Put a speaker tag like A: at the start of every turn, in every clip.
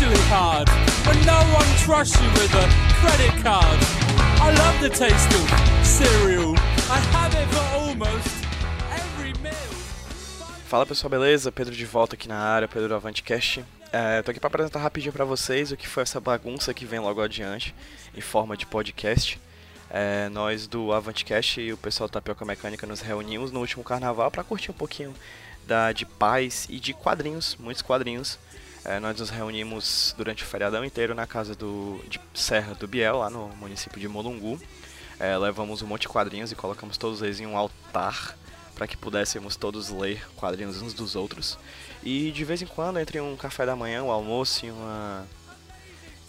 A: really hard when no one trusts you with a credit card. I love the taste of cereal. I have it for almost every meal.
B: Fala pessoal, beleza? Pedro de volta aqui na área, Pedro do Avantcast. É, tô aqui pra apresentar rapidinho pra vocês o que foi essa bagunça que vem logo adiante, em forma de podcast. É, nós do Avantcast e o pessoal do Tapioca Mecânica nos reunimos no último carnaval pra curtir um pouquinho da, de paz e de quadrinhos, muitos quadrinhos. É, nós nos reunimos durante o feriadão inteiro na casa do, de Serra do Biel, lá no município de Molungu. É, levamos um monte de quadrinhos e colocamos todos eles em um altar para que pudéssemos todos ler quadrinhos uns dos outros. E de vez em quando, entre um café da manhã, um almoço e uma,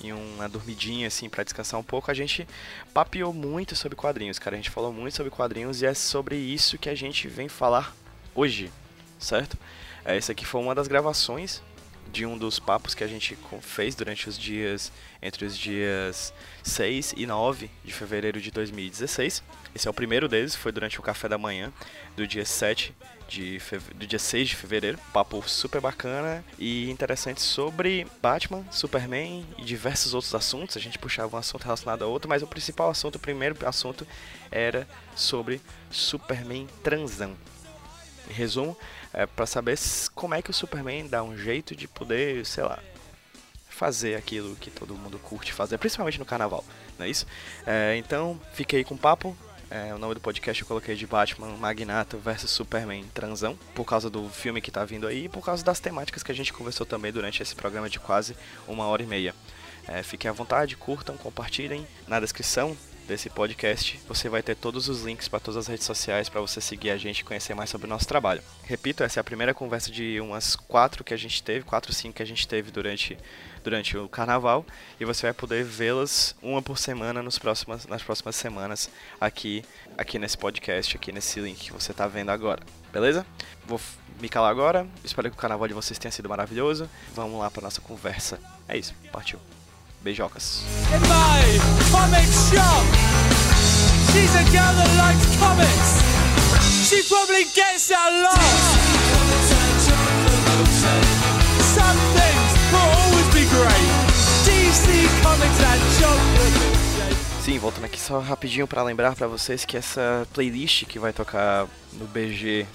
B: e uma dormidinha, assim, para descansar um pouco, a gente papeou muito sobre quadrinhos, cara. A gente falou muito sobre quadrinhos e é sobre isso que a gente vem falar hoje, certo? É, essa aqui foi uma das gravações de um dos papos que a gente co- fez durante os dias, entre os dias 6 e 9 de fevereiro de 2016. Esse é o primeiro deles, foi durante o café da manhã do dia 7 de feve- do dia 6 de fevereiro. Papo super bacana e interessante sobre Batman, Superman e diversos outros assuntos. A gente puxava um assunto relacionado a outro, mas o principal assunto, o primeiro assunto era sobre Superman transão. Em resumo, é para saber s- como é que o Superman dá um jeito de poder, sei lá, fazer aquilo que todo mundo curte fazer, principalmente no carnaval, não é isso? É, então, fiquei com o papo. É, o nome do podcast eu coloquei de Batman Magnata versus Superman Transão, por causa do filme que tá vindo aí e por causa das temáticas que a gente conversou também durante esse programa de quase uma hora e meia. É, fiquem à vontade, curtam, compartilhem. Na descrição desse podcast você vai ter todos os links para todas as redes sociais para você seguir a gente e conhecer mais sobre o nosso trabalho. Repito, essa é a primeira conversa de umas quatro que a gente teve, quatro, cinco que a gente teve durante, durante o carnaval e você vai poder vê-las uma por semana nos próximas, nas próximas semanas aqui, aqui nesse podcast, aqui nesse link que você está vendo agora. Beleza? Vou f- me calar agora. Espero que o carnaval de vocês tenha sido maravilhoso. Vamos lá para nossa conversa. É isso, partiu. Beijocas.
A: in my comic shop. She's a girl that likes comics. She probably gets a lot. Some things will always be great. DC Comics and John Williams.
B: Sim, voltando aqui só rapidinho pra lembrar pra vocês que essa playlist que vai tocar no BG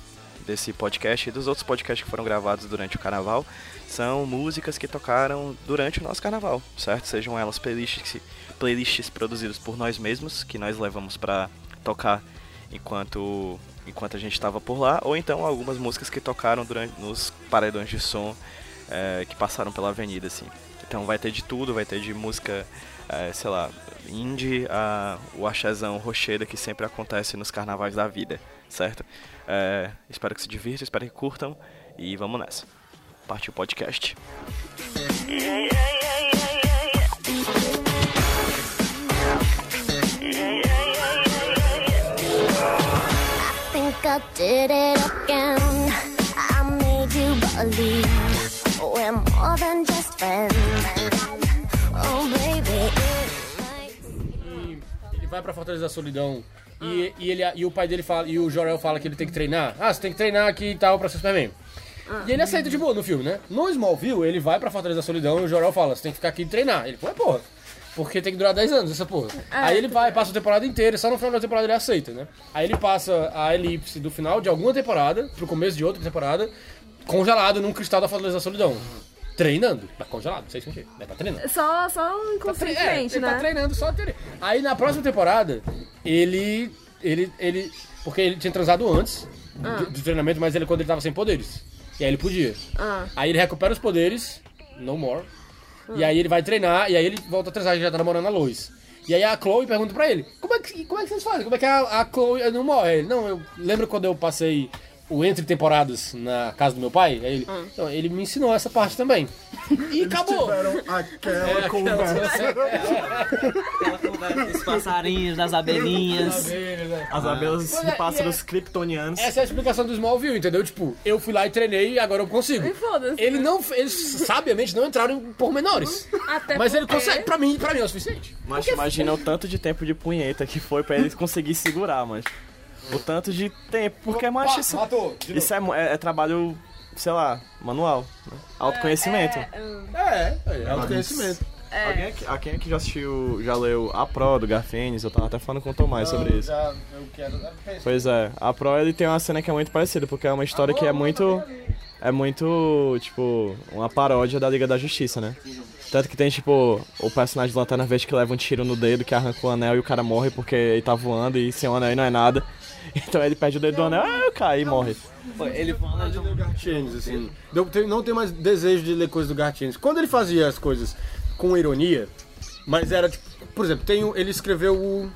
B: desse podcast e dos outros podcasts que foram gravados durante o carnaval são músicas que tocaram durante o nosso carnaval, certo? Sejam elas playlists, playlists produzidas por nós mesmos, que nós levamos pra tocar enquanto enquanto a gente estava por lá, ou então algumas músicas que tocaram durante nos paredões de som é, que passaram pela avenida, assim. Então vai ter de tudo, vai ter de música, é, sei lá, indie, a, o axézão rocheda que sempre acontece nos carnavais da vida, certo? É, espero que se divirtam, espero que curtam e vamos nessa. Partiu o podcast.
C: think I did it again. I made you believe we're more than just friends. Oh, baby, it might
D: Ele vai pra Fortaleza da Solidão e, e, ele, e o pai dele fala, e o Jorel fala que ele tem que treinar. Ah, você tem que treinar aqui e tal pra ser Superman. é
E: Ah.
D: E ele aceita de boa no filme, né? No Smallville, ele vai pra Fortaleza da Solidão e o Jorel fala, você tem que ficar aqui e treinar. Ele, pô, é porra. Porque tem que durar 10 anos essa porra. Aí ele vai, passa a temporada inteira, só no final da temporada ele aceita, né? Aí ele passa a elipse do final de alguma temporada pro começo de outra temporada, congelado num cristal da Fortaleza da Solidão. Treinando. Tá congelado, não sei se mexer. Mas tá treinando.
E: Só, só um
D: Tá tre- é,
E: inconscientemente,
D: ele
E: né?
D: tá treinando só a teoria. Aí na próxima temporada, ele. ele. ele. Porque ele tinha transado antes do, do treinamento, mas ele quando ele tava sem poderes. E aí ele podia.
E: Ah.
D: Aí ele recupera os poderes, no more.
F: Ah.
D: E aí ele vai treinar, e aí ele volta a transar, já tá namorando a Lois. E aí a Chloe pergunta pra ele, como é que, como é que vocês fazem? Como é que a, a Chloe não morre? Ele, não, eu lembro quando eu passei o entre temporadas na casa do meu pai, aí ele, "Não, ele me ensinou essa parte também. E acabou.
G: Aquela conversa.
H: Os passarinhos, das abelhinhas, as abelhas
D: Pois é,
H: e pássaros
D: e
H: kryptonianos.
D: Essa é a explicação do Smallville, entendeu? Tipo, eu fui lá e treinei e agora eu consigo.
E: E foda-se.
D: Ele não. Eles sabiamente não entraram em pormenores.
E: Até
D: Mas ele
E: porque-
D: consegue. Pra mim, pra mim é o suficiente.
H: Mas imagina o tanto de tempo de punheta que foi pra ele conseguir segurar, mas. O tanto de tempo. Porque, macho, isso,
D: Matou. de novo.
H: isso é, mu- é- é trabalho
E: sei lá, manual. né? Autoconhecimento.
F: É,
D: É, é autoconhecimento.
E: Alguém, aqui, alguém aqui já assistiu, já leu A Pro do Garfênis? Eu tava até falando com o Tomás sobre isso.
D: Já, eu quero. eu penso.
E: Pois é, A Pro ele tem uma cena que é muito parecida, porque é uma história que é muito. É muito, tipo, uma paródia da Liga da Justiça, né? Tanto que tem, tipo, o personagem do Lanterna Verde que leva um tiro no dedo, que arranca o anel e o cara morre porque ele tá voando e sem o anel ele não é nada. Então ele perde o dedo do anel, ah, eu caí e morre.
H: Pô, Ele fala de um...
D: Gartienes, assim. Eu tenho- não tenho mais desejo de ler coisas do Gartienes. Quando ele fazia as coisas com ironia, mas era tipo. Por exemplo, tem o- ele escreveu o.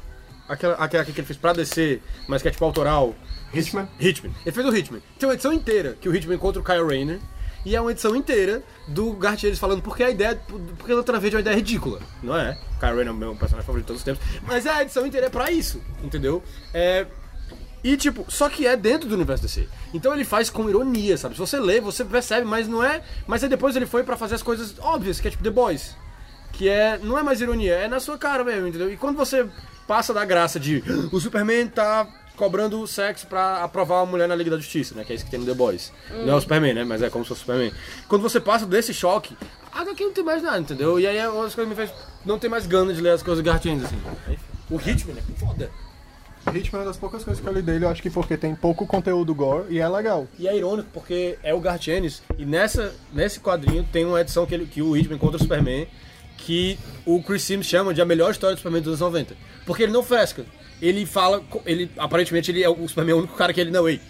D: Aquela, aquela que ele fez pra DC, mas que é tipo autoral.
G: Hitman.
D: Hitman. Ele fez o Hitman. Tem uma edição inteira que o Hitman encontra o Kyle Rayner. E é uma edição inteira do Gartienes falando porque a ideia. Porque a Lanterna Verde é uma ideia ridícula. Não é? Kyle Rayner é o meu personagem favorito de todos os tempos. Mas a edição inteira é pra isso, entendeu? É. E tipo, só que é dentro do universo DC. Então ele faz com ironia, sabe? Se você lê, você percebe, mas não é. Mas aí depois ele foi pra fazer as coisas óbvias, que é tipo The Boys. Que é. Não é mais ironia, é na sua cara mesmo, entendeu? E quando você passa da graça de. O Superman tá cobrando sexo pra aprovar uma mulher na Liga da Justiça, né? Que é isso que tem no The Boys. Não é o Superman, né? Mas é como se fosse o Superman. Quando você passa desse choque, ah, aqui não tem mais nada, entendeu? E aí é uma das coisas que me fez. Não tem mais gana de ler as coisas gartinhas, assim. O ritmo, né? Foda.
G: Hitman é uma das poucas coisas que eu li dele, eu acho que porque tem pouco conteúdo gore e é legal.
D: E é irônico porque é o Gartienes e nessa, nesse quadrinho tem uma edição que, ele, que o Hitman contra o Superman que o Chris Sims chama de a melhor história do Superman dos anos 90. Porque ele não fresca. Ele fala, co- ele aparentemente ele é o o Superman é o único cara que ele não ei.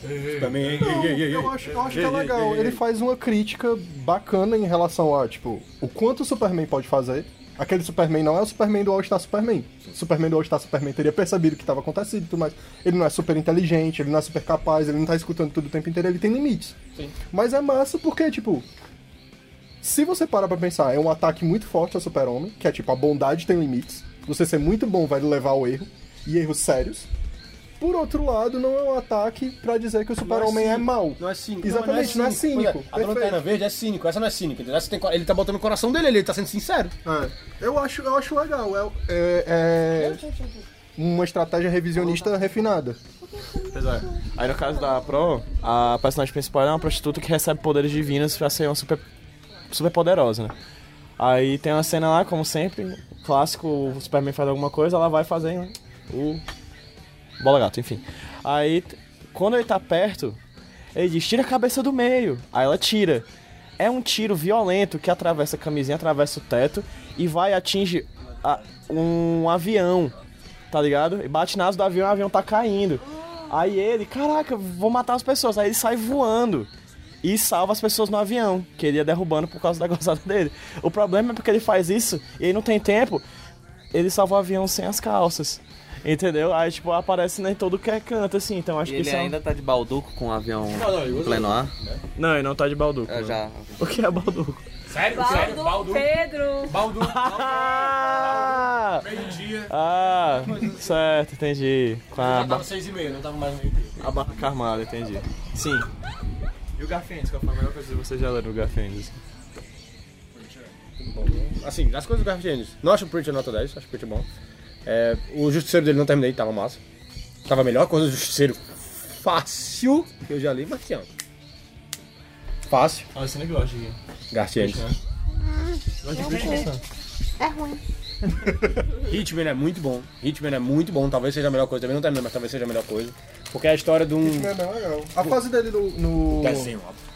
D: Superman, ei, ei, ei, ei,
G: Eu
D: ei.
G: acho, eu acho que é legal. Ele faz uma crítica bacana em relação a, tipo, o quanto o Superman pode fazer. Aquele Superman não é o Superman do All-Star Superman. O Superman do All-Star Superman teria percebido o que estava acontecendo e tudo mais. Ele não é super inteligente, ele não é super capaz, ele não tá escutando tudo o tempo inteiro, ele tem limites. Mas é massa porque, tipo, se você parar pra pensar, é um ataque muito forte ao super-homem, que é tipo, a bondade tem limites. Você ser muito bom vai levar ao erro, e erros sérios. Por outro lado, não é um ataque pra dizer que o super-homem é, mau.
D: Não é cínico.
G: Exatamente, não é cínico.
D: Pois é, A Lanterna
G: Perfeito.
D: Verde é cínico, essa não é cínica. entendeu? Essa tem co- ele tá botando o coração dele, ali, ele tá sendo sincero.
G: É. Eu, acho, eu acho legal. É, é- é uma estratégia revisionista refinada.
E: Pois é. Aí no caso da Pro, a personagem principal é uma prostituta que recebe poderes divinos pra ser uma super, super poderosa, né? Aí tem uma cena lá, como sempre, clássico, o Superman faz alguma coisa, ela vai fazer né, o. Bola gato, enfim. Aí, t- quando ele tá perto, ele diz: tira a cabeça do meio. Aí ela tira. É um tiro violento que atravessa a camisinha, atravessa o teto e vai atinge a- um avião, tá ligado? E bate na asa do avião e o avião tá caindo. Aí ele, caraca, vou matar as pessoas. Aí ele sai voando e salva as pessoas no avião, que ele ia derrubando por causa da gozada dele. O problema é porque ele faz isso e aí não tem tempo, ele salva o avião sem as calças. Entendeu? Aí, tipo, aparece em todo que é canto, assim, então
H: E
E: acho que
H: ele
E: isso é um-
H: ainda tá de balduco com o avião
D: não, eu-
H: em pleno ar.
E: Não, ele não tá de balduco.
H: Eu
E: não.
H: já.
E: O que é balduco?
D: Sério,
F: Baldo, Pedro.
D: Baldu.
E: Ah!
D: Meio-dia.
E: Ah, certo, entendi. Com a,
D: Já
E: Ah, ba
D: tava tá seis e meia, não tava mais no
E: a barraca armada, entendi. Sim. E o Garfênis, qual foi a melhor coisa que você já leu do Garfênis?
D: Assim, as coisas do Garfield Ennis. Não acho o Preacher nota 10, acho o Preacher bom. É, o Justiceiro dele não terminei, tava massa. Tava a melhor coisa do Justiceiro fácil que eu já li, mas tinha. Fácil.
E: Ah, esse negócio aqui.
D: Garfield Ennis.
C: É ruim.
D: Hitman é muito bom. Hitman é muito bom, talvez seja a melhor coisa. Também não terminei, mas talvez seja a melhor coisa. Porque é a história de um
G: É, não, é legal. Tá A fase dele no. no-
D: desenho, óbvio.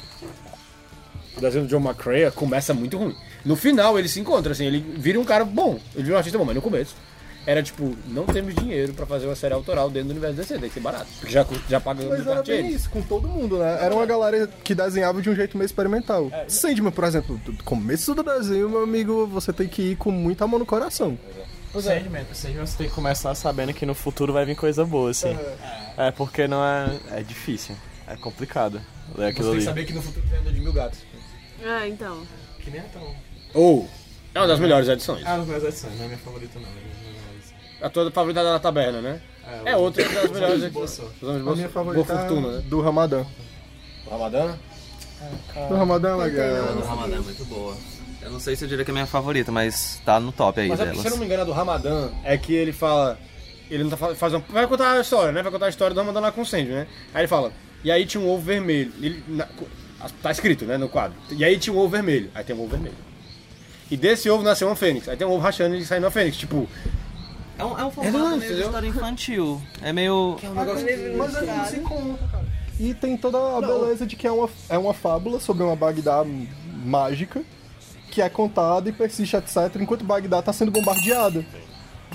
D: O desenho do John McCrea começa muito ruim. No final ele se encontra, assim, ele vira um cara bom. Ele vira um artista bom, mas no começo. Era tipo, não temos dinheiro pra fazer uma série autoral dentro do universo DC, tem que ser barato. Porque já, cu- já paga
G: Mas
D: o
G: era bem isso, com todo mundo, né? Era uma galera que desenhava de um jeito meio experimental. Sandman, por exemplo, do começo do desenho, meu amigo, você tem que ir com muita mão no coração.
E: Sandman, Sandman você tem que começar sabendo que no futuro vai vir coisa boa, assim. É, porque não é... É difícil. É complicado ler É aquilo ali.
D: que no futuro tem andar de mil gatos.
F: Ah, então.
E: que nem é tão...
D: Ou, é uma das melhores edições.
E: Ah, não mas é Sandman, não é minha favorita não. É
D: A tua favorita da taberna, né? É outra das melhores edições.
E: Bolsonaro.
D: Os homens
G: A minha
D: boa, boa
G: favorita
D: fortuna,
G: é
D: né?
G: do Ramadã.
D: Ramadã?
G: Do Ramadã é legal.
H: O Ramadã é muito boa. Eu não sei se eu diria que é minha favorita, mas tá no top aí
D: Mas é porque,
H: delas.
D: se eu não me engano, a do Ramadã é que ele fala. Ele não tá fa- faz uma, Vai contar a história, né? Vai contar a história do Ramadã lá com o Sandy, né? Aí um ele fala. E aí tinha um ovo vermelho. Ele, na- co- As- Tá escrito, né, no quadro. E aí tinha um ovo vermelho. Aí tem um ovo vermelho. E desse ovo nasceu uma fênix. Aí tem um ovo rachando e saindo uma fênix. Tipo,
H: É um, é um formato meio de
D: entendeu?
H: história infantil. É meio.
G: Mas ele não se conta. E tem toda a beleza de que é uma, é uma fábula sobre uma Bagdá m- mágica que é contada e persiste, etc., enquanto Bagdá tá sendo bombardeada.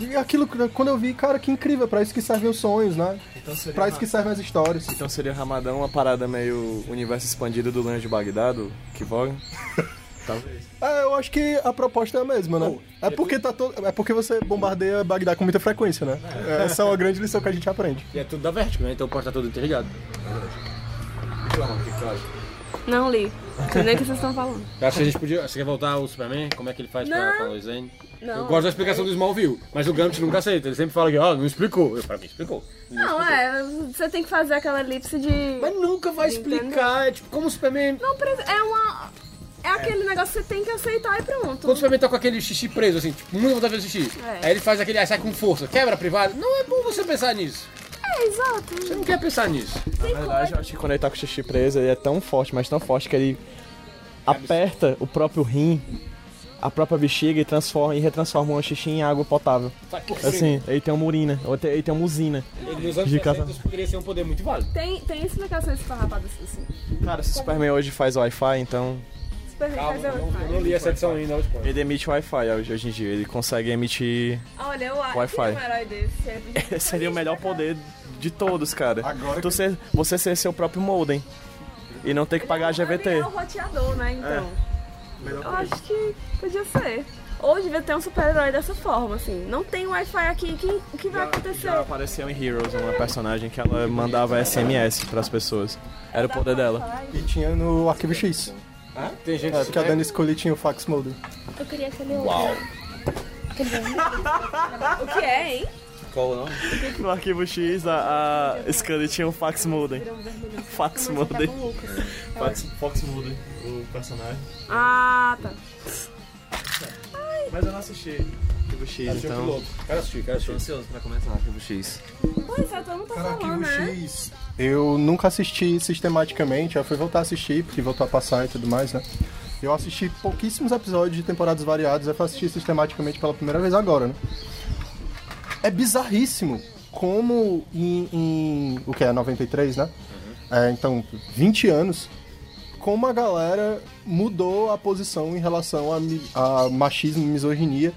G: E aquilo, que- quando eu vi, cara, que incrível, é pra isso que servem os sonhos, né?
E: Então seria
G: Pra isso que servem as histórias.
E: Então seria Ramadão uma parada meio universo expandido do Leão de Bagdá, do Kivogan?
G: É, eu acho que a proposta é a mesma, né? É porque, tá todo, é porque você bombardeia Bagdá com muita frequência, né? Essa é uma grande lição que a gente aprende.
D: e é tudo da Vertigo, né? Então pode estar tudo interligado.
F: Não li. Não sei nem o é que vocês estão falando.
D: Eu acho que a gente podia. Você quer voltar ao Superman? Como é que ele faz pra,
F: Não.
D: pra Lois Lane?
F: Não.
D: Eu gosto da explicação do Smallville, mas o Gambit nunca aceita. Ele sempre fala que, ó, não explicou. Eu, pra mim, explicou.
F: Não, é. Você tem que fazer aquela elipse de.
D: Mas nunca vai explicar. É tipo, como o Superman.
F: Não, pre- é uma. É aquele negócio que você tem que aceitar e pronto.
D: Quando o Superman tá com aquele xixi preso, assim, tipo, muito vontade de fazer xixi.
F: É.
D: Aí ele faz aquele, aí sai com força, quebra privado. Não é bom você pensar nisso.
F: É, exato.
D: Você não quer pensar nisso.
F: Tem
E: Na verdade, eu
F: coisa.
E: acho que quando ele tá com o xixi preso, ele é tão forte, mas tão forte que ele aperta o próprio rim, a própria bexiga e transforma e retransforma o xixi em água potável.
D: Sai correndo.
E: Assim, ele tem uma urina, ou te- ele tem uma usina.
D: Ele nos anos
E: De casa.
D: 60 isso poderia ser um poder muito válido.
F: Tem, tem explicações esfarrapadas assim.
E: Cara, se o Superman hoje faz Wi-Fi, então
F: Super
D: é Calma,
F: fazer
D: eu
F: outro.
D: não, eu não li essa edição ainda, olha, tipo,
E: ele emite Wi-Fi hoje, hoje em dia, ele consegue emitir.
F: Olha, eu acho que
E: Wi-Fi.
F: um herói desse. É de-
E: Seria o melhor poder de todos, cara.
G: Agora
E: Tu ser- você ser seu próprio modem e não ter que pagar a GVT.
F: Ele é o roteador, né?
D: É.
F: Então. Eu acho que podia ser. Ou devia ter um super-herói dessa forma, assim. Não tem Wi-Fi aqui, o que, o que vai acontecer?
E: Já apareceu em Heroes uma personagem que ela mandava SMS pras pessoas. Era o poder dela.
G: E tinha no Arquivo X.
D: Tem gente
G: É, porque a Dani Scully tinha o fax modem.
C: Eu queria que ele Uau. Quer dizer,
F: O que é, hein?
E: No arquivo X, a, a Scully tinha um fax modem. Fax modem.
F: assim.
E: Fax, fax modem, o personagem.
F: Ah, tá.
E: Mas eu não assisti. Arquivo X, então.
D: Cara, assisti, cara, assisti.
H: ansioso pra começar Arquivo X.
F: Pois é, todo mundo tá falando, né?
G: X. Eu nunca assisti sistematicamente, eu fui voltar a assistir, porque voltou a passar e tudo mais, né? Eu assisti pouquíssimos episódios de temporadas variadas, eu fui assistir sistematicamente pela primeira vez agora, né? É bizarríssimo como em. em- o que é? 93, né? É, então, 20 anos. Como a galera mudou a posição em relação a, mi- a machismo e misoginia.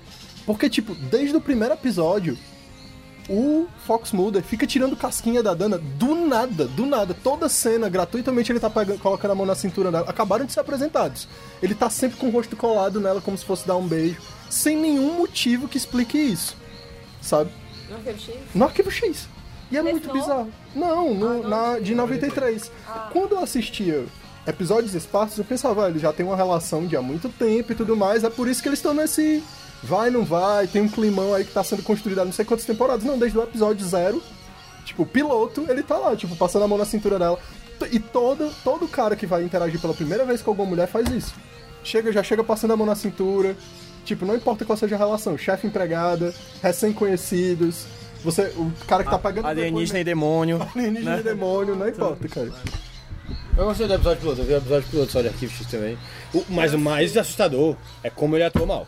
G: Porque, tipo, desde o primeiro episódio, o Fox Mulder fica tirando casquinha da Dana do nada, do nada. Toda cena, gratuitamente, ele tá pegando, colocando a mão na cintura dela. Acabaram de ser apresentados. Ele tá sempre com o rosto colado nela, como se fosse dar um beijo. Sem nenhum motivo que explique isso. Sabe? No arquivo X. E é muito
F: novo?
G: bizarro. Não, Ah. no- na, de 93. Quando eu assistia episódios esparsos, eu pensava, ah, eles já têm uma relação de há muito tempo e tudo mais, é por isso que eles estão nesse vai, não vai, tem um climão aí que tá sendo construído há não sei quantas temporadas. Não, desde o episódio zero, tipo, o piloto, ele tá lá, tipo, passando a mão na cintura dela. T- E todo, todo cara que vai interagir pela primeira vez com alguma mulher faz isso. Chega, já chega passando a mão na cintura. Tipo, não importa qual seja a relação, chefe empregada, recém-conhecidos, você, o cara que tá pagando
E: Alienígena e demônio. né?
G: Alienígena e demônio, não importa, cara.
D: Eu gostei do episódio piloto, eu vi o episódio piloto só de Arquivo X também. O- mas o mais assustador é como ele atua mal.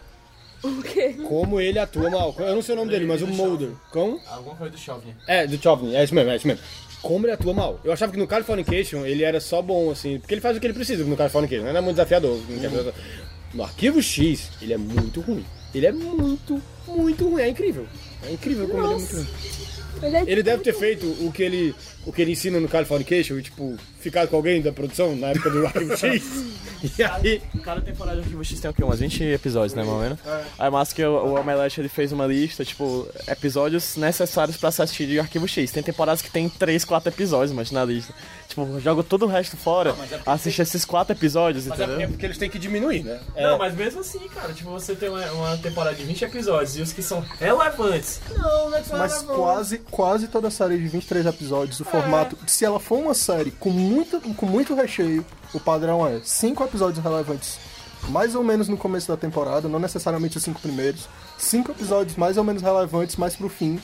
F: O quê?
D: Como ele atua mal. Eu não sei o nome dele, mas o Mulder. Como?
E: Alguma coisa do Chauvin.
D: É, do Chovney, é isso mesmo, é isso mesmo. Como ele atua mal. Eu achava que no Californication ele era só bom, assim, porque ele faz o que ele precisa no Californication, não é muito desafiador. não quer fazer- No Arquivo X, ele é muito ruim. Ele é muito, muito ruim, é incrível. É incrível como ele é muito ruim.
F: Ele é
D: Ele deve ter feito o que ele, o que ele ensina no Californication e, tipo, ficado com alguém da produção na época do Arquivo X. E aí...
E: Cada temporada do Arquivo X tem o quê? Umas 20 episódios, né, mais ou menos? Aí massa que o, o Omelete ele fez uma lista, tipo, episódios necessários pra se assistir de Arquivo X. Tem temporadas que tem 3, 4 episódios, mas na lista. Tipo, joga todo o resto fora, assiste esses 4 episódios,
D: Mas é porque eles têm que diminuir, né? É,
E: mas mesmo assim, cara, tipo, você tem uma, temporada de 20 episódios e os que são relevantes. Não, não é
G: Mas quase, quase toda a série de 23 episódios, o formato. Se ela for uma série com muito, com muito recheio, o padrão é cinco episódios relevantes, mais ou menos no começo da temporada, não necessariamente os cinco primeiros. cinco episódios mais ou menos relevantes, mais pro fim.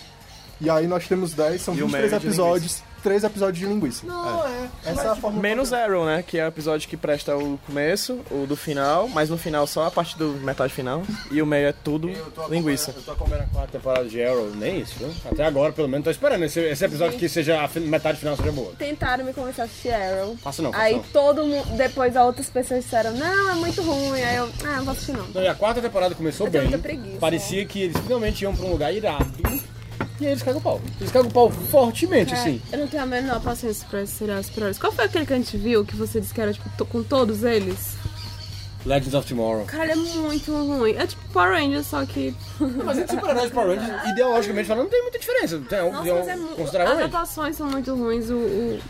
G: E aí nós temos 10, são
E: E o
G: 23
E: médio de
G: episódios. três episódios de linguiça.
E: Não, é.
G: Essa é a forma.
E: Menos Arrow, né? Que é o episódio que presta o começo, o do final, mas no final só a parte do metade final. E o meio é tudo linguiça.
D: Eu tô acompanhando a quarta temporada de Arrow, nem isso, viu? Até agora, pelo menos, tô esperando esse, esse episódio que seja a fi- metade final seja boa.
F: Tentaram me convencer a assistir Arrow.
D: Faça não, faça
F: Aí
D: não.
F: todo mundo. Depois as outras pessoas disseram, não, é muito ruim. Aí eu, ah, não vou assistir não.
D: Não, Então, é, né? e a quarta temporada começou
F: Eu tenho
D: bem.
F: muita preguiça.
D: Parecia que eles finalmente iam pra um lugar irado. E aí eles cagam o pau. Eles cagam o pau fortemente, assim.
F: É, eu não tenho a menor paciência pra esses seriados superiores. Qual foi aquele que a gente viu que você disse que era, tipo, to- com todos eles?
D: Legends of Tomorrow.
F: Cara, é muito ruim. É tipo Power Rangers, só que.
D: Mas entre super-heróis e Power Rangers, ideologicamente falando, não tem muita diferença. Tem um,
F: Nossa,
D: tem
F: mas é
D: um
F: muito. As
D: consideravelmente.
F: atuações são muito ruins, o, o,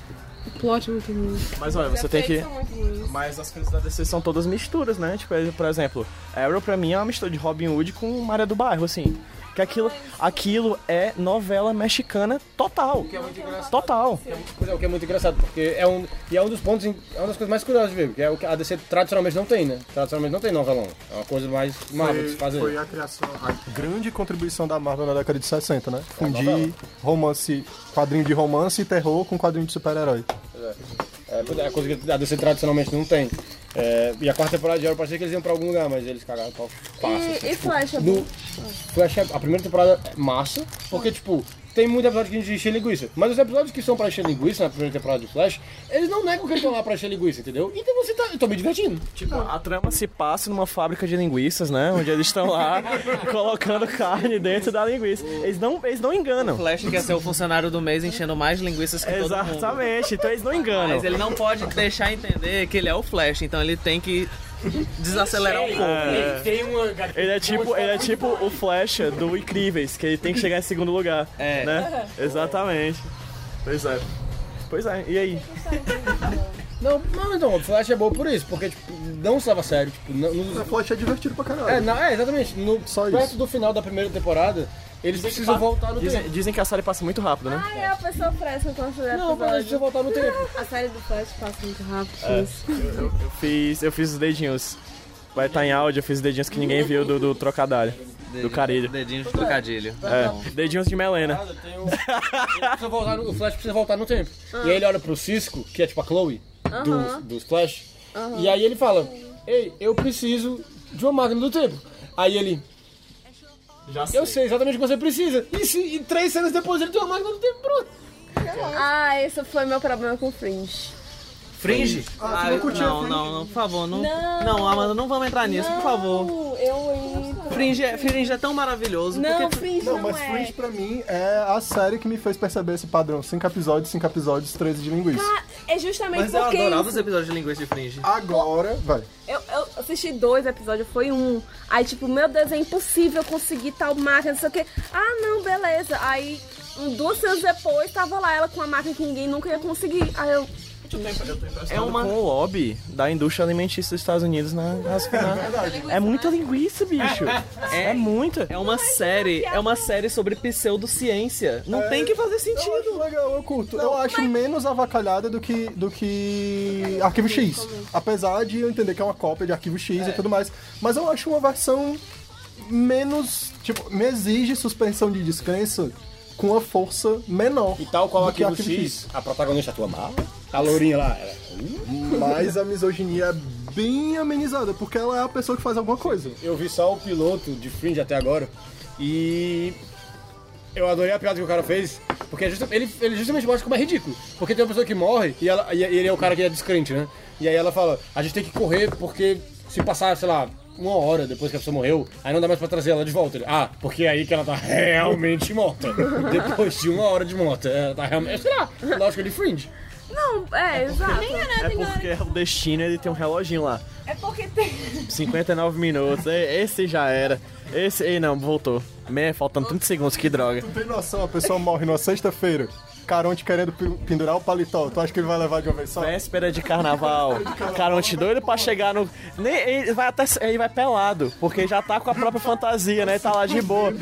F: o plot é muito ruim.
E: Mas olha, você
F: Os
E: tem
F: efeitos
E: que.
F: são muito ruins.
E: Mas as coisas da DC são todas misturas, né? Tipo, por exemplo, Arrow pra mim é uma mistura de Robin Hood com Maria do Bairro, assim. Que aquilo, aquilo é novela mexicana total.
G: é
E: Total.
D: Pois é, o que é muito engraçado, porque é um, e é um dos pontos, em- é uma das coisas mais curiosas de ver, porque é o que a DC tradicionalmente não tem, né? Tradicionalmente não tem novelão. É uma coisa mais Marvel de se fazer.
G: Foi a criação, a grande contribuição da Marvel na década de 60, né?
D: novela.
G: Fundir romance, quadrinho de romance e terror com quadrinho de super-herói.
D: É, pois é, a coisa que a DC tradicionalmente não tem. É, e a quarta temporada de Arrow parecia que eles iam pra algum lugar, mas eles cagaram pau fácil. assim.
F: E, e Flash é
D: No
F: bom.
D: Flash, a primeira temporada é massa, porque, tipo, tem muito episódio que a gente enche linguiça. Mas os episódios que são pra encher linguiça na primeira temporada de Flash, eles não negam que eles estão lá pra encher linguiça, entendeu? Então você tá. Eu tô me divertindo.
E: Tipo, a trama se passa numa fábrica de linguiças, né? Onde eles estão lá colocando carne dentro da linguiça. Eles não, eles não enganam.
H: Flash quer ser o funcionário do mês enchendo mais linguiças que todo mundo.
E: Exatamente, então eles não enganam.
H: Mas ele não pode deixar entender que ele é o Flash, então ele tem que desacelerar um pouco.
E: É.
D: Tem uma.
E: Ele é tipo, ele é tipo o Flash do Incríveis, que ele tem que chegar em segundo lugar.
H: É.
E: Né? Exatamente. Pois é. Pois é, e aí?
D: Não, não, então, o Flash é bom por isso, porque, tipo, não se leva a sério. Tipo, não,
G: A
D: não-
G: Flash é divertido pra caralho.
D: é, não- é, exatamente. No,
G: Só
D: perto
G: isso.
D: do final da primeira temporada, eles precisam voltar no tempo.
E: Dizem, dizem que a série passa muito rápido, né?
F: Ai, é a pessoa fresca quando você vê
D: Não, mas eles precisam
F: episódio.
D: voltar no tempo. É.
F: A série do Flash passa muito rápido.
H: Ah,
E: É.
F: isso.
E: Eu fiz, eu fiz os dedinhos. Vai estar em áudio, eu fiz os dedinhos que ninguém viu do, do trocadilho. Do carilho.
H: Dedinho de trocadilho.
E: É, dedinhos de melena.
D: Tem o- ele precisa voltar no- o Flash precisa voltar no tempo.
G: Ah.
D: E aí ele olha pro Cisco, que é tipo a Chloe do, dos Flash, e aí ele fala: Ei, eu preciso de uma máquina do tempo. Aí ele. Eu sei exatamente o que você precisa. E, se- e três cenas depois ele tem uma máquina do tempo pronto.
F: Ah, esse foi meu problema com o Fringe.
H: Fringe? Ah, eu- não, não, não, por favor, não. Não, Amanda, não vamos entrar nisso, por favor.
F: Eu entro.
H: Fringe é, Fringe é tão maravilhoso.
F: Não,
H: porque...
F: Fringe não,
G: Não, mas
F: é.
G: Fringe pra mim é a série que me fez perceber esse padrão. Cinco episódios, cinco episódios, 13 de linguiça.
F: Ah, é justamente
H: Mas eu
F: porque
H: adorava os episódios de linguiça de Fringe.
G: Agora, vai.
F: eu, eu assisti dois episódios, foi um. Aí, tipo, meu Deus, é impossível conseguir tal máquina, não sei o quê. Ah, não, beleza. Aí, um- duas semanas depois, tava lá ela com uma máquina que ninguém nunca ia conseguir. Aí eu,
H: Ah.
E: É uma... com o lobby da indústria alimentícia dos Estados Unidos na, nas- na... É muita linguiça, bicho. É, muita.
H: É uma série, é uma série sobre pseudociência. Não tem que fazer
G: É, Eu
H: sentido.
G: acho legal, eu curto. eu acho menos avacalhada do que, do que Arquivo X. Apesar de eu entender que é uma cópia de Arquivo
H: É.
G: X e tudo mais. Mas eu acho uma versão menos. Tipo, me exige suspensão de descrença com uma força menor.
D: E tal qual
G: do que
D: aqui no X, a protagonista tua mala, a lourinha lá. ela- é.
G: Mas a misoginia é bem amenizada, porque ela é a pessoa que faz alguma coisa.
D: Eu vi só o piloto de Fringe até agora e eu adorei a piada que o cara fez, porque é justa- ele, ele justamente mostra como é ridículo. Porque tem uma pessoa que morre e, ela, e ele é o cara que é descrente, né? E aí ela fala, a gente tem que correr porque se passar, sei lá, uma hora depois que a pessoa morreu, aí não dá mais pra trazer ela de volta. Ele, ah, porque é aí que ela tá realmente morta. depois de uma hora de morta, ela tá realmente... Sei lá, lógica de Fringe.
F: não, é, exato.
E: É porque o destino ele tem um reloginho lá.
F: É porque tem.
E: 59 minutos. E- Esse já era. Esse. Ei, não, voltou. Me, faltando 30 segundos, que droga.
G: Tem noção, a pessoa morre numa sexta-feira. Caronte querendo pe- pendurar o paletó. Tu acha que ele vai levar de uma vez só?
E: Véspera de carnaval. Caronte doido pra chegar no. Nem, ele vai até. Ele vai pelado, porque já tá com a própria fantasia, né? Tá lá de boa.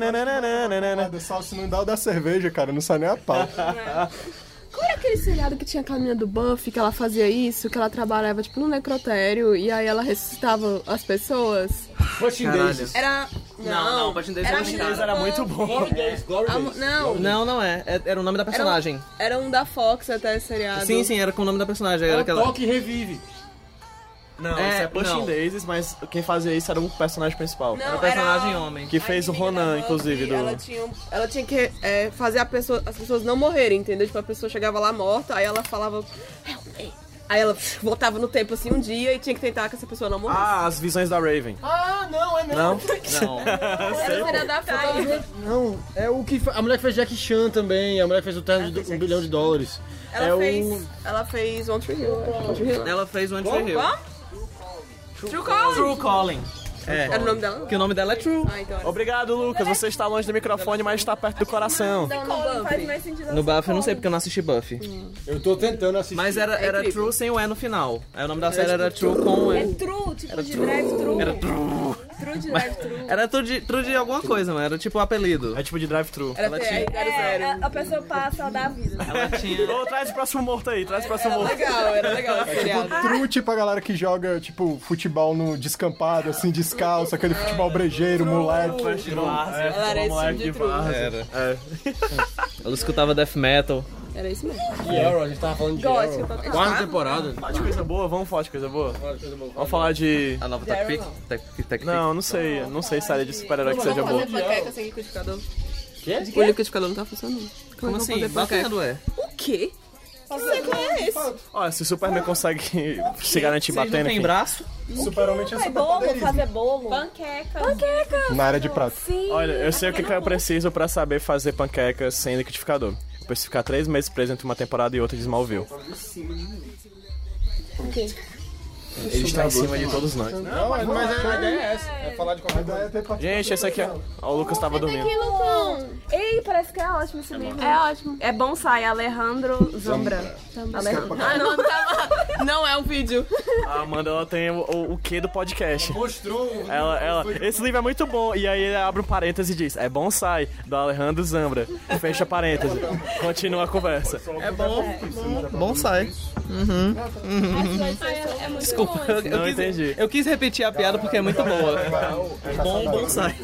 E: Tanananananananana.
G: Nada, Só se não dá o da cerveja, cara, não sai nem a pau.
F: Qual era aquele seriado que tinha aquela menina do Buffy, que ela fazia isso, que ela trabalhava, tipo, no necrotério, e aí ela ressuscitava as pessoas?
D: Pushing Daisies.
F: Era...
H: Não, não, o Patinho 10
I: Era
H: era
I: a menina
H: um
I: do
H: cara.
E: Era muito bom.
D: Glory Days, Glory
I: A mu-
D: Days.
I: não,
H: Não, não é. É- Era o nome da
I: era
H: personagem.
I: um, era um da Fox até esse seriado.
H: Sim, sim, era com o nome da personagem.
D: É
H: Era
D: o
H: aquela...
D: toque revive.
E: Não,
H: É,
E: isso é Pushing
H: não.
E: Days, mas quem fazia isso era o personagem principal.
I: Não,
H: o personagem
I: era-
H: homem.
E: Que fez
I: A
E: o
I: inimiga da
E: Ronan,
I: Buffy,
E: inclusive, do.
I: Ela tinha, um- ela tinha que é, fazer a pessoa- as pessoas não morrerem, entendeu? Tipo, a pessoa chegava lá morta, aí ela falava... "Help me." Aí ela voltava no tempo, assim, um dia e tinha que tentar que essa pessoa não morresse.
E: Ah, as visões da Raven.
D: Ah, não, é mesmo.
E: Não?
F: Era o seriado da
I: tá
F: Time.
D: Não, é o que fa- a mulher que fez Jack Chan também, a mulher que fez o terno de do- um bilhão de dólares.
I: Ela,
D: é
I: fez,
D: o
I: ela fez One Tree Hill. né? One Tree Hill.
H: Ela fez o One Tree Hill.
I: Qual? True Calling.
H: True Calling.
I: Era o
H: É.
I: nome dela?
H: Que o nome dela é True.
I: Ah, então era.
E: Obrigado, Lucas. Você está longe do microfone, mas está perto do coração.
F: Não, não faz mais sentido. assim.
H: No Buff eu não sei porque eu não assisti Buff.
D: Eu tô tentando assistir.
H: Mas era,
I: É
H: era
I: incrível.
H: True sem o E no final. Aí o nome da série era True com o
F: É
H: E.
F: true, tipo de drive-thru. Era true. True de drive-thru.
H: Era True de, true de alguma coisa, mano. Era tipo o apelido.
E: É tipo de drive-thru.
I: Era
H: tinha-
I: TR, era
F: É,
I: zero.
F: a- a pessoa passa a dar a vida.
H: Ela tinha.
E: Ô, traz o próximo morto aí, traz o próximo morto.
I: Legal, era legal esse seriado.
G: Trute pra galera que joga, tipo, futebol no descampado, assim, descalço, aquele futebol brejeiro,
E: tipo um
G: moleque.
H: É,
I: Ela era esse tipo de truque.
H: Ela escutava death metal.
I: Era isso mesmo.
D: de Arrow, a gente tava falando de
F: Gótico,
D: Arrow.
F: tá tentando.
D: Quarta temporada.
E: Falar de coisa boa, vamos falar de coisa boa? Vamos falar de.
H: A nova Tech Fix? Tech Fix? Tech Fix?
E: Não, não sei. Não sei se área de super-herói que seja
I: Vamos
E: boa.
I: fazer panqueca sem liquidificador.
D: Quê?
I: O liquidificador não tá funcionando.
H: Como
I: é que
H: assim?
I: vamos fazer
H: Batendo é.
I: O quê? Que seco é esse?
E: Ó, se o Superman consegue se garantir
H: Vocês não
E: batendo,
H: tem
E: enfim.
H: braço?
G: Super-homem é
I: É bolo, fazer bolo.
F: Panqueca.
G: Na área de prata.
E: Olha, eu sei o que, é. que eu preciso pra saber fazer panqueca sem liquidificador. Eu preciso ficar três meses preso entre uma temporada e outra de Smallville. Ele está em cima de todos nós.
D: Não, mas, mas a ideia é essa. É falar de qualquer coisa.
E: Gente, esse aqui é... Ó, o Lucas tava dormindo.
F: Ei, parece que é ótimo esse livro. É ótimo. É bom sair, Alejandro Zambra. Alejandro. Ah, não,
I: Não é um vídeo.
E: A Amanda, ela tem o, o, o quê do podcast.
D: Mostrou.
E: Ela, ela, esse livro é muito bom. E aí ele abre um parêntese e diz: É bonsai, do Alejandro Zambra. Fecha parêntese. Continua a conversa.
H: É bom. Bom sai.
E: Uhum,
F: é muito
H: Desculpa, eu, eu
E: Não
H: quis,
E: entendi.
H: eu quis repetir a piada porque é muito boa. Bom
E: é
H: bonsai.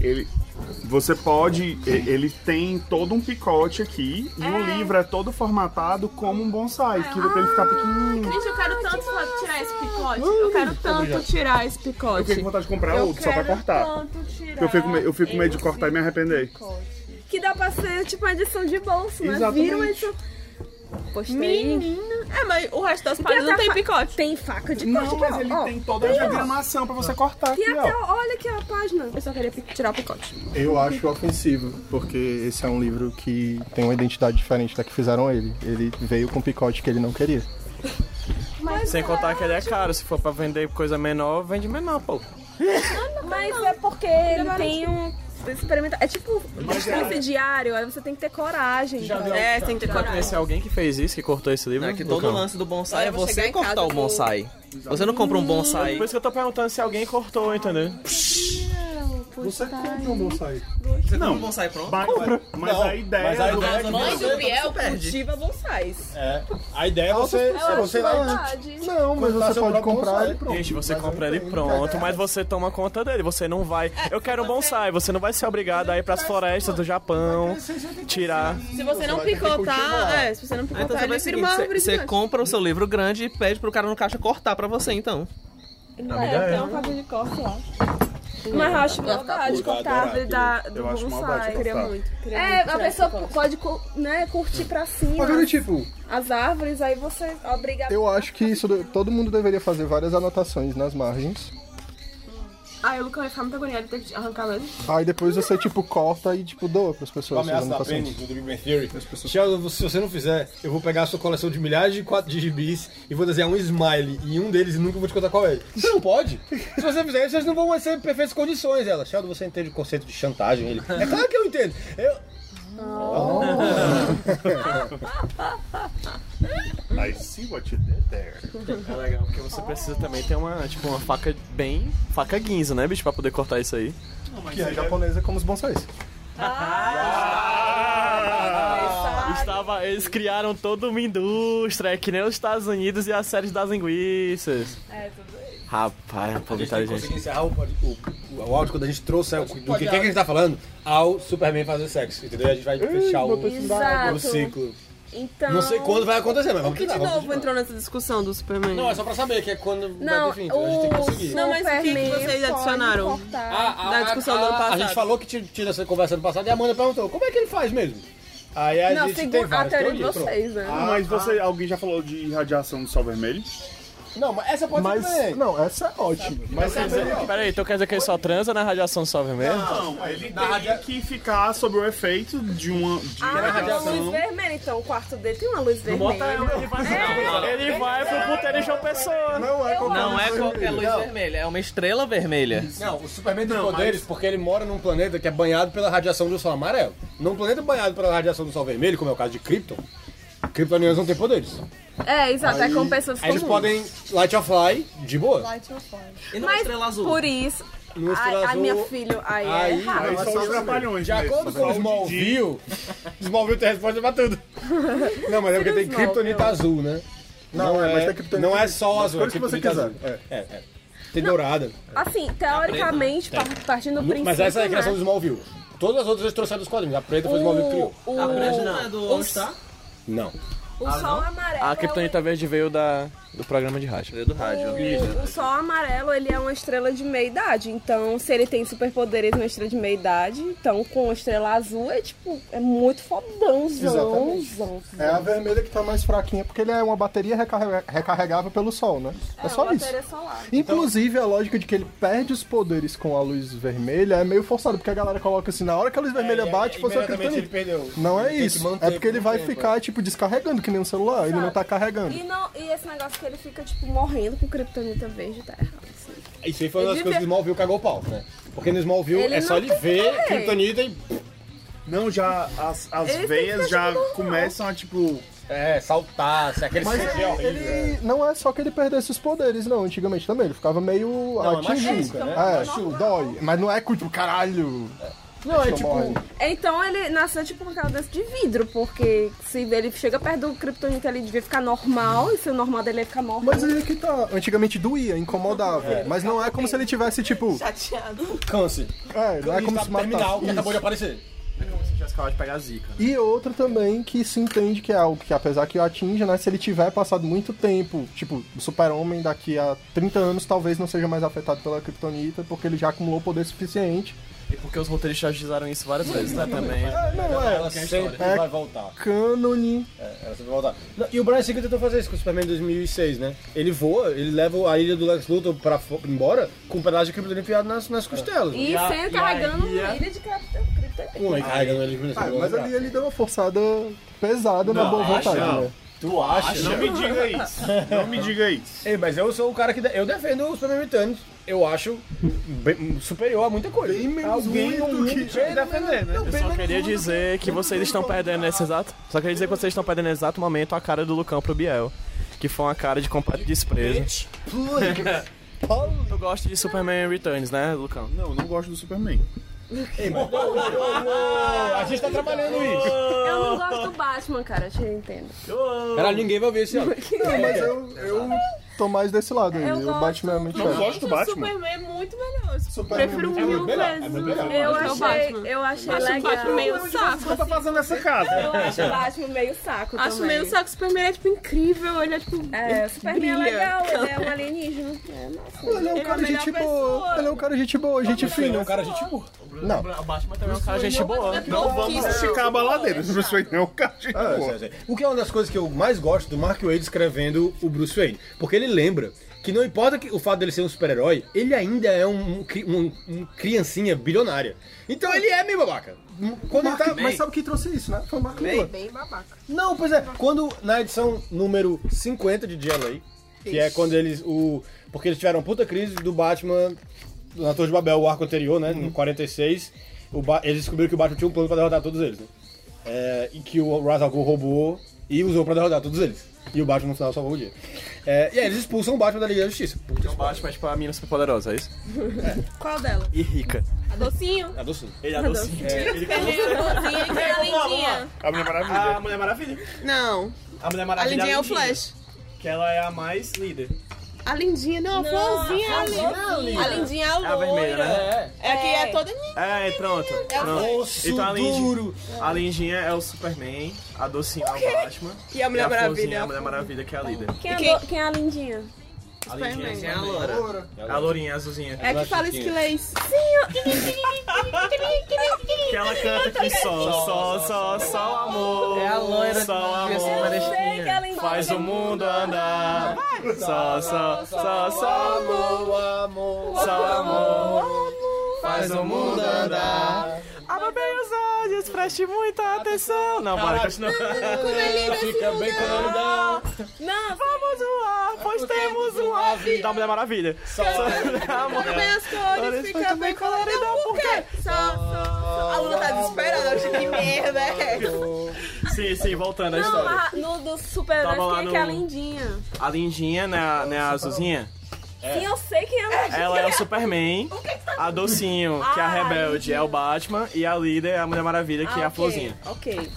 J: Ele, você pode. e- Ele tem todo um picote aqui e o livro é todo formatado como um bonsai, que ele
F: Ah,
J: ficar pequenininho.
I: Gente, eu quero tanto tirar esse picote. Eu quero tanto tirar esse
J: Eu fiquei
I: picote.
J: com vontade de comprar outro só pra cortar.
F: tanto tirar.
J: Eu fico, com me- eu fico com medo de cortar e me arrepender.
F: Que dá pra ser tipo uma edição de bolso, né?
J: Exatamente.
F: Vira uma edição. Postei.
I: É, mas o resto das páginas não
F: até
I: tem
F: fa-
I: picote.
F: Tem faca de corte
J: Não, mas
F: aqui,
J: ele
F: ó. ó.
J: tem toda a diagramação pra você cortar aqui,
F: Tem até,
J: ó.
F: olha aqui a página.
I: Eu só queria pi- tirar o picote.
G: Eu acho ofensivo, porque esse é um livro que tem uma identidade diferente da que fizeram ele. Ele veio com um picote que ele não queria.
E: Sem contar que ele é caro. Se for pra vender coisa menor, vende menor, pô.
F: Mas é porque ele tem um. Experimenta... É tipo escrito diário, aí você tem que ter coragem. cara.
I: É, tem que ter coragem.
E: Conhece alguém que fez isso, que cortou esse livro?
H: É que todo
E: Lucão?
H: lance do bonsai
I: Olha,
H: é
I: eu vou chegar
H: você
I: em casa,
H: cortar o
I: eu vou-
H: bonsai. Você não compra um bonsai.
E: Por isso que eu tô perguntando se alguém cortou, entendeu?
G: Você compra um bonsai.
H: Você compra um bonsai pronto?
J: Mas, mas a ideia.
D: Mas a
J: do-
D: ideia é que
I: Mãe do Biel
H: perde.
I: cultiva bonsais.
D: É. A ideia é você, você, você ir
E: um-
D: lá
G: Não, né? mas
D: Cortar
G: você
D: seu
G: pode
D: próprio
G: comprar
D: bonsai.
G: ele pronto.
E: Gente, você compra ele pronto, mas você toma conta dele. Você não vai. Eu quero um bonsai. Você não vai ser obrigado a ir
G: tá
E: pras florestas do Japão, tirar.
I: Se você não picotar, é, se você não
H: Ah,
I: picotar,
H: então você
I: ele
H: vai
I: vira
H: seguir.
I: uma
H: Você,
I: árvore
H: você
I: gigante.
H: compra o seu livro grande e pede pro cara no caixa cortar pra você, então.
F: É, tem uma faca de corte lá. Mas eu acho maldade cortar a árvore da, do
J: Eu acho maldade.
F: bonsai.
I: Queria muito. queria
F: É,
I: muito
F: a
I: tirar esse
F: pessoa
I: picote.
F: pode cu- né, curtir pra cima
G: Agora, tipo,
F: as árvores, aí você obriga
G: eu acho que isso de- todo mundo deveria fazer várias anotações nas margens.
I: Ai, o Lucão ia ficar muito agoniado, teve que arrancar mesmo.
G: Aí depois você, tipo, corta e, tipo, doa pras pessoas
D: a ameaça
G: essas
D: da
G: anotações.
D: Penny, do Big Bang Theory. Thiago, se você não fizer, eu vou pegar a sua coleção de milhares de quatro de gibis e vou desenhar um smile em um deles e nunca vou te contar qual é. Você não pode. Se você fizer isso, vocês não vão mais ser em perfeitas condições, ela. Thiago, você entende o conceito de chantagem? Ele. É claro que eu entendo. Eu...
J: I see what you did there.
E: É legal, porque você precisa também ter uma, tipo, uma faca bem. faca guinza, né, bicho? Pra poder cortar isso aí.
G: Que é japonesa como os bonsais.
F: Ah,
E: estava, eles criaram toda uma indústria, é que nem os Estados Unidos e as séries das linguiças.
F: É, tudo isso.
E: Rapaz, é um
D: A
E: povo
D: gente tem que conseguir
E: inteligente.
D: encerrar o, pod- o, o, o áudio quando a gente trouxe o, do que, que, é que a gente tá falando ao Superman fazer sexo, entendeu? E a gente vai fechar o,
F: Exato.
D: o ciclo.
F: Então.
D: Não sei quando vai acontecer, mas
I: O
D: vamos
I: que
D: tentar.
I: de
D: Vamos
I: novo entrou nessa discussão do Superman?
D: Não, é só pra saber que é quando
F: Não,
D: vai definir. então A gente tem que
F: o
D: conseguir.
I: Não, mas o que, que vocês adicionaram?
D: Ah,
F: Ah,
D: A, a-
I: Da discussão
D: a-
I: do ano
D: ah, A
I: passado.
D: gente falou que tinha tinha essa conversa no passado e a Amanda perguntou, como é que ele faz mesmo? Aí a
F: Não,
D: gente é tem
F: segundo a
D: várias
F: teoria de
D: teorias. pronto.
F: vocês, né?
J: Ah, mas você, alguém já falou de irradiação do sol vermelho?
D: Não, mas essa pode
G: Mas,
D: ser.
G: não, essa é ótima.
D: Mas essa é melhor.
E: Peraí, então quer dizer que ele só transa na radiação sobe mesmo?
J: Não, ele
D: É? Na
J: tem
D: radia-
J: que ficar sob o efeito de uma de
F: Ah, tem uma
J: radiação.
F: luz vermelha, então o quarto dele tem uma luz vermelha. É.
E: ele vai, ele vai pro puteiro de João Pessoa.
G: Não é qualquer
K: Não é
G: coisa.
K: qualquer luz vermelha, é uma estrela vermelha.
D: Não, o Superman tem poderes porque ele mora num planeta que é banhado pela radiação do sol amarelo. Num planeta banhado pela radiação do sol vermelho, como é o caso de Krypton, Kryptonianos não têm poderes.
F: É, exato, é com pessoas
D: Aí eles
F: comuns.
D: podem light of fly de boa.
K: E não é
F: Mas
K: estrela azul.
F: por isso.
D: Numa
F: Ai,
D: estrela
F: ai,
D: azul,
F: meu filho, aí, é
D: aí-
F: errado.
J: Aí só os trapalhões.
D: De
J: mesmo.
D: acordo com
J: Só
D: o Smallville, Smallville tem resposta pra tudo. Não, mas é porque tem Kryptonita azul, né?
G: Não, é, mas tem Kryptonita-
D: Não é só azul, é
G: cores que você
D: Kryptonita azul. É, é, é. Tem dourada.
F: Assim, teoricamente, par- partindo do princípio.
D: É. Mas essa é a criação
F: né?
D: do Smallville. Todas as outras eles trouxeram dos quadrinhos. A preta foi o Smallville que criou.
F: O,
K: A grande não é do Ah, All-Star?
D: Não.
F: o sol
D: Ah,
F: amarelo.
E: A
D: tá
E: Kryptonita Verde veio da, do programa de rádio.
K: Veio do rádio.
F: é O, o sol amarelo, ele é uma estrela de meia idade. Então, se ele tem superpoderes na estrela de meia idade, então com a estrela azul é tipo, é muito fodãozão.
G: Exatamente. É a vermelha que tá mais fraquinha, porque ele é uma bateria recarre- recarregável pelo sol, né? É, só
F: uma
G: isso.
F: bateria solar.
D: Então
G: Inclusive, a lógica de que ele perde os poderes com a luz vermelha é meio forçada, porque a galera coloca assim, na hora que a luz vermelha bate, você é
D: Imediatamente ele
G: criptonita.
D: perdeu.
G: Não é
D: Ele tem que
G: isso.
D: manter
G: É porque ele
D: por um
G: vai
D: tempo,
G: ficar, tipo, descarregando, que nem um celular. Ele não tá carregando.
F: E, não, e esse negócio que ele fica, tipo, morrendo com criptonita verde, tá errado. assim.
D: Isso aí foi uma das
F: Ele
D: coisas que o Smallville cagou o pau, né? Porque no Smallville
F: Ele
D: é só
F: não
D: ele
F: tem
D: ver
F: poder.
D: Kryptonita e.
J: Não, já as, as
F: Eles têm que
J: veias
F: ser
J: já
F: tudo normal.
J: começam a tipo.
D: É, saltar, se aquele
G: Mas
D: sangue é
G: ele,
D: horrível.
J: né?
G: ele- não é só que ele perdesse os poderes, não. Antigamente também, ele ficava meio
D: é
G: atingido.
D: machuca, né?
G: É, dói. Mas não é tipo, caralho.
D: Não, é
G: Só morre.
D: tipo.
F: Então ele nasceu tipo com aquela dança de vidro, porque se ele chega perto do Kryptonita ele devia ficar normal, e se o normal dele ia ficar morto.
G: Mas aí é que tá. Antigamente doía, incomodava. Mas não é como se ele tivesse, tipo.
I: Chateado.
D: Câncer.
G: É, não é como se
D: Está terminal que acabou
G: matasse.
D: de aparecer.
E: de pegar zica.
G: E outra também que se entende que é algo que, apesar que o atinja, né? Se ele tiver passado muito tempo, tipo, o super-homem daqui a 30 anos talvez não seja mais afetado pela Kryptonita, porque ele já acumulou poder suficiente.
E: E porque os roteiristas usaram isso várias vezes, né, também.
G: É, não,
D: Ela
G: é.
D: sempre
G: É.
D: vai voltar.
G: Cânone.
D: Ela sempre É, vai voltar. Não, E o Brian Singer tentou fazer isso com o Superman em 2006, né? Ele voa, ele leva a ilha do Lex Luthor pra fo- embora com um pedaço de criptonita enfiado nas, nas costelas.
F: E sendo carregando uma ilha de Krypto- Kryptonita.
D: Um aí carregando ele
G: Ah, mas ali ele deu uma forçada pesada na
D: Não,
G: boa
D: acho
G: vontade,
D: não.
G: né?
D: Tu acha?
J: Não me diga isso. Não me diga isso.
D: Ei, mas eu sou o cara que. de- Eu defendo o Superman britânico. Eu acho bem- superior a muita coisa.
G: Bem menos
D: Alguém no
G: muito
D: mundo
G: que-
D: tinha que defender, né?
E: Eu só queria dizer que vocês estão perdendo nesse exato. Só queria dizer que vocês estão perdendo nesse exato momento a cara do Lucão pro Biel. Que foi uma cara de completo desprezo. Tu gosta de Superman Returns, né, Lucão?
J: Não, não gosto do Superman.
D: A gente tá trabalhando isso.
F: Eu não gosto do Batman, cara, eu te entendo.
D: Caralho, ninguém vai ver esse ano.
G: Não, mas eu, eu tô mais desse lado aí.
F: Eu
G: O
F: gosto
G: Batman é muito
J: Eu
G: bom.
J: gosto do Batman.
I: Superman é muito melhor.
G: Superman
I: Prefiro
G: é
I: mil vezes.
F: Eu
I: gosto do Batman.
F: achei, eu achei
I: Acho o
F: legal.
I: Batman meio
J: Você tá
I: saco. assim.
J: fazendo essa casa?
F: Eu acho o Batman meio saco
I: Acho
F: também.
I: meio um saco. O Superman é, tipo, incrível. Ele é, tipo,
F: É, o Superman é
I: brilha.
F: legal, ele é um alienígena. É, nossa.
G: Ele é um
I: Ele é a
G: cara
I: melhor
G: gente boa.
I: pessoa.
G: Ele é um cara gente boa, gente
D: Ele é
G: fina.
D: um cara, gente, tipo.
G: Não,
E: É um cara gente boa.
J: Não vamos esticar a baladeira. O Bruce Wayne é um cara de boa.
D: Pois é. O que é uma das coisas que eu mais gosto do Mark Wade escrevendo o Bruce Wayne. Porque ele lembra que não importa que- o fato dele ser um super-herói, ele ainda é um, um cri- um- um criancinha bilionária. Então ele é meio babaca. Quando ele
G: Mark-
D: tá...
G: mas sabe quem trouxe isso, né? Foi o Mark Miller.
I: Bem babaca.
D: Não, pois é. Quando, na edição número 50 de GLA, que é quando eles... O, porque eles tiveram uma puta crise do Batman, do Ator de Babel, o arco anterior, né? No 46, o Ba- eles descobriram que o Batman tinha um plano pra derrotar todos eles, né? É, e que o Ra's al Ghul roubou e usou pra derrotar todos eles. E o Batman no final salvou o dia. É, e aí eles expulsam o Batman da Liga da Justiça. Puta
E: O Batman é tipo a mina super poderosa, é isso?
I: Qual dela?
E: E rica.
I: A docinho.
D: A docinho.
I: Ele
D: é a
I: docinho.
D: É,
I: ele que é docinho. Docinho, ele que é a lindinha.
D: A Mulher
I: Maravilha.
E: A Mulher Maravilha.
I: Não.
E: A Mulher
I: A
E: Maravilha.
I: lindinha é o
E: Lindinha,
I: Flash.
E: Que ela é a mais líder.
I: A lindinha, não, a
E: Não,
I: florzinha. é
E: a
I: A
E: florzinha.
I: lindinha, a lindinha é a
E: É a
I: loira.
E: vermelha, né?
I: É a que é toda...
E: É, pronto.
I: É o
E: pronto.
I: Osso
E: então a Lindinha,
I: duro.
E: a Lindinha é o Superman, a docinha é
I: quê?
E: o Batman.
I: E a Mulher
E: florzinha
I: Maravilha.
E: é a Mulher Maravilha, que é a líder.
F: Quem, é, a do- quem é a lindinha?
E: A Lindinha
I: Superman.
E: é a loura. A lourinha azulzinha.
I: É a que fala esquilês. Sim,
E: Que ela canta aqui só, só, só, só o amor. É a loira só o amor. Faz o mundo andar. Só, só, só, só amor.
D: amor.
E: Só amor. Faz o mundo andar.
D: Abra bem os olhos, preste muita atenção.
E: Não, para, continua.
D: Fica bem quando dá.
F: assim,
I: Não,
E: vamos voar, pois temos uma vida. Da Mulher Maravilha. Só amor.
I: Também as cores ficam bem coloridas, por quê? Só, só. A Luna tá desesperada, eu achei que merda é essa?
E: Sim, sim, voltando à
F: Não,
E: Tá história.
F: mas no dos super-heróis,
E: Tava lá
F: quem é que é a
E: no-
F: lindinha?
E: A Lindinha, né, a- né, a azulzinha?
F: Sim, eu sei quem é a lindinha.
E: Ela é o Superman,
F: tá
E: a Docinho, que é a
F: Ah,
E: rebelde, é o Batman, e a líder é a Mulher Maravilha, que é a Florzinha.
F: Ok.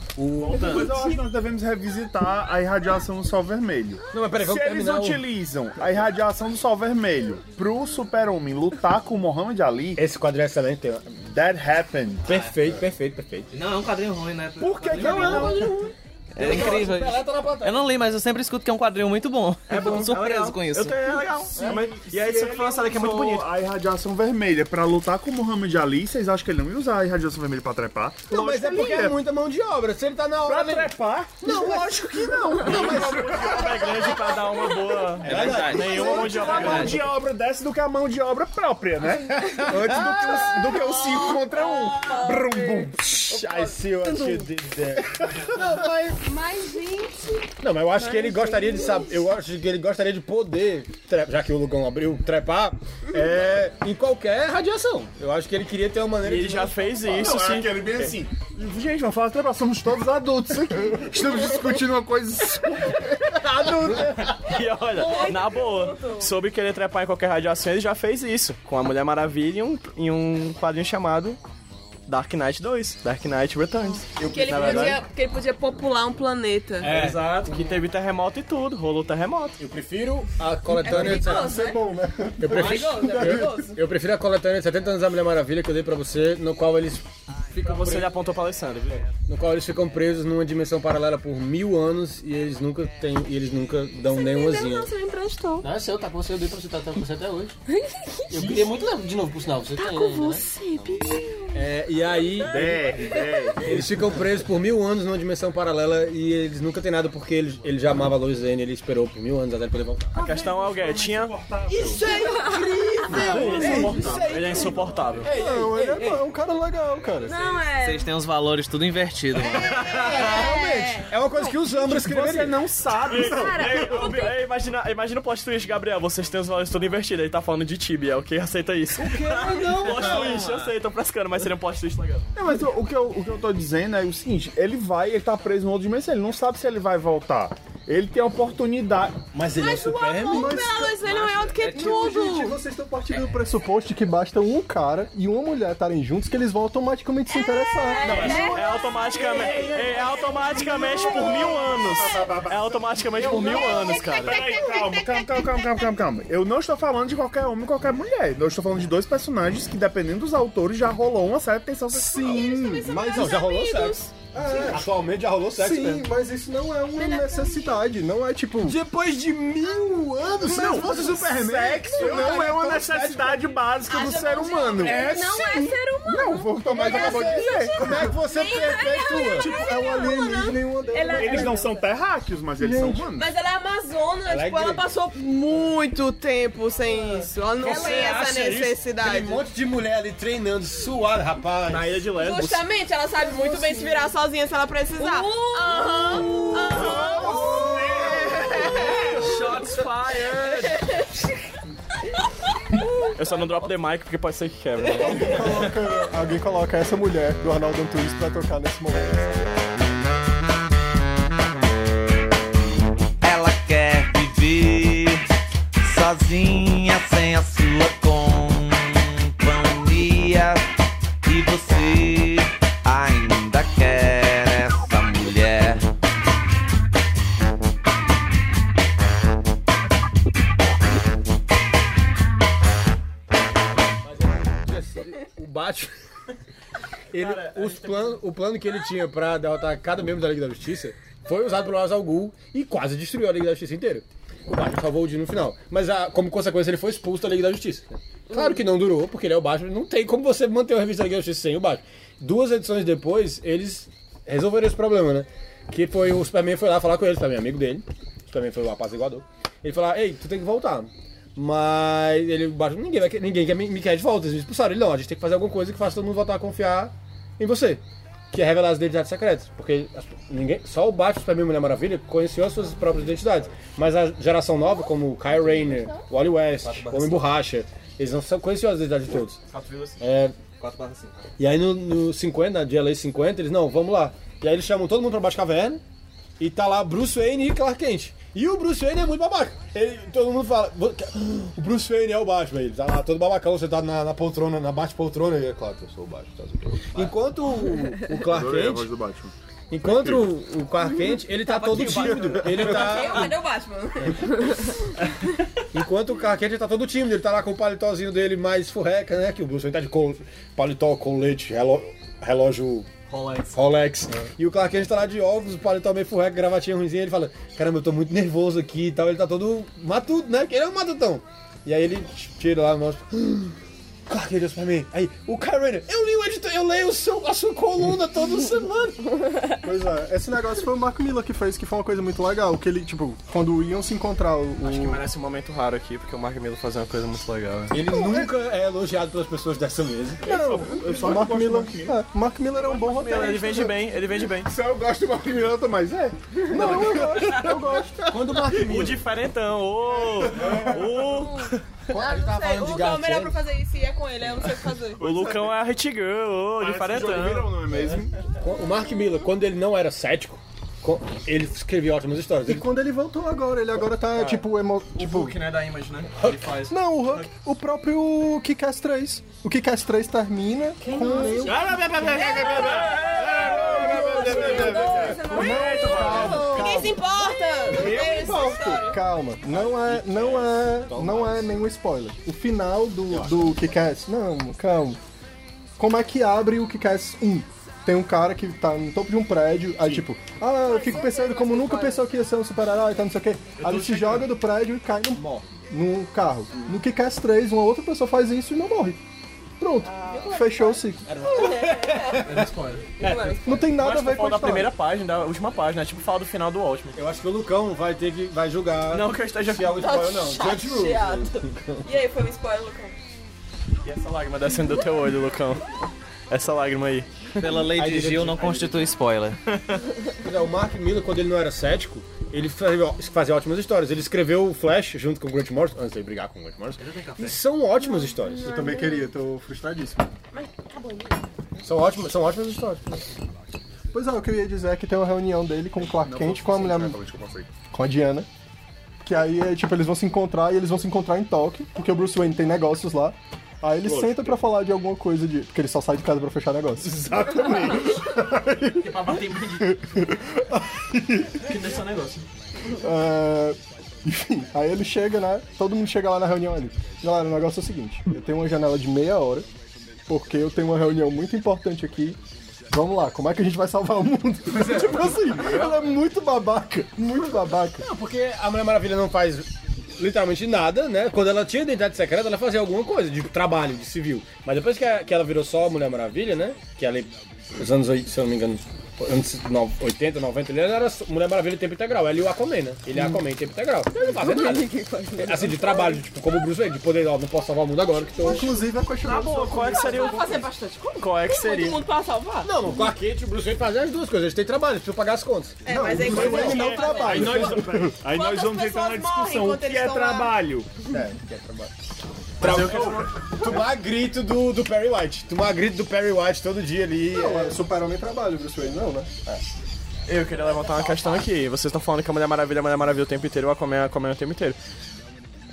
J: Depois eu acho que nós devemos revisitar a irradiação do sol vermelho.
D: Não, mas peraí,
J: Se
D: vamos
J: eles
D: terminar o-
J: utilizam a irradiação do sol vermelho pro super-homem lutar com o Muhammad Ali...
D: Esse quadrinho é excelente. tem-
J: That happened.
D: Perfeito, perfeito, perfeito.
E: Não, é um quadrinho ruim, né?
J: Por que que
E: Não,
J: ele
E: é um quadrinho
J: ruim.
E: É incrível.
D: Eu
E: não li, mas eu sempre escuto que é um quadrinho muito bom. É bom, surpreso com isso. Eu tenho, é legal.
J: Se-
E: É, mas- e aí,
J: se
E: isso que foi lançado aqui é muito
J: ele usou
E: bonito.
J: A irradiação vermelha pra lutar com o Muhammad Ali, vocês acham que ele não ia usar a irradiação vermelha pra trepar?
D: Não, mas
J: Lógico
D: é
J: que
D: porque
J: ele
D: é muita mão de obra. Se ele tá na hora. Pra
J: trepar?
D: Não, lógico que não. Não, mas.
E: É grande pra dar uma boa.
D: É verdade.
E: Nenhuma mão de obra
J: A mão
E: grande.
J: de obra desce do que a mão de obra própria, né? Antes do que o, do que o cinco contra um. Brum, bum. psh, I see what you did there.
D: Não, mas.
F: Mas, gente...
D: Não, mas eu acho que ele gostaria
I: é
D: de saber. Eu acho que ele gostaria de poder, tre- já que o Lugão abriu, trepar é, em qualquer radiação. Eu acho que ele queria ter uma maneira
E: Ele
D: de
E: já
D: não-
E: fez
D: Não,
E: isso,
D: é
E: sim.
D: aquele bem assim.
J: Gente, vamos falar trepar. Somos todos adultos aqui. Estamos discutindo uma coisa
D: adulta.
E: E olha, na boa, soube querer trepar em qualquer radiação, ele já fez isso. Com a Mulher Maravilha em um, em um quadrinho chamado Dark Knight 2, Dark Knight Returns.
I: Que ele,
E: Na verdade-
I: podia, que ele podia popular um planeta.
E: É. Exato, que teve terremoto e tudo, rolou terremoto.
D: Eu prefiro a coletânea
I: É perigoso,
D: de 70
I: né?
D: bom, né?
I: É
D: Eu prefiro,
I: perigoso, é perigoso.
D: eu, eu prefiro a coletânea de 70 anos da Mulher Maravilha que eu dei pra você, no qual eles ficam
E: Você
D: presos,
E: já apontou pra Alessandra, viu?
D: no qual eles ficam presos numa dimensão paralela por mil anos e eles nunca têm, e eles nunca dão nenhuma zinha.
F: Não, você me emprestou.
K: Não é seu, tá com você, eu dei pra você, tá tá com você até hoje. Eu queria muito levar de novo pro sinal, você
F: Tá
K: tem
F: com
K: ainda, né?
F: você, Bill.
D: É, e aí. Eles ficam presos por mil anos numa dimensão paralela e eles nunca têm nada porque ele, ele já amava a Lois Lane, ele esperou por mil anos até ele poder voltar.
E: A questão é o Guetinha.
D: Isso é incrível!
E: Ele é insuportável. Ele é insuportável.
G: Não, ele é, é um cara legal, cara.
F: Não, é...
E: Vocês têm os valores tudo invertido.
D: É, Realmente, é uma coisa que os ambos escreveria.
J: não sabe.
E: imagina, imagina o plot twist, Gabriel. Vocês têm os valores tudo invertidos. Ele tá falando de Tibia, é o que aceita isso. O que?
D: Não,
E: plot twist, eu sei, tô frescando, mas seria um plot twist legal.
J: Não, mas o, o que eu, o que eu tô dizendo é o seguinte: ele vai, ele tá preso no outro dimensão, ele não sabe se ele vai voltar. Ele tem a oportunidade.
D: Mas
E: é
D: ele
I: Mas o amor pela Lois Lane é maior do que
G: Tipo, gente,
I: tudo.
G: vocês estão partindo do pressuposto de que basta um cara e uma mulher estarem juntos que eles vão automaticamente se interessar. Não,
E: É automaticamente, é automaticamente por mil anos. É automaticamente por mil anos, cara.
J: Peraí, calma, calma, calma, calma, calma, calma, calma. Eu não estou falando de qualquer homem e qualquer mulher. Eu estou falando de dois personagens que, dependendo dos autores, já rolou uma certa tensão sexual.
G: Sim, mas
D: Não, já rolou sexo.
G: É,
D: Atualmente já rolou sexo.
G: sim,
D: mesmo.
G: mas isso não é uma necessidade, não é tipo.
J: Depois de mil anos, não, sexo não é uma necessidade básica do ser humano.
F: Não é ser humano.
J: Não, vou tomar que acabou de dizer.
D: Como é que você perpetua?
G: Tipo, é um alienígena nenhuma delas.
F: Ela-
J: Eles não são terráqueos, mas eles são humanos.
I: Mas ela é amazona,
D: é
I: tipo, ela
D: gay.
I: passou muito tempo sem isso. Ela não tem essa necessidade.
D: Tem um monte de mulher ali treinando, suada, rapaz.
E: Na ilha de Lesbos.
I: Justamente, ela sabe muito bem se virar sozinha se ela precisar.
D: Uh!
I: Aham, aham.
E: Shots fired! Eu só não dropo the mic porque pode ser que né? quebra.
G: Coloca- alguém coloca essa mulher do Arnaldo Antunes pra tocar nesse momento.
L: Ela quer viver sozinha sem a sua companhia.
D: Batman. Ele, os plan, o plano que ele tinha pra derrotar cada membro da Liga da Justiça foi usado pelo Ra's al Ghul e quase destruiu a Liga da Justiça inteira. O Batman salvou o Dino no final. Mas a- como consequência, ele foi expulso da Liga da Justiça. Claro que não durou, porque ele é o Batman. Não tem como você manter a revista da Liga da Justiça sem o Batman. Duas edições depois, eles resolveram esse problema, né? Que foi o Superman foi lá falar com ele, Superman é amigo dele. O Superman foi o apaziguador. Ele falou: "Ah, Ei, tu tem que voltar. Mas ele, o Batman, ninguém, vai, que- ninguém quer, me, me quer de volta. Eles me expulsaram. Ele não, a gente tem que fazer alguma coisa que faça todo mundo voltar a confiar em você. Que é revelar as identidades secretas. Porque as- ninguém, só o Batman, Superman e Mulher Maravilha conheceu as suas próprias identidades. Mas a geração nova, como o Kyle Rayner, Wally West, Homem Borracha, eles não só conheciam as identidades de todos.
M: 4,5.
D: É,
M: 4,5.
D: e aí no, no 50, na GLA 50, eles, não, vamos lá. E aí eles chamam todo mundo pra baixo caverna e tá lá Bruce Wayne e Clark Kent. E o Bruce Wayne é muito babaca. Ele- todo mundo fala, "Vo- "Ah, o Bruce Wayne é o Batman. Ele tá lá todo babacão, sentado na, na poltrona, na bate-poltrona. E é claro que eu sou o Batman. Tá tudo bem." enquanto o, o Clark
J: Adorei a voz
D: Kent...
J: do Batman.
D: Enquanto o o Clark Kent, ele tá todo tímido. Ele
I: Uhum. Eu,
D: tá...
I: cadê o Batman?
D: Enquanto o Clark Kent ele tá todo tímido, ele tá lá com o paletózinho dele mais furreca, né? Que o Bruce Wayne tá de col paletó, colete, relo- relógio...
M: Rolex.
D: Rolex.
J: É.
D: E o Clark Kent tá lá de óculos, paletó meio furreca, gravatinha ruimzinha, ele fala, caramba, eu tô muito nervoso aqui e tal. Ele tá todo matuto, né? Porque ele é um matutão. E aí ele tira lá, mostra... Clark Kent é o Superman. Aí, o Kyle Rayner, eu li o editor, eu um leio o seu, a sua coluna toda semana.
G: Pois é, esse negócio foi o Mark Miller que fez, que foi uma coisa muito legal. Que ele, tipo, quando iam se encontrar o.
E: Acho que merece um momento raro aqui, porque o Mark Miller fazia uma coisa muito legal. né?
D: Ele nunca é elogiado pelas pessoas dessa mesa.
G: Não, eu só
E: O
G: Mark
E: Mark
G: Miller. É, Mark Miller é um bom roteiro.
E: Ele vende bem, ele vende bem.
G: Se eu gosto do Mark Miller, eu tô mais. É. Não, eu gosto, eu gosto.
D: Quando o Mark Miller.
H: O diferentão, ô! Ô!
I: Ah, não sei. O Lucão é o melhor pra
H: Garfield.
I: fazer isso e é com ele, eu não sei o que fazer.
H: O Lucão é a Hit Girl, ô, diferentão.
J: não é mesmo?
D: O Mark Miller, quando ele não era cético, co- ele escrevia ótimas histórias.
G: E quando ele voltou agora, ele agora tá, tipo, emo... tipo...
E: Hulk, né, da Image, né? Ele faz.
G: Não, o Hulk, o próprio Kick-Ass 3. O Kick-Ass 3 termina com eu...
I: Ninguém se importa! Eu
G: Calma, não é, não é, não é nenhum spoiler. O final do, do Kick-Ass... Não, calma. Como é que abre o Kick-Ass 1? Tem um cara que tá no topo de um prédio, aí tipo, ah, eu fico pensando como nunca pensou que ia ser um super-herói, tá não sei o quê. Aí ele se joga do prédio e cai no, num carro. No Kick-Ass 3, uma outra pessoa faz isso e não morre. Pronto, fechou o ciclo.
E: É.
G: Não tem nada a ver com a
E: da
G: história.
E: primeira página, da última página, é tipo fala do final do Ultimate.
D: Eu acho que o Lucão vai ter que vai julgar.
E: Não que eu esteja
D: se é um spoiler ou não. Judge Rule. assim.
I: Chateado. E aí, foi um spoiler, Lucão?
E: E essa lágrima descendo do teu olho, Lucão. Essa lágrima aí.
M: Pela lei de Gil não constitui spoiler.
D: Pois é, O Mark Miller, quando ele não era cético, ele fazia, fazia ótimas histórias. Ele escreveu o Flash junto com o Grant Morrison, antes de ele brigar com o Grant Morrison. E são ótimas histórias.
G: Eu também queria, tô frustradíssimo.
I: né?
D: São ótimas, são ótimas histórias.
G: Pois é, o que eu ia dizer é que tem uma reunião dele com o Clark Kent, com a mulher, com a Diana. Que aí, é, tipo, eles vão se encontrar e eles vão se encontrar em Tóquio, porque o Bruce Wayne tem negócios lá. Aí ele senta pra falar de alguma coisa de. Porque ele só sai de casa pra fechar negócio.
J: Exatamente.
M: pra bater em bandido. Que desse negócio.
G: É, Enfim, aí ele chega, né? Todo mundo chega lá na reunião ali. Galera, o negócio é o seguinte: eu tenho uma janela de meia hora, porque eu tenho uma reunião muito importante aqui. Vamos lá, como é que a gente vai salvar o mundo? tipo assim, ela é muito babaca, muito babaca.
D: Não, porque a Mulher Maravilha não faz literalmente nada, né? Quando ela tinha identidade secreta, ela fazia alguma coisa, de trabalho, de civil. Mas depois que, a- que ela virou só a Mulher Maravilha, né? Que ela, nos anos, oit- se eu não me engano, anos no- 80, 90, ela era só- Mulher Maravilha em tempo integral. Ela e o Aquaman, né? Ele é Aquaman em tempo integral. Ele não fazia nada. Assim, de trabalho, tipo, como o Bruce Wayne, de poder, ó, não posso salvar o mundo agora que tô...
G: Inclusive, a questão
E: Qual é que seria o.
I: fazer bastante coisa.
E: Qual é que
I: Tem
E: seria?
I: muito mundo pra salvar?
D: Não, o Clark Kent e o Bruce Wayne fazem as duas coisas. Eles têm trabalho, eles precisam pagar as contas.
I: É, mas aí quando eles
G: não
I: estão fazendo-
G: trabalha.
J: Aí nós, aí nós
I: Quantas
J: vamos entrar na
I: pessoas
J: discussão.
I: morrem
J: O
I: enquanto
J: que
I: eles
J: é
I: estão lá?
J: trabalho?
D: É.
G: É,
D: Tomar grito do, do Perry White. Tomar grito do Perry White todo dia ali.
G: Não, é super-homem trabalho, Bruce Wayne não, né?
J: É.
E: Eu queria levantar uma questão aqui. Vocês estão falando que a Mulher Maravilha, a Mulher Maravilha o tempo inteiro, o Aquaman, o Aquaman o tempo inteiro.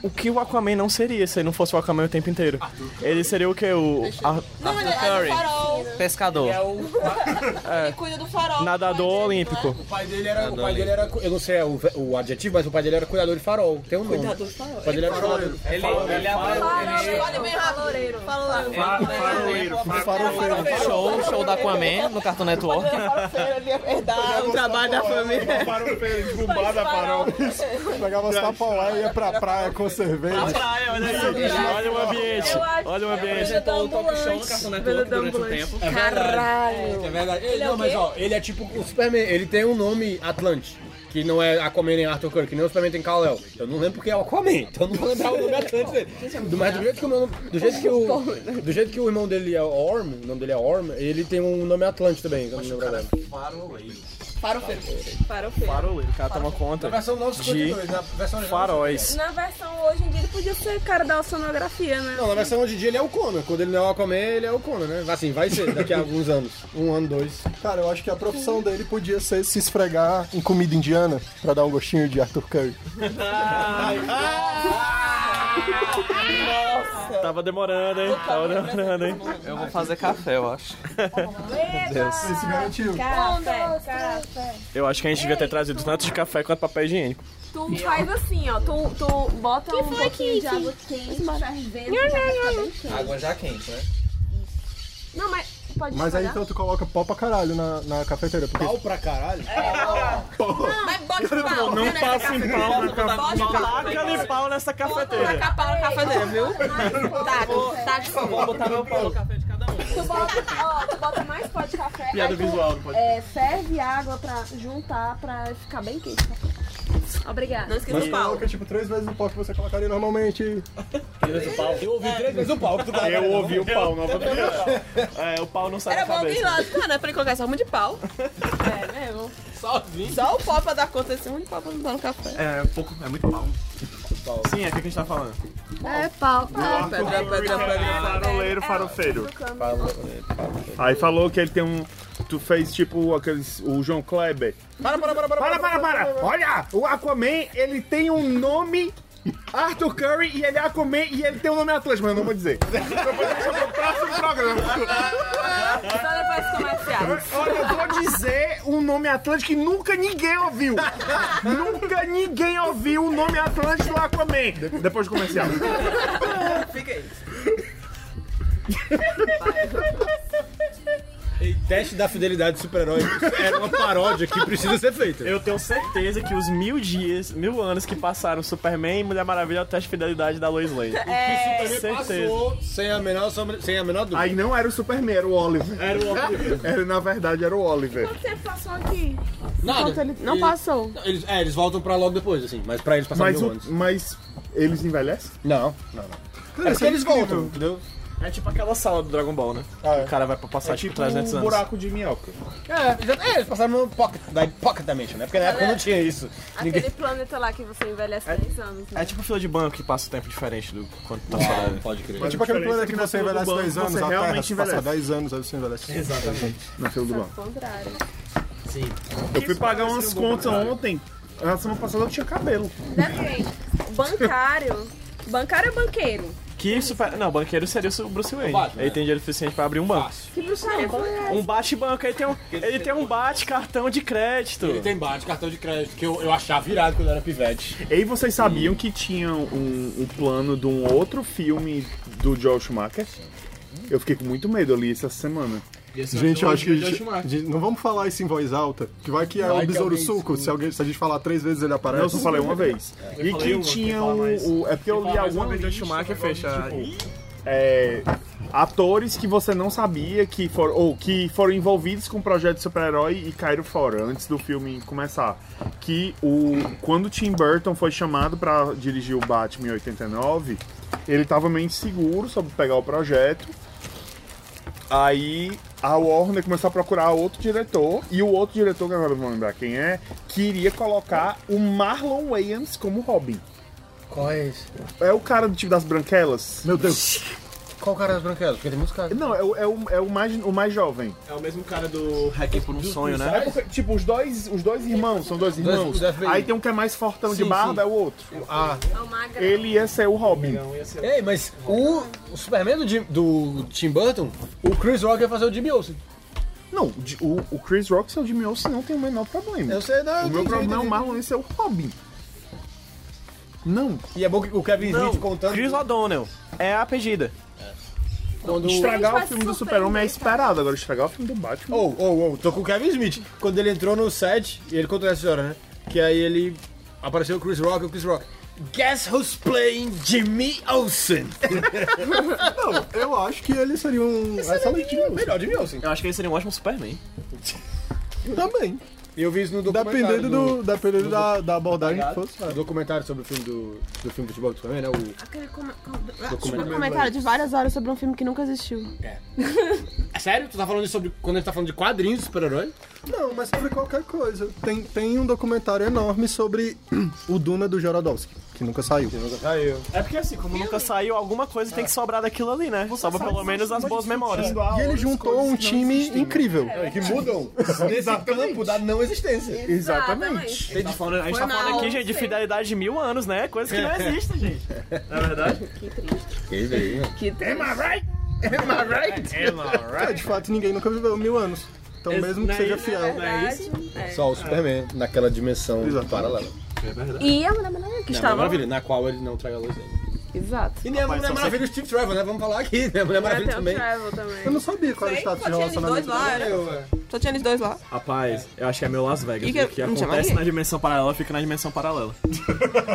E: O que o Aquaman não seria se ele não fosse o Aquaman o tempo inteiro? Ele seria o que? O. Ar-
I: Não, mas é- é do farol.
K: Pescador. É.
D: É o...
I: Ele cuida do farol.
E: Nadador olímpico.
I: é?
D: O pai dele era. O pai dele era eu não sei é o, o adjetivo, mas o pai dele era cuidador de farol. Tem um nome.
I: Cuidador de farol.
D: O pai dele era faroleiro.
K: Ele, é ele é
I: Fale é bem rápido. Faloreiro.
K: Faroleiro. Show, show da Aquaman no Cartoon Network.
I: Herdar o trabalho da família.
J: Derrubada, parou.
G: Pegava as tapas lá e ia pra praia com cerveja.
K: Pra praia, olha aí.
H: Olha o ambiente.
F: Eu acho
H: Olha o
F: que
H: ambiente.
F: é
J: tá
F: o vendedor
K: Apresentou o talk show no
F: ambulante.
K: Cartoon Network
F: Vendedor
K: durante um
F: ambulante.
K: tempo.
D: É verdade.
F: Caralho.
D: É verdade.
F: Ele
D: Ele,
F: é
D: não,
F: o
D: mas
F: quê?
D: ó, ele é tipo o Superman. Ele tem um nome Atlante. Que não é Aquaman nem Arthur Curry, que nem o Superman tem Kal-El. Eu não lembro porque é o Aquaman, então eu não vou lembrar o nome Atlante dele.
I: é
D: Do, mas do jeito que o meu nome- do jeito que o, do jeito que o irmão dele é Orm, o nome dele é Orm, ele tem um nome Atlante também, que eu não lembro agora.
I: Farofeiro. Farofeiro.
E: Faroleiro, o cara toma conta.
D: versão 952,
E: de
D: na versão original.
E: Faróis.
F: Na versão hoje em dia ele podia ser o cara da oceanografia, né?
D: Não, na versão hoje em dia ele é o Conan. Quando ele não é o Aquaman, ele é o Conan, né? Assim, vai ser daqui a alguns anos. Um ano, dois.
G: Cara, eu acho que a profissão dele podia ser se esfregar em comida indiana pra dar um gostinho de Arthur Curry.
E: Tava demorando, hein? Tava demorando, hein?
K: Eu vou fazer café, eu acho.
E: Deus.
G: Isso
L: é
G: garantiu.
F: Café, café.
E: Eu acho que a gente devia ter trazido tanto de café quanto papel higiênico.
F: Tu faz assim, ó. Tu, tu bota um pouquinho de água quente, fervendo, já vai ficar bem quente.
K: Água já quente, né?
F: Não, mas pode
G: Mas aí
F: espalhar?
G: então tu coloca pau pra caralho na, na cafeteira. Porque...
D: Pau pra caralho?
I: Mas bota pau.
J: Não
I: né,
J: passa em
I: cafeteira?
J: pau na
I: Bota pau.
J: cafeteira.
E: Taca-lhe pau nessa
I: Taca
E: cafeteira.
I: pau na cafeteira, viu? Tá, Taca, taca
K: Só vou botar meu pau no café de cada um.
F: Tu bota, ó, tu bota mais pó de café.
E: Piada
F: aí tu,
E: visual, não pode.
F: É, ferve água pra juntar, pra ficar bem quente. o café. Obrigada.
I: Não esqueça
G: Tu
I: o pau.
G: coloca tipo três vezes o pau que você colocaria normalmente.
D: Eu ouvi três vezes o pau que tu tá
J: Eu ouvi o pau novamente.
E: É, o pau não sai
I: Era
E: da
I: bom alguém
E: cabeça.
I: lá, ah, né? Pra ele colocar esse rumo de pau. É mesmo.
K: Sozinho.
I: Só o pau pra dar conta desse rumo de pau pra não dar no café.
E: É, pouco, é muito pau. Sim, é o que a gente tá falando.
F: É pau.
I: Ah, pedra, pedra, pedra.
D: É,
J: Faroleiro, farofeiro. Aí falou que ele tem um. Tu fez tipo aqueles. O João Kleber.
D: Para, para, para, para.
J: Para, para, para! Olha! O Aquaman, ele tem um nome. Arthur Curry e ele é Aquaman e ele tem um nome Atlas, mas eu não vou dizer. Eu vou deixar pro próximo programa.
I: Só depois de comercial.
J: Olha, eu vou dizer um nome Atlântico que nunca ninguém ouviu. nunca ninguém ouviu o nome Atlântico do Aquaman. De- Depois do comercial.
K: Fica aí.
D: Teste da fidelidade de super-herói. Era É uma paródia que precisa ser feita.
E: Eu tenho certeza que os mil dias, mil anos que passaram Superman e Mulher Maravilha é o teste de fidelidade da Lois Lane.
I: É.
E: certeza.
D: sem a menor, sombra- sem a menor dúvida.
J: Aí não era o Superman, era o Oliver. Era o Oliver. Era, na verdade, era o Oliver.
F: Quanto tempo passou aqui?
D: Nada.
F: Não passou.
D: Eles, é, eles voltam pra logo depois, assim. Mas pra eles passar
J: Mas,
D: mil
J: o,
D: anos.
J: mas eles envelhecem?
D: Não, não, não. É porque
J: isso é
D: eles
J: incrível. Ah, é.
D: voltam, entendeu?
E: É tipo aquela sala do Dragon Ball, né? O cara vai pra passar tipo 300
J: um
E: anos.
J: buraco de minhoca.
D: É, eles- é, eles passaram no pocket, da pocket dimension, né? Porque na época não tinha isso. Ninguém...
F: Aquele planeta lá que você envelhece 10 anos. né?
E: É tipo fila de banco que passa o tempo diferente do quanto tá fora.
D: Pode crer.
G: É tipo aquele
J: diferença
G: planeta
J: é que
G: que
J: na
G: você
J: fila do
G: envelhece
J: banco
G: 10 anos,
J: você
G: a Terra
J: realmente
G: se passa
J: envelhece.
G: 10 anos, aí você envelhece.
J: Na fila do banco.
F: Ao contrário.
J: Eu fui pagar umas contas ontem. Na semana passada eu tinha cabelo.
F: Depende. Bancário. Bancário é banqueiro.
E: Que super... Não, banqueiro seria o Bruce Wayne.
D: Batman, né?
E: ele tem dinheiro suficiente pra abrir um banco.
F: Que bruxaria foi essa?
E: Um bate-banco, ele tem um, ele tem um bate-cartão de crédito.
D: Ele tem bate, cartão de crédito, que eu, eu achava virado quando eu era pivete.
J: E aí vocês sabiam que tinha um, um plano de um outro filme do Joel Schumacher? Eu fiquei com muito medo, eu li isso essa semana. é
G: Gente, eu acho que a gente, a gente- não vamos falar isso em voz alta, que vai que é
D: Vai
G: o
D: que
G: besouro
D: alguém
G: suco, se, alguém, se a gente falar três vezes ele aparece. É.
J: Não, eu só falei uma vez. E que tinha o, o- É porque eu li alguma
E: vez,
J: vez
E: Joel Schumacher fecha.
J: é, atores que você não sabia que foram, ou que foram envolvidos com o projeto de super-herói e caíram fora antes do filme começar. Que o quando o Tim Burton foi chamado pra dirigir o Batman em 89, ele tava meio inseguro sobre pegar o projeto. Aí a Warner começou a procurar outro diretor e o outro diretor, que agora eu não vou lembrar quem é, queria colocar o Marlon Wayans como Robin.
D: Qual é esse?
J: É o cara do tipo das branquelas.
G: Meu Deus,
D: Qual cara das branquelas? Porque tem muitos caras.
J: Não, é, o- é, o, é o, mais, o mais jovem.
E: É o mesmo cara do Hack por um
J: Sonho, né? É porque, tipo, os dois, os dois irmãos, são dois irmãos. Aí tem um que é mais fortão de
D: Sim,
J: barba,
D: sim.
J: é o outro.
D: Ah.
J: Ele ia ser o Robin.
D: Ei, mas o, o Superman do, Jim- do Tim Burton, o Chris Rock ia fazer o Jimmy Olsen.
J: Não, o Di- o, o Chris Rock ser o Jimmy Olsen não tem o menor problema.
D: Eu sei, não, eu
J: O meu
D: entendi,
J: problema é o
D: entendi.
J: Marlon ia ser o Robin. Não.
D: E é bom que o Kevin
J: Não,
D: Smith contando.
J: Chris
D: O'Donnell.
J: É a pedida.
D: Quando
J: Estragar o filme do Super-Homem é esperado, agora estragar o filme do Batman.
D: Ou, ou, ou, tô com o Kevin Smith. Quando ele entrou no set, e ele contou essa história, né? Que aí ele apareceu o Chris Rock, o Chris Rock. Guess who's playing Jimmy Olsen?
G: Não, eu acho que ele seria um
E: é
G: excelente Jimmy Olsen.
D: Melhor Jimmy Olsen.
E: Eu acho que ele seria um ótimo Superman.
G: Também.
D: Eu vi isso no documentário.
G: Dependendo, do, dependendo
D: do-
G: da, da abordagem que
D: Obrigado.
G: fosse.
D: O documentário sobre o filme do, do filme do futebol também, né? O
I: Aquele com- com-
D: Documentário.
I: documentário um de várias horas sobre um filme que nunca existiu.
D: É sério? Tu tá falando sobre. Quando a gente tá falando de quadrinhos de super-herói?
G: Não, mas sobre qualquer coisa. Tem, tem um documentário enorme sobre o Duna do Jorodowski, que nunca saiu.
D: Saiu.
E: É porque assim, como nunca saiu, alguma coisa tem que sobrar daquilo ali, né? Sobra pelo menos as boas memórias.
G: E ele juntou um time incrível.
D: Que mudam nesse campo É. da não existência.
E: Exatamente. A gente tá falando, a gente tá
D: Foi
E: falando
D: mal,
E: aqui, gente, de fidelidade de mil anos, né? Coisa que não existe, gente. Não é verdade?
D: Que veio.
I: Que
L: É,
I: Am
E: I
I: right?
E: Am I right?
G: É, de fato, ninguém nunca viveu mil anos. Então, mesmo que seja fiel.
D: Só o Superman, naquela dimensão
G: Exato.
D: paralela.
H: É
F: E a Mulher Maravilha, que
D: Na
E: é
F: estava...
D: Maravilha, na qual ele não traga a luz né? dele.
F: Exato.
D: E nem É a Mulher Maravilha e o Steve Trevor, né? Vamos falar aqui, né? A Mulher Maravilha também.
G: Eu não sabia qual era o
I: Sei,
G: status
I: só tinha
G: de
I: eles dois
G: relacionamento.
I: lá. né? Só tinha eles dois lá.
E: Rapaz, eu acho que é meu Las Vegas.
I: E que-
E: viu? O que
I: não tinha
E: acontece
I: mais
E: na dimensão paralela, fica na dimensão paralela.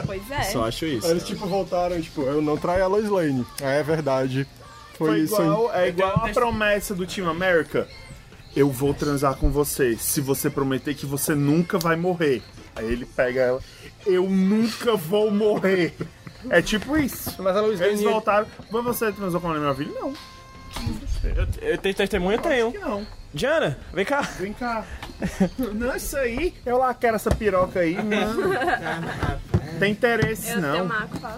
I: Pois é.
E: Só acho isso.
G: Eles, tipo, voltaram, tipo, eu não traí a Lois Lane. Ah, é verdade. Foi,
J: Foi
G: isso
J: igual,
G: aí.
J: é igual a promessa do Team America. Eu vou transar com você se você prometer que você nunca vai morrer. Aí ele pega ela. Eu nunca vou morrer. É tipo isso.
D: Mas a Lois
J: Eles
D: Lane-
J: voltaram. Mas você transou com a minha filha? Não.
E: Eu, eu tenho testemunha? Tenho.
J: Não.
E: Diana, vem cá.
J: Vem cá. Não, isso aí. Eu lá quero essa piroca aí. Não. Tem interesse, não.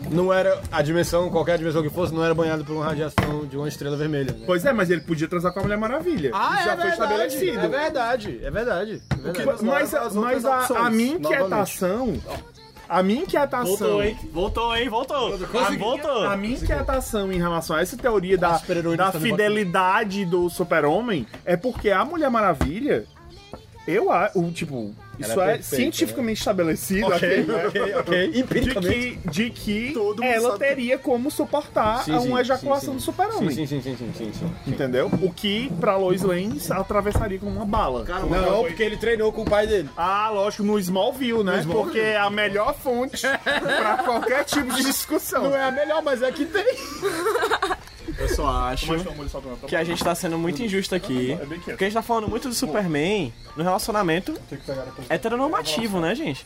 D: Não era a dimensão, qualquer dimensão que fosse, não era banhado por uma radiação de uma estrela vermelha. Né? Ah,
J: Pois é, mas ele podia transar com a Mulher Maravilha. Isso já foi estabelecido.
D: É verdade, é verdade. é verdade.
J: Mas, mas a- mas a, a minha inquietação. A minha inquietação.
E: Voltou, hein? Voltou, hein? Voltou. Ah, voltou.
J: A minha inquietação em relação a essa teoria da, da
D: estão no
J: fidelidade do super-homem é porque a Mulher Maravilha, eu acho, tipo,
D: Ela
J: isso
D: é
J: é,
D: perfeita,
J: cientificamente estabelecido,
D: Ok,
J: ok?
D: ok, ok. Empiricamente.
J: De que, de que
G: Todo mundo
J: ela
G: sabe.
J: teria como suportar
D: Sim,
J: a
D: sim,
J: uma ejaculação
D: sim, sim.
J: do super-homem.
D: Sim, sim, sim, sim, sim, sim.
J: Entendeu? O que, pra Lois Lane, atravessaria como uma bala.
D: Não, não, porque ele treinou com o pai dele.
J: Ah, lógico, no Smallville, né?
D: Smallville.
J: Porque é a melhor fonte pra qualquer tipo de discussão.
D: Não é a melhor, mas é a que tem.
E: Eu só acho é que a gente tá sendo muito injusto aqui. Porque a gente tá falando muito do Superman no relacionamento heteronormativo, né, gente?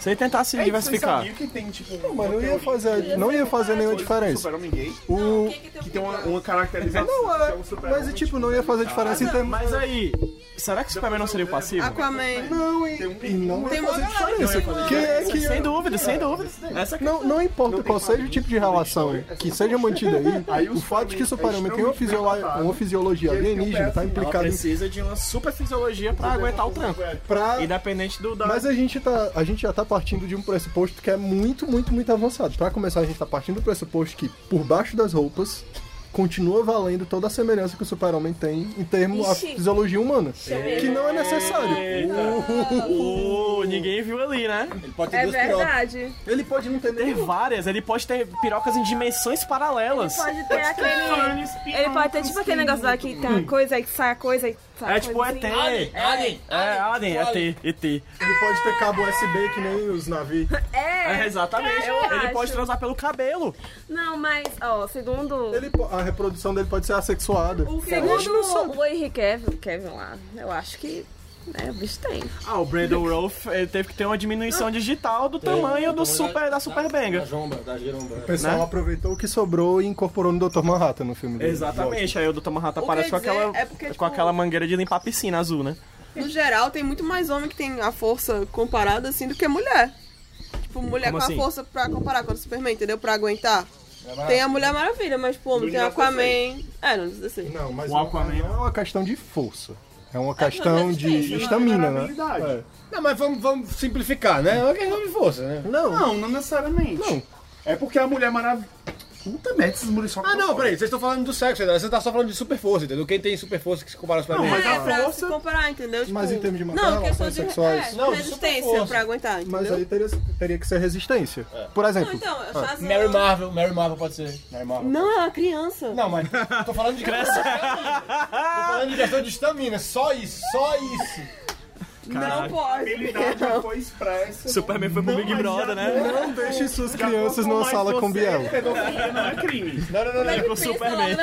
E: Se ele tentasse
J: É,
E: diversificar.
J: vocês sabiam que tem, tipo,
G: Não, mas não ia
J: teoria
G: fazer, não ia fazer nenhuma
J: do
G: diferença.
J: Super-Homem gay,
G: O...
J: que tem uma, uma caracterização.
G: Não,
J: que é um
G: é,
J: super-homem
G: mas, tipo, não ia fazer diferença em termos...
E: Mas aí, será que o Superman não seria o passivo?
I: Aquaman.
G: Não, e
H: um
G: e não ia
I: Tem
G: fazer
I: uma galera
G: diferença. Que é que...
E: Sem dúvida, sem dúvida. Essa é a
G: Não, não importa qual seja o tipo de relação que seja mantida aí,
J: Aí
G: o
J: os é
G: fato de que o super-homem tem uma,
J: extremamente
G: fisiolo-
J: preparado.
G: uma fisiologia
J: Ele tem um
G: alienígena
J: PS9,
G: tá
E: Ela
G: implicado em
E: precisa de uma super fisiologia pra aguentar o tranco.
G: pra...
E: Independente do da.
G: Mas a gente, tá, a gente já tá partindo de um pressuposto que é muito, muito, muito avançado. Pra começar, a gente tá partindo do pressuposto que por baixo das roupas continua valendo toda a semelhança que o super-homem tem em termos da
F: Ixi.
G: fisiologia humana. Que não é necessário.
E: Uh, ninguém viu ali, né?
D: Ele pode
F: É verdade.
G: Ele pode não ter
E: Tem
G: nem...
E: várias, ele pode ter pirocas em dimensões paralelas.
F: Pode ter aquele... Ele pode ter tipo aquele negócio lá que tem uma coisa aí que sai a coisa e sai
E: É tipo
F: a
E: ET.
F: coisa
E: Alien. É, Alien, ET, ET.
G: Ele pode ter cabo USB que nem os navios.
F: É,
E: É, exatamente.
F: eu
E: ele
F: acho.
E: pode transar pelo cabelo.
F: Não, mas, ó, segundo...
G: Ele po- a reprodução dele pode ser assexuada.
I: é
F: Segundo o Henry Kevin, Kevin lá, eu acho que... Né, o bicho tem.
E: Ah, o Brandon Rolf ele teve que ter uma diminuição digital do tamanho do super, da Super Benga.
D: Da jomba, da giromba.
G: O pessoal
E: Né?
G: aproveitou o que sobrou e incorporou no Dr. Manhattan no filme dele.
E: Exatamente, aí o Dr. Manhattan
I: O que
E: aparece com
I: eu ia dizer
E: aquela,
I: é porque,
E: com
I: tipo,
E: aquela mangueira de limpar a piscina azul, né?
I: No geral, tem muito mais homem que tem a força comparada assim do que mulher. Tipo, mulher
E: Como
I: com
E: assim?
I: a força pra comparar com o Superman, entendeu? Pra aguentar.
G: É
I: Tem a Mulher Maravilha, mas, pô, não tem Aquaman. É, não precisa ser.
G: Não, mas o Aquaman não é uma questão de força. É uma questão de
I: difícil, é
G: estamina, né?
J: habilidade.
D: Não, mas vamos, vamos simplificar, né? É uma questão de força, né?
J: Não. Não, não necessariamente. Não. É porque a Mulher Maravilha. Puta merda, esses mulheres só
D: Ah, não, peraí, vocês estão falando do sexo, entendeu? Você tá só falando de super força, entendeu? Quem tem super força que se compara ao Superman?
I: é, pra se comparar, entendeu? Tipo,
G: Mas em termos de matéria,
I: Não, questão
G: relações
I: de
G: sexuais.
I: é,
G: Não, de
I: resistência
G: superforça.
I: pra aguentar, entendeu?
G: Mas aí teria, teria que ser resistência.
E: É.
G: Por exemplo.
I: Não, então, eu
G: ah,
I: faço...
D: Mary Marvel, Mary Marvel pode ser. Mary Marvel.
I: Não, é uma criança.
D: Não, mas tô falando de
I: Cresce.
D: questão de estamina. Tô falando de questão de estamina, só isso, só isso.
I: Não pode.
J: habilidade foi expressa.
B: Superman foi pro Big Brother, né?
G: Não deixe suas crianças numa sala com Biel.
J: Pedofilia não é crime.
D: Não, não, não,
E: É
D: não.
B: é Com o Superman.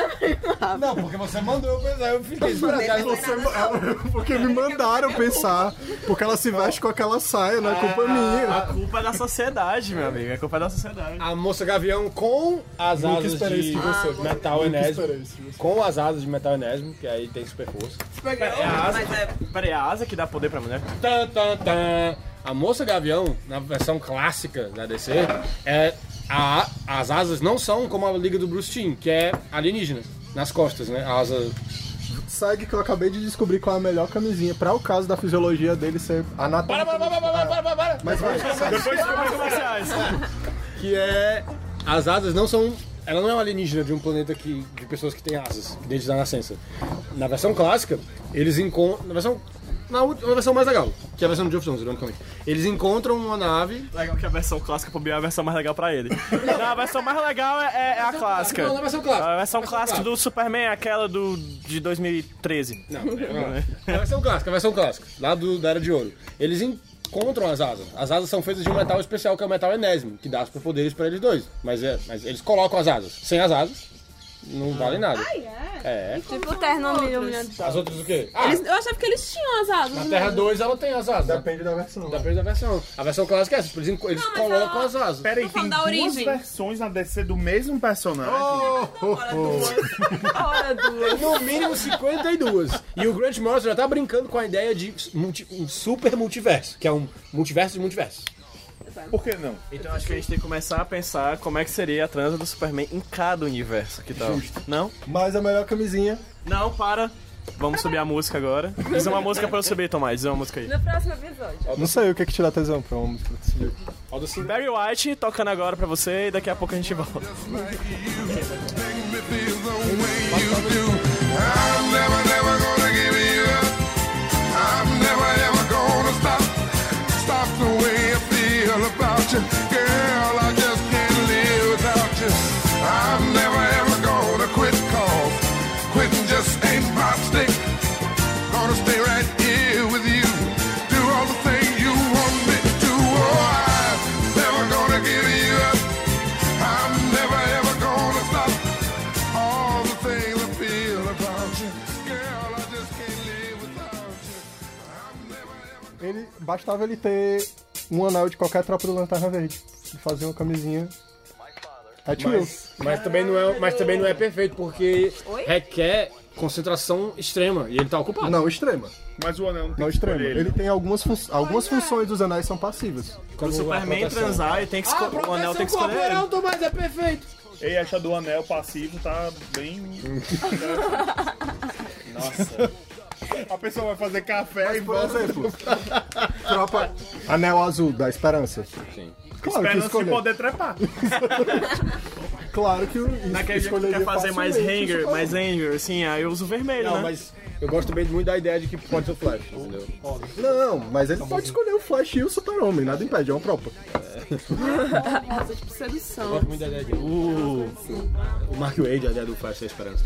D: Não, porque você mandou eu pensar, eu fiquei esperando. cara,
G: Você- porque me mandaram pensar, porque ela se veste com aquela saia, não é
I: Ah,
G: culpa minha.
E: Ah,
H: A culpa é da sociedade, meu amigo. A culpa é da sociedade.
D: A moça gavião com as
G: Nunca
D: asas
G: esperei
D: de Ah,
G: isso de você.
D: metal
G: Nunca
D: enésimo.
G: esperei isso de você.
D: Com as asas de metal enésimo, que aí tem super força.
H: É a asa.
I: Mas é...
H: Peraí, a asa que dá poder pra mulher?
D: Tan, tan, tan. A moça gavião, na versão clássica da DC, é a- as asas não são como a liga do Bruce Timm, que é alienígena. Nas costas, né? A asa
G: Segue que eu acabei de descobrir qual é a melhor camisinha para o caso da fisiologia dele ser
D: Para, para,
G: anatômica.
D: para, para, para, para, para.
G: Mas vai, segue.
H: Depois de comerciais.
D: Que é. As asas não são. Ela não é uma alienígena de um planeta que, de pessoas que têm asas, desde a nascença. Na versão clássica, eles encontram. Na versão. Na última versão mais legal, que é a versão de Jeff Jones, ironicamente. Eles encontram uma nave.
H: Legal que a versão clássica pro Biel é a versão mais legal pra ele. Não, a versão mais legal é, é- é a clássica.
D: Não, na
I: um
E: um
D: versão clássica.
H: A
I: é
H: versão clássica do Superman é aquela do, de 2013.
D: Não,
H: Né?
D: não. A versão clássica, a versão clássica, lá do, da Era de Ouro. Eles encontram as asas. As asas são feitas de um metal especial, que é o metal enésimo, que dá superpoderes pra eles dois. Mas, é, mas eles colocam as asas. Sem as asas, não vale nada.
F: Ah,
D: É.
F: Tipo o terno milho, milho.
D: As outras o quê? Ah,
I: Eles, eu achava que eles tinham as asas.
D: na
I: né?
D: Terra 2 ela tem as asas. né?
G: Depende da versão.
D: Depende da versão. A versão clássica é essa, tipo, eles, eles
I: Não, mas
D: colocam
I: ela-
D: as asas.
J: Peraí, tem
I: falando da
J: duas
I: origem.
J: versões na DC do mesmo personagem.
G: Oh,
I: Hora duas. Hora duas.
D: No mínimo 52. E o Grant Morrison já tá brincando com a ideia de multi- um super multiverso, que é um multiverso de multiverso.
J: Por que não?
H: Então acho que a gente tem que começar a pensar como é que seria a transa do Superman em cada universo. Que tal? Não?
G: Mas a melhor camisinha
H: Não, para. Vamos subir a música agora. Diz uma música pra eu subir, Tomás. Diz uma música aí.
F: No próximo episódio.
G: Não sei o que é que te dá tesão pra uma música desse jeito.
H: Barry White tocando agora pra você e daqui a pouco a gente volta.
G: Ele, bastava ele ter um anel de qualquer tropa do Lanterna Verde e fazer uma camisinha. Hat Wheels.
D: Mas também não é, mas também não é perfeito, porque
F: Oi?
D: requer concentração extrema. E ele tá ocupado.
G: Não, extrema.
J: Mas o anel não tem
G: Não,
J: que
G: extrema.
J: escolher ele.
G: Ele tem algumas, fun- algumas funções dos anéis são passivas.
H: Pro Superman
D: proteção.
H: transar, ele tem que escolher. o anel tem que escolher. ele.
D: Ah, Tomás, é perfeito.
J: Ei, essa do anel passivo tá bem. Nossa. A pessoa vai fazer café e
G: Por
J: volta.
G: exemplo, tropa Anel Azul da Esperança. Claro que
J: Esperando se
G: escolher.
J: poder trepar.
G: Claro que o-
H: Naquele dia é que tu
G: escolheria
H: quer fazer mais
G: facilmente o
H: hanger,
G: Superman.
H: mais hanger, assim, aí eu uso o vermelho,
D: Não,
H: né?
D: mas eu gosto bem muito da ideia de que pode ser o Flash, entendeu?
G: Não, mas ele pode escolher o Flash e o Super-Homem, nada impede, é uma tropa.
I: Nossa, tipo, sedução.
D: Gosto muito da ideia de... O Mark Wade, a ideia do Flash, é a esperança.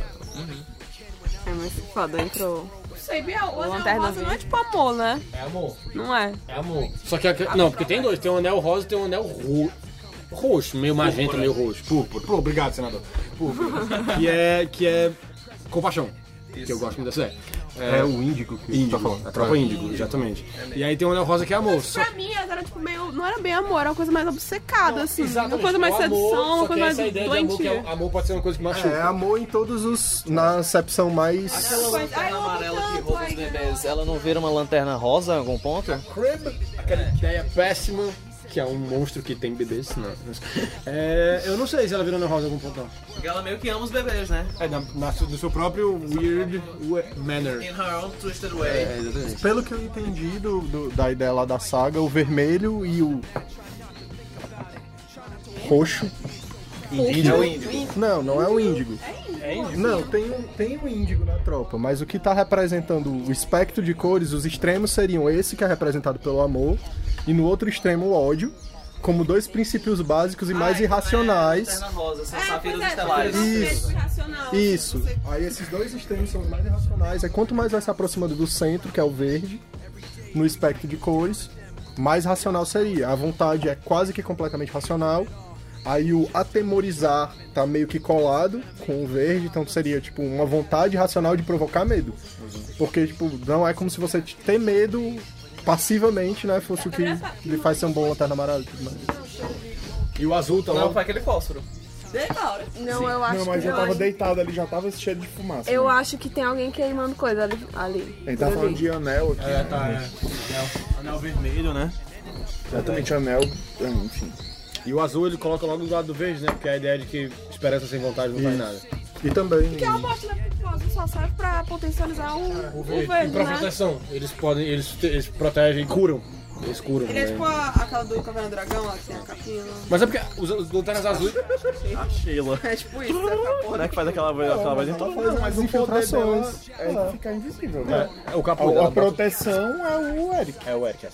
I: É, mas foda, entrou.
F: Sei, Biel,
I: O Lanterna Rosa não é tipo amor, né?
D: É amor.
I: Não é.
D: É amor. Só que. a- Não, porque tem dois. Tem um anel rosa e tem um anel ro... roxo. Meio magenta, meio roxo. Púrpura. Pô, obrigado, senador. Púrpura. que é. Que é. Compaixão. Que eu gosto muito dessa ideia. É, o índigo que índigo, tá falando. A tropa índigo, exatamente. E aí tem um anel rosa que é amor. Só...
I: Pra mim, elas eram tipo meio. Não era bem amor, era uma coisa mais obcecada, assim. Uma
D: Exatamente.
I: coisa mais
D: O amor,
I: sedução,
D: só
I: uma
D: que
I: coisa mais
D: essa ideia de amor, que
I: doentia.
D: é- amor pode ser uma coisa que machuca.
G: É amor em todos os. na acepção
K: é
G: mais.
F: Aquela
K: lanterna amarela que rouba os bebês, ela não vira uma lanterna rosa em algum ponto?
D: Crib, aquela ideia péssima que é um monstro que tem bebês. Não. É, eu não sei se ela virou Neurosa em algum ponto, não.
K: Ela meio que ama os bebês, né?
D: É, na, na, do seu próprio weird we- manner.
K: In her own twisted way.
D: É,
G: Pelo que eu entendi do, do- da ideia lá da saga, o vermelho e o. roxo.
D: Índigo.
G: É o índigo. Não, não é o índigo. Não, tem, um- tem o índigo na tropa, mas o que tá representando o espectro de cores, os extremos seriam esse que é representado pelo amor, e no outro extremo o ódio, como dois princípios básicos e
K: é
G: mais irracionais.
K: Lanterna rosa, são safiras estelares.
G: Isso. Isso. Aí esses dois extremos são os mais irracionais. É quanto mais vai se aproximando do centro, que é o verde, no espectro de cores, mais racional seria. A vontade é quase que completamente racional. Aí o atemorizar tá meio que colado com o verde, então seria tipo uma vontade racional de provocar medo. Porque tipo, não é como se você t- ter medo passivamente, né, fosse o que lhe faz ser um bom lanterna amarelo, e tudo mais.
D: E o azul tá
K: Não, foi aquele fósforo.
F: Não, eu acho
J: Não, mas
F: que
J: eu
F: não.
J: tava deitado ali, já tava esse cheiro de fumaça.
F: Eu
J: né?
F: acho que tem alguém queimando coisa ali. ali.
J: Ele tá
F: Eu
J: falando
F: vi.
J: de anel aqui. né?
D: É, tá, é. Anel, anel vermelho, né?
J: Exatamente, anel. é, Enfim.
D: E o azul ele coloca logo do lado do verde, né? Porque a ideia de que esperança sem vontade não faz nada.
G: E também.
I: é
F: Porque a amostra
I: né?
F: pigmentosa só serve pra potencializar o, o
D: E
F: verde,
D: pra
F: né?
D: proteção, eles podem, eles, te- eles protegem, curam. Eles curam.
I: Ele é
D: né?
I: tipo a, aquela do Caverna do Dragão, lá que tem a capinha. né?
D: Mas é porque os, os lanternas azuis.
E: A Sheila.
I: É tipo isso, essa porra.
E: Né, que faz aquela voz, aquela voz Então em todo
G: é,
E: mundo.
J: Não, mas o poder dela
G: infiltrações.
J: é ficar
E: um.
J: invisível, né?
D: É, é
G: Tá
D: o capô
J: A,
D: dela,
J: a proteção é o Eric.
D: É o Eric. é.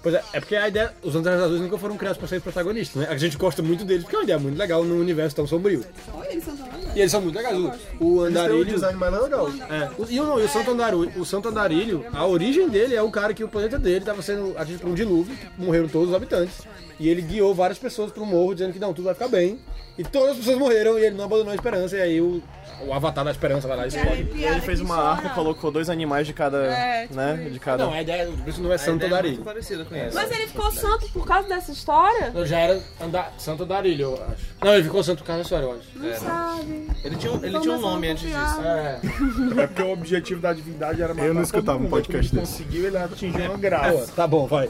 D: Pois é, é porque a ideia. Os Lanternas Azuis nunca foram criados pra ser protagonistas, né? A gente gosta muito deles porque é uma ideia muito legal num universo tão sombrio.
I: Olha, eles são tão legais.
D: E eles são muito legais. O, o
G: Eles têm um
D: andarilho.
G: design mais legal.
D: É, o, e, o, não, e o Santo Andarilho, o Santo Andarilho, a origem dele é o cara que o planeta dele estava sendo atingido por um dilúvio, que morreram todos os habitantes. E ele guiou várias pessoas para um morro dizendo que não, tudo vai ficar bem. E todas as pessoas morreram e ele não abandonou a esperança. E aí o, o avatar da esperança vai lá e explode.
E: Ele fez uma arca, colocou dois animais de cada. né? De cada.
D: Não, a ideia do isso não é Santo
K: Ideia muito
D: Andarilho.
K: parecida com essa.
F: Mas ele ficou santo por causa dessa história?
D: Não, né? já era Anda- Santo Andarilho, eu acho. Não, ele ficou Santo Carlos Soares, eu acho.
F: Não sabe.
K: Ele tinha um, ele tinha um nome antes disso.
D: É.
J: É porque o objetivo da divindade era matar
G: Eu não
J: todo
G: escutava um
J: mundo.
G: podcast
J: Ele
G: desse.
J: conseguiu, ele atingiu uma
D: Boa,
J: graça.
D: tá bom, vai.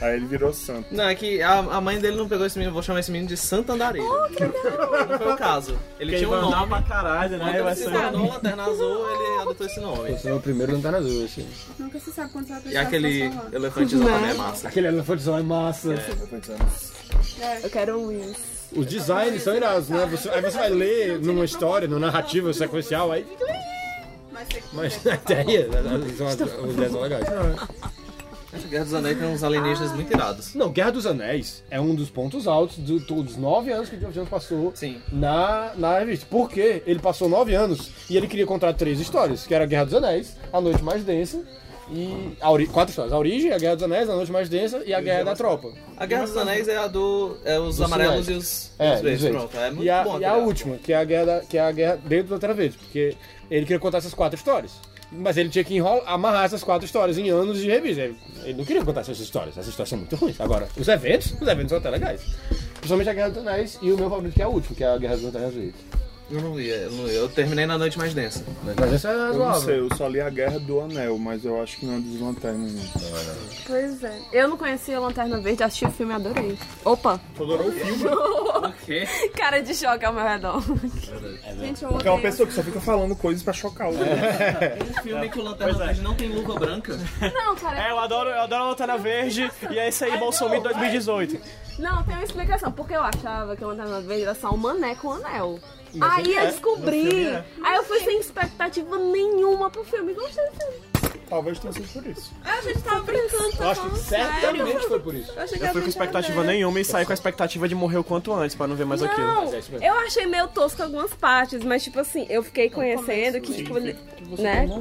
J: Aí ele virou santo.
K: Não, é que a, a mãe dele não pegou esse menino, vou chamar esse menino de Santo Andarilho.
I: Oh,
D: é
K: não foi o caso. Ele
E: Ele
K: tinha um nome.
E: pra caralho,
K: Quando
E: né?
K: ele
E: Vai
K: se
E: ser.
K: tornou
H: um-
K: Lanterna Azul, ele adotou esse nome.
D: Esse é o primeiro Lanterna Azul, assim.
I: Nunca se sabe quando você vai
K: E
I: precisar
K: aquele
I: de transformar.
K: elefantezão
D: Né?
K: também é massa.
D: Aquele elefantezão é massa.
F: Eu quero um isso.
D: Os designs são irados, né? Você- aí você vai ler numa história, numa narrativa sequencial, aí fica
I: Mas você-
D: Mas a ideia, as- as- as ideias são legais.
K: Essa Guerra dos Anéis tem uns alienígenas muito irados.
D: Não, Guerra dos Anéis é um dos pontos altos do- dos nove anos que o Geoff Jones passou
K: Sim.
D: na, na revista. Porque ele passou nove anos e ele queria contar três histórias, que era a Guerra dos Anéis, A Noite Mais Densa, e a ori- quatro histórias. A Origem, a Guerra dos Anéis, A Noite Mais Densa e a Guerra da Tropa.
K: A Guerra dos Anéis é a do. É os amarelos e os,
D: É,
K: os verdes.
D: dos verdes.
K: Pronto, é muito
D: e a,
K: bom.
D: e a
K: aquele
D: última, que é a guerra, da- que é a guerra dentro da Terra Verde, porque ele queria contar essas quatro histórias. Mas ele tinha que enrolar, amarrar essas quatro histórias em anos de revista. Ele, ele não queria contar essas histórias, essas histórias são muito ruins. Agora, os eventos, os eventos são até legais. Principalmente a Guerra dos Anéis e o meu favorito, que é a última, que é a Guerra dos Anéis.
K: Eu não li, eu não li. Eu terminei na noite mais densa.
D: Mas essa é
J: Eu não
D: razoável.
J: sei, eu só li a Guerra do Anel, mas eu acho que não é dos lanternas, não.
F: Pois é. Eu não conhecia Lanterna Verde, assisti o filme e adorei. Opa!
J: Adorou o filme.
K: quê?
F: Cara de choque ao meu redor. Gente, eu
J: Porque é uma
F: odeio.
J: pessoa que só fica falando coisas pra chocar o outro.
D: É.
K: Um filme que o Lanterna
H: é.
K: Verde não tem luva branca.
F: Não, cara.
E: É, eu adoro, eu adoro a Lanterna Verde e é isso aí, Bolsonaro 2018.
F: Não, tem uma explicação. Porque eu achava que a Lanterna Verde era só um mané com anel. aí eu descobri. Aí eu fui sem expectativa nenhuma pro filme. Gostei do filme.
J: Talvez tenha sido por isso.
I: É,
F: A gente tava brincando, tá falando sério.
D: Certamente foi por isso.
F: Eu achei que
E: Eu
F: era
E: fui com expectativa
F: brincadeira.
E: nenhuma e saí com a expectativa de morrer o quanto antes pra não ver mais aquilo.
F: Não,
D: é
F: eu achei meio tosco algumas partes, mas tipo assim, eu fiquei
I: Então,
F: conhecendo que, tipo, né?
I: um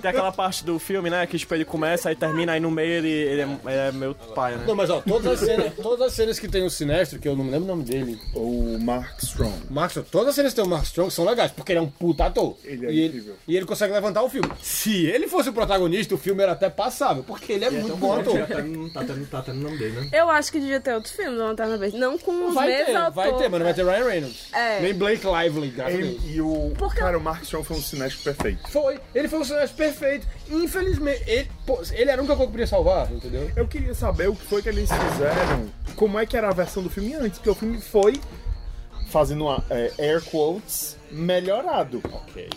E: Tem aquela parte do filme, né? Que tipo, ele começa, aí termina, aí no meio ele, ele é, ele é meu pai, né?
D: Não, mas ó, todas as cenas, todas as cenas que tem o Sinestro, que eu não me lembro o nome dele,
J: O Mark Strong.
D: Mark Strong, todas as cenas que tem o Mark Strong são legais, porque ele é um puta ator.
J: Ele é
D: e
J: incrível.
D: Ele, e ele consegue levantar o filme. Se ele fosse o protagonista, o filme era até passável, porque ele é muito bom ator.
L: Tá tendo o nome dele, né?
F: Eu acho que devia ter outro filme do Lanterna Verde. Não com os
D: Vai
F: mesmos
D: ter,
F: atores.
D: vai ter, mano. Vai ter Ryan Reynolds.
F: É.
D: Nem Blake Lively, graças a
J: Ele
D: Deus.
J: e o. Cara, o Mark Strong foi um cinético perfeito.
D: Foi, ele foi um personagem perfeito. Infelizmente, ele, pô, ele era um que eu podia salvar, entendeu?
J: Eu queria saber o que foi que eles fizeram, como é que era a versão do filme antes, porque o filme foi fazendo uma, é, air quotes melhorado. Ok.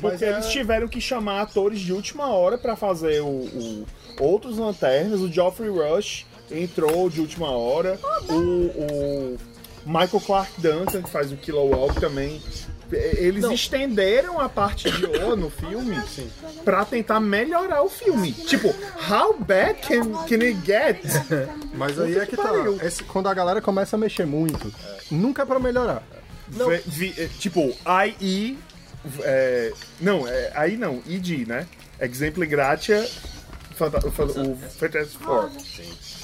J: Porque eles tiveram que chamar atores de última hora pra fazer o, o- outros lanternas. O Geoffrey Rush entrou de última hora. O, o Michael Clark Duncan, que faz o Kilowog também. E- Eles estenderam a parte de O no filme assim, pra tentar melhorar o filme. Tipo, how bad can, can it get?
G: Mas aí
J: Puta
G: é que tá.
J: pariu.
G: Esse- quando a galera começa a mexer muito, nunca é pra melhorar.
J: Ve- vi- eh, tipo, IE. É, não, é, aí não, ID, né? Exemple gratia. Fanta, o fan- o Fantastic Four.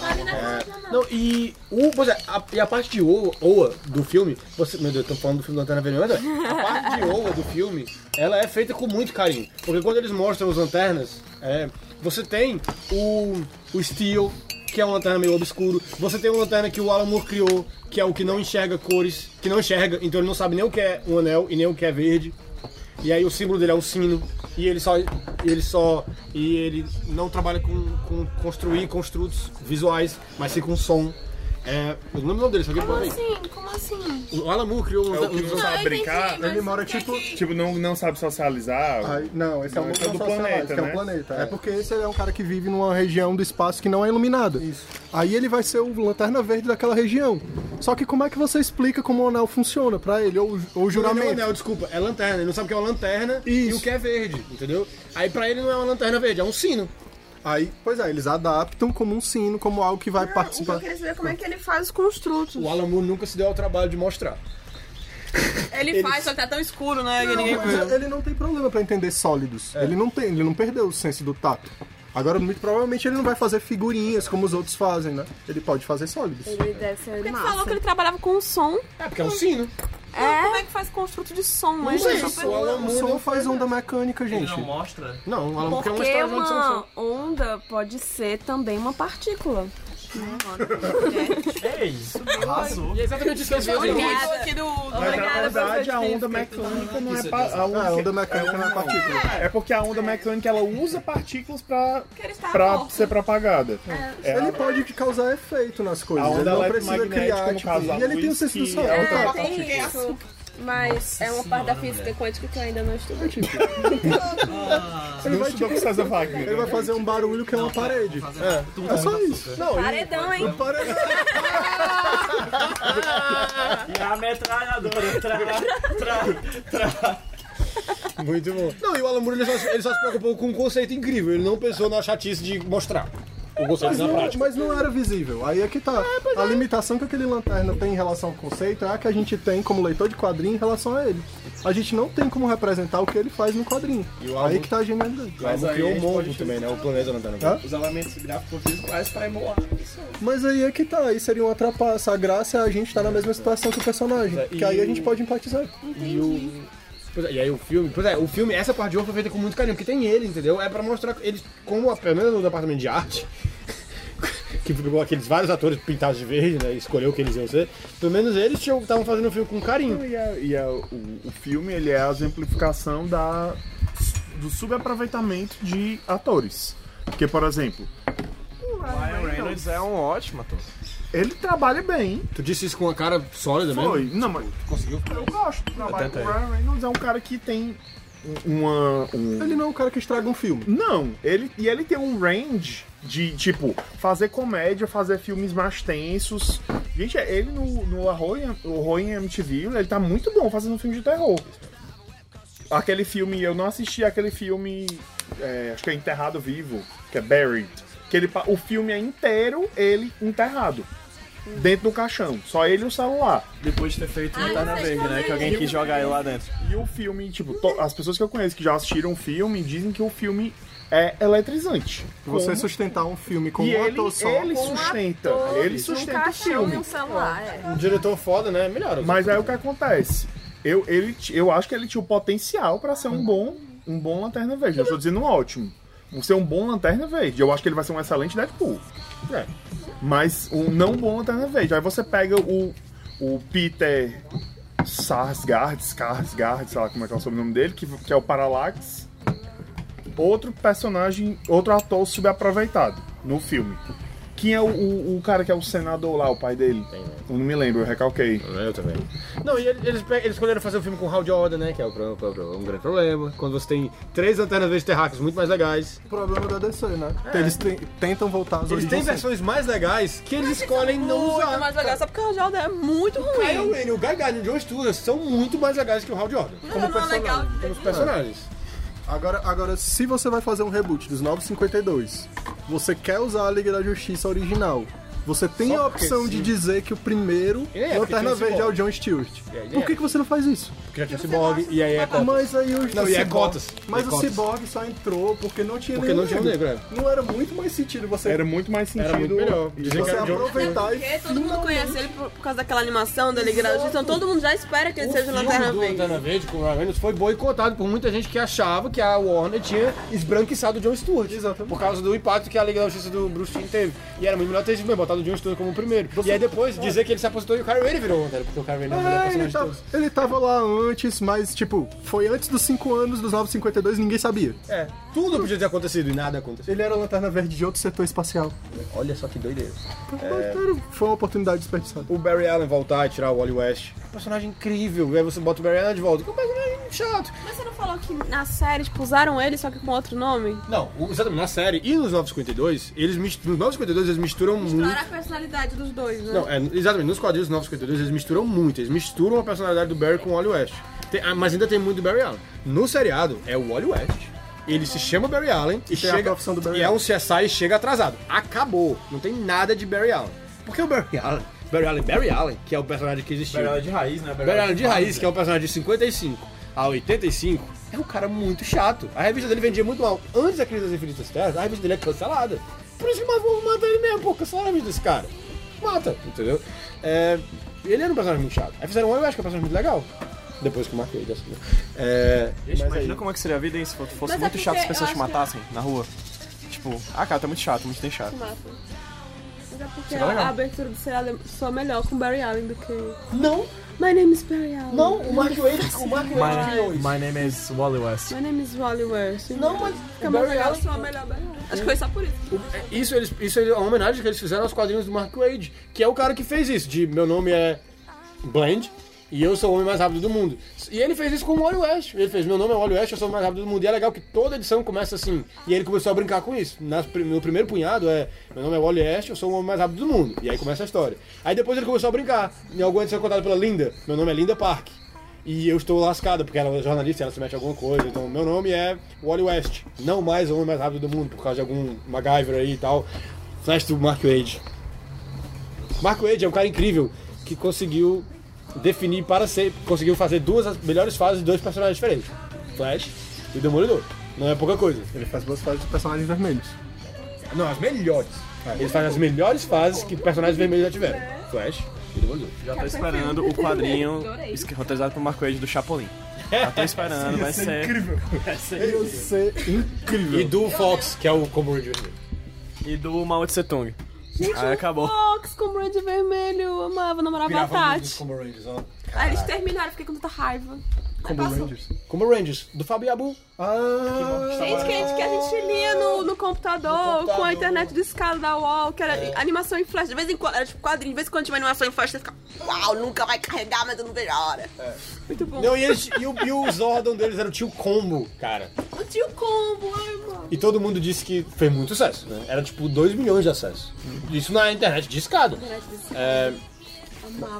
L: Ah,
H: É.
D: É. Não, e o. Pois é, a, e a parte de Oa, Oa do filme. Você, meu Deus, tô falando do filme do Lanterna Vermelha, mas é, a parte de Oa do filme, ela é feita com muito carinho. Porque quando eles mostram os lanternas, é, você tem o, o Steel, que é um lanterna meio obscuro. Você tem uma lanterna que o Alan Moore criou, que é o que não enxerga cores, que não enxerga, então ele não sabe nem o que é um anel e nem o que é verde. E aí o símbolo dele é um sino. E ele só. e ele só. E ele não trabalha com, com construir construtos visuais, mas sim com som. É, eu não lembro o nome dele, só que
N: Como
D: pode.
N: assim? Como assim?
D: O Alan Moore criou um.
J: É o que não
D: um-
J: sabe brincar.
N: mas Ele mora, quer tipo- que-
J: Tipo, não, não sabe socializar.
G: Ai, não, esse é, um
J: esse é
G: outro
J: do
G: social
J: planeta,
G: life, que
J: né?
G: é um planeta. É. porque esse é um cara que vive numa região do espaço que não é iluminada. Isso. Aí ele vai ser o lanterna verde daquela região. Só que como é que você explica como o anel funciona pra ele? Ou, ou o
D: Não, não é um
G: juramento?
D: anel, desculpa, é lanterna. Ele não sabe o que é uma lanterna e o que é verde,
G: Então,
D: entendeu? Aí pra ele não é uma lanterna verde, é um sino.
G: Aí, pois é, eles adaptam como um sino, como algo que vai
I: Então eu
G: participar.
I: queria saber como é que ele faz os construtos.
D: O Alan Moore nunca se deu ao trabalho de mostrar.
I: Ele, faz, só que tá tão escuro, né? que
G: Não,
I: ninguém
G: mas
I: viu.
G: ele não tem problema pra entender sólidos.
D: É.
G: Ele não tem, ele não perdeu o senso do tato. Agora, muito provavelmente, ele não vai fazer figurinhas como os outros fazem, né? Ele pode fazer sólidos.
N: Ele deve ser
I: Porque tu
N: massa.
I: falou que ele trabalhava com som.
D: É, porque é um sino.
I: É. Como é que faz construto de som?
G: Não
I: Ele
G: sei, um
I: é super-
G: o Alan Moore não faz onda mecânica, gente.
L: Ele não mostra?
D: Não, o é
F: Porque
I: é
F: uma onda pode ser também uma partícula.
L: É isso, arrasou.
D: E é exatamente isso que eu
L: fiz.
F: Obrigada.
I: aqui do...
J: Mas na
I: Obrigada por
J: verdade,
I: essa
J: a
I: diferença.
J: onda mecânica não é
G: Isso,
J: pa-
G: isso.
J: a onda,
G: Ah, a onda mecânica não é partícula.
J: É porque a onda mecânica ela usa partículas pra,
I: estar
J: pra
I: morto.
J: ser propagada. É
G: ele
J: a-
G: pode te causar efeito nas coisas.
J: A onda
G: Ele não precisa
J: eletromagnética,
G: criar.
J: no
G: Tipo,
J: caso, a
G: e ele tem o
J: luz
G: senso do
J: que
G: sol.
J: é
F: É,
G: tá?
F: tem isso. Mas é uma parte da física quântica que eu ainda não estudei.
J: tipo, Ele vai, tipo,
G: Ele vai fazer um barulho que é uma parede. É, é só isso. Não,
J: tipo,
F: Paredão, hein?
L: E a metralhadora. Tra, tra, tra.
D: Muito bom. Não, e o Alan Moore ele só, ele só se preocupou com um conceito incrível. Ele não pensou na chatice de mostrar o conceito
G: Mas
D: na
G: não,
D: prática.
G: mas não era visível. Aí é que tá. a limitação que aquele lanterna tem em relação ao conceito é a que a gente tem como leitor de quadrinho em relação a ele. A gente não tem como representar o que ele faz no quadrinho.
D: o
G: Aí
D: álbum-
G: que tá a genialidade.
D: O Alan Moore
G: um
D: criou o mundo também, né? O planeta não tá na
G: Hã?
L: Os elementos gráficos visuais pra emular. isso.
G: Mas aí é que tá, aí seria uma trapaça. A graça é a gente estar na mesma situação que o personagem. Que aí a gente pode empatizar.
D: E o. Pois é, E aí o filme, pois é, o filme, essa parte de ouro foi feita com muito carinho, porque tem ele, entendeu? É pra mostrar eles, como, pelo menos no departamento de arte, que pegou aqueles vários atores pintados de verde, né? e Escolheu quem eles iam ser. Pelo menos eles tinham- estavam fazendo o filme com carinho.
J: E, a- e a- É, o, o filme ele é a exemplificação da, do subaproveitamento de atores. Porque, por exemplo,
E: Ryan Reynolds é um ótimo ator.
J: ele trabalha bem.
D: Tu disse isso com uma cara sólida
J: Foi. Não, mas
D: Conseguiu?
J: eu gosto do trabalho.
D: tentei.
J: O Ryan Reynolds é um cara que tem uma. um-
G: Ele não é o cara que estraga um filme.
J: Não, ele, e ele tem um range de, tipo, fazer comédia, fazer filmes mais tensos. Gente, é, ele no, no Arroy, Arroy em MTV, ele tá muito bom fazendo um filme de terror. Aquele filme, eu não assisti aquele filme, é, acho que é Enterrado Vivo, que é Buried. Que ele, pa- o filme é inteiro ele enterrado. Dentro do caixão, só ele e o celular.
E: Depois de ter feito um Lanterna Verde, né? Que alguém quis jogar ele lá dentro.
J: E o filme, tipo, to- as pessoas que eu conheço que já assistiram o filme dizem que o filme é eletrizante.
G: Você
J: Como-
G: sustentar um filme com
J: e
G: um
J: ele,
G: ator só.
J: ele sustenta, ele sustenta o filme.
F: um celular, é.
D: Um diretor foda, né? Melhor.
J: é Mas aí o que acontece? Eu, ele, ti- eu acho que ele tinha o potencial pra ser um bom um bom Lanterna Verde. Eu tô dizendo um ótimo. Um ser um bom Lanterna Verde. Eu acho que ele vai ser um excelente Deadpool.
D: É.
J: Mas um não bom Lanterna Verde. Aí você pega o, o Peter Sarsgaard, Skarsgård, sei lá como é que é o sobrenome dele, que, que é o Parallax. Outro personagem, outro ator subaproveitado no filme. Quem é o, o, o cara que é o senador lá, o pai dele? Eu não me lembro, eu recalquei.
O: Eu também.
D: Não, e ele- eles, pe- eles escolheram fazer um filme com Hal Jordan, né? Que é o pro- pro- pro- um grande problema. Quando você tem três lanternas verdes terráqueas muito mais legais.
G: problema da DC, né?
J: Então,
D: É.
G: Eles ten- tentam voltar às
D: Eles têm
G: origens.
D: versões mais legais que eles escolhem não
I: muito
D: usar.
I: mais legal, só porque o Jordan é muito ruim.
D: Kyle Rayner, o Guy Gardner e o John Stewart são muito mais legais que o Hal Jordan.
I: Não,
D: como
I: não é
D: personagem,
I: legal.
D: como os personagens.
G: Agora, agora, se você vai fazer um reboot dos 952, você quer usar a Liga da Justiça original. Você tem
D: Só
G: a
D: porque
G: opção
D: sim.
G: de dizer que o primeiro
D: É, porque
G: Lanterna
D: tinha esse
G: Verde é o
D: bolo.
G: John Stewart.
D: É, é.
G: Por que, que você não faz isso?
D: Porque já tinha Cyborg e aí é cotas.
G: Mas aí o
D: Não, e é
G: Cyborg-
D: cotas.
G: Mas
D: É
G: o
D: cotas.
G: Cyborg só entrou porque não tinha
D: Porque
G: nenhum
D: não tinha negro, é.
G: Não era muito mais sentido você.
J: Era muito mais sentido.
D: muito melhor. Dizer
G: você
D: que era John
G: aproveitar e
I: Porque todo mundo conhece ele por, por causa daquela animação da Liga da Justiça, então todo mundo já espera que ele
D: O
I: seja o
D: filme
I: Lanterna
D: do
I: Verde.
D: Lanterna Verde com o Ryan Reynolds foi boicotado por muita gente que achava que a Warner tinha esbranquiçado o John Stewart. Por causa do impacto que a Liga da Justiça do Bruce Timm teve. E era muito melhor ter bem, botado o John Stewart como o primeiro. E aí depois dizer que ele se aposentou e o Kyrie Irving virou o Lanterna, porque o Kyrie Irving é o
G: É,
D: melhor
G: ele
D: personagem de
G: tava,
D: todos.
G: ele tava lá antes, mas, tipo, foi antes dos 5 anos dos 952 ninguém sabia.
D: É, tudo podia ter acontecido e nada aconteceu.
G: Ele era o Lanterna Verde de outro setor espacial.
D: Olha só que doideira.
G: Mas, cara, Foi uma oportunidade desperdiçada.
D: O Barry Allen voltar e tirar o Wally West. Um Personagem incrível. Aí você bota o Barry Allen de volta. Que é um personagem chato.
I: Mas você não falou que na série, tipo, usaram ele só que com outro nome?
D: Não, o- exatamente. Na série e nos 952, eles misturam. Nos 952 eles misturam muito.
I: Claro, a personalidade dos dois, né?
D: Não, é, exatamente. Nos quadrinhos 952 eles misturam muito. Eles misturam a personalidade do Barry com o Wally West. Tem- ah, mas ainda tem muito do Barry Allen. No seriado, é o Wally West. Ele se chama Barry Allen e,
G: Tem a
D: chega,
G: profissão do Barry
D: e é
G: Allen.
D: um CSI e chega atrasado. Acabou. Não tem nada de Barry Allen. Porque o Barry Allen, Barry Allen, Barry Allen, que é o personagem que existiu.
P: Barry Allen de raiz, né?
D: Barry Allen de raiz, que é um personagem de 55 a 85, é um cara muito chato. A revista dele vendia muito mal. Antes da crise das infinitas terras, a revista dele é cancelada. Por isso que mas vamos matar ele mesmo, pô, cancela a revista desse cara. Mata, entendeu? É, ele era um personagem muito chato. Aí fizeram um eu acho que é um personagem muito legal. Depois que eu marquei, já subiu. É,
E: Gente,
D: mas
E: imagina
D: aí-
E: como é que seria a vida hein, se fosse
I: Mas é
E: muito chato
I: porque
E: se as pessoas
I: eu
E: te
I: acho que-
E: matassem na rua. Tipo, ah, cara, tá muito chato, muito tem chato.
I: Massa. Mas é porque
E: Será
I: a,
E: legal.
I: a abertura do seriado é só melhor com Barry Allen do que.
D: Não!
I: My name is Barry Allen.
D: Não, o Mark Wade, o Mark Wade criou
E: My,
D: isso.
E: my name is Wally West.
I: My name is Wally West.
D: Não, mas
I: Fica
D: o
I: mais
D: Barry
I: legal
D: Allen-
I: só melhor Barry Allen. Acho que foi só por isso.
D: O- Isso, eles, isso é uma homenagem que eles fizeram aos quadrinhos do Mark Wade, que é o cara que fez isso, de meu nome é Blend e eu sou o homem mais rápido do mundo. E ele fez isso com o Wally West. Ele fez, meu nome é Wally West, eu sou o mais rápido do mundo. E é legal que toda edição começa assim. E ele começou a brincar com isso. Nas prim- no primeiro punhado é, meu nome é Wally West, eu sou o homem mais rápido do mundo. E aí começa a história. Aí depois ele começou a brincar. Em alguma edição contada pela Linda, meu nome é Linda Park. E eu estou lascada, porque ela é jornalista, ela se mete em alguma coisa. Então, meu nome é Wally West. Não mais o homem mais rápido do mundo, por causa de algum MacGyver aí e tal. Flash do Mark Wade. Mark Wade é um cara incrível que conseguiu definir para ser. Conseguiu fazer duas as melhores fases de dois personagens diferentes: Flash e Demolidor. Não é pouca coisa.
G: Ele faz boas fases de personagens vermelhos. É.
D: Não, as melhores. Eles fazem as melhores fases que personagens vermelhos já tiveram: Flash e Demolidor.
E: Já tô esperando o quadrinho esqui- roteirizado pro Marco Wade do Chapolin. Já tô esperando, vai ser. Vai ser
G: Ia ser incrível.
D: E do Fox, que é o Combo Ranger.
E: E do Mao Tse Tung.
I: Gente,
E: Aí acabou. um
I: Fox com o de vermelho. Eu amava namorar a Tati.
D: Combo Rangers, ó.
I: Aí eles terminaram, fiquei com muita raiva.
D: Combo
I: Passou.
D: Rangers. Combo Rangers, do Fabiabu.
G: Ah,
I: Gente, que a gente, que a gente lia no, no computador, com a internet de escala da UOL, que era animação em flash. De vez em quando, era tipo quadrinho, de vez em quando tinha uma animação em flash, você fica, uau, nunca vai carregar, mas eu não vejo a hora. Muito bom.
D: Não, e, eles, e, o, e o Zordon deles era o tio Combo, cara.
I: O tio Combo, ai, mano.
D: E todo mundo disse que fez muito sucesso, né? Era tipo 2 milhões de acessos. Isso na internet de escada. É,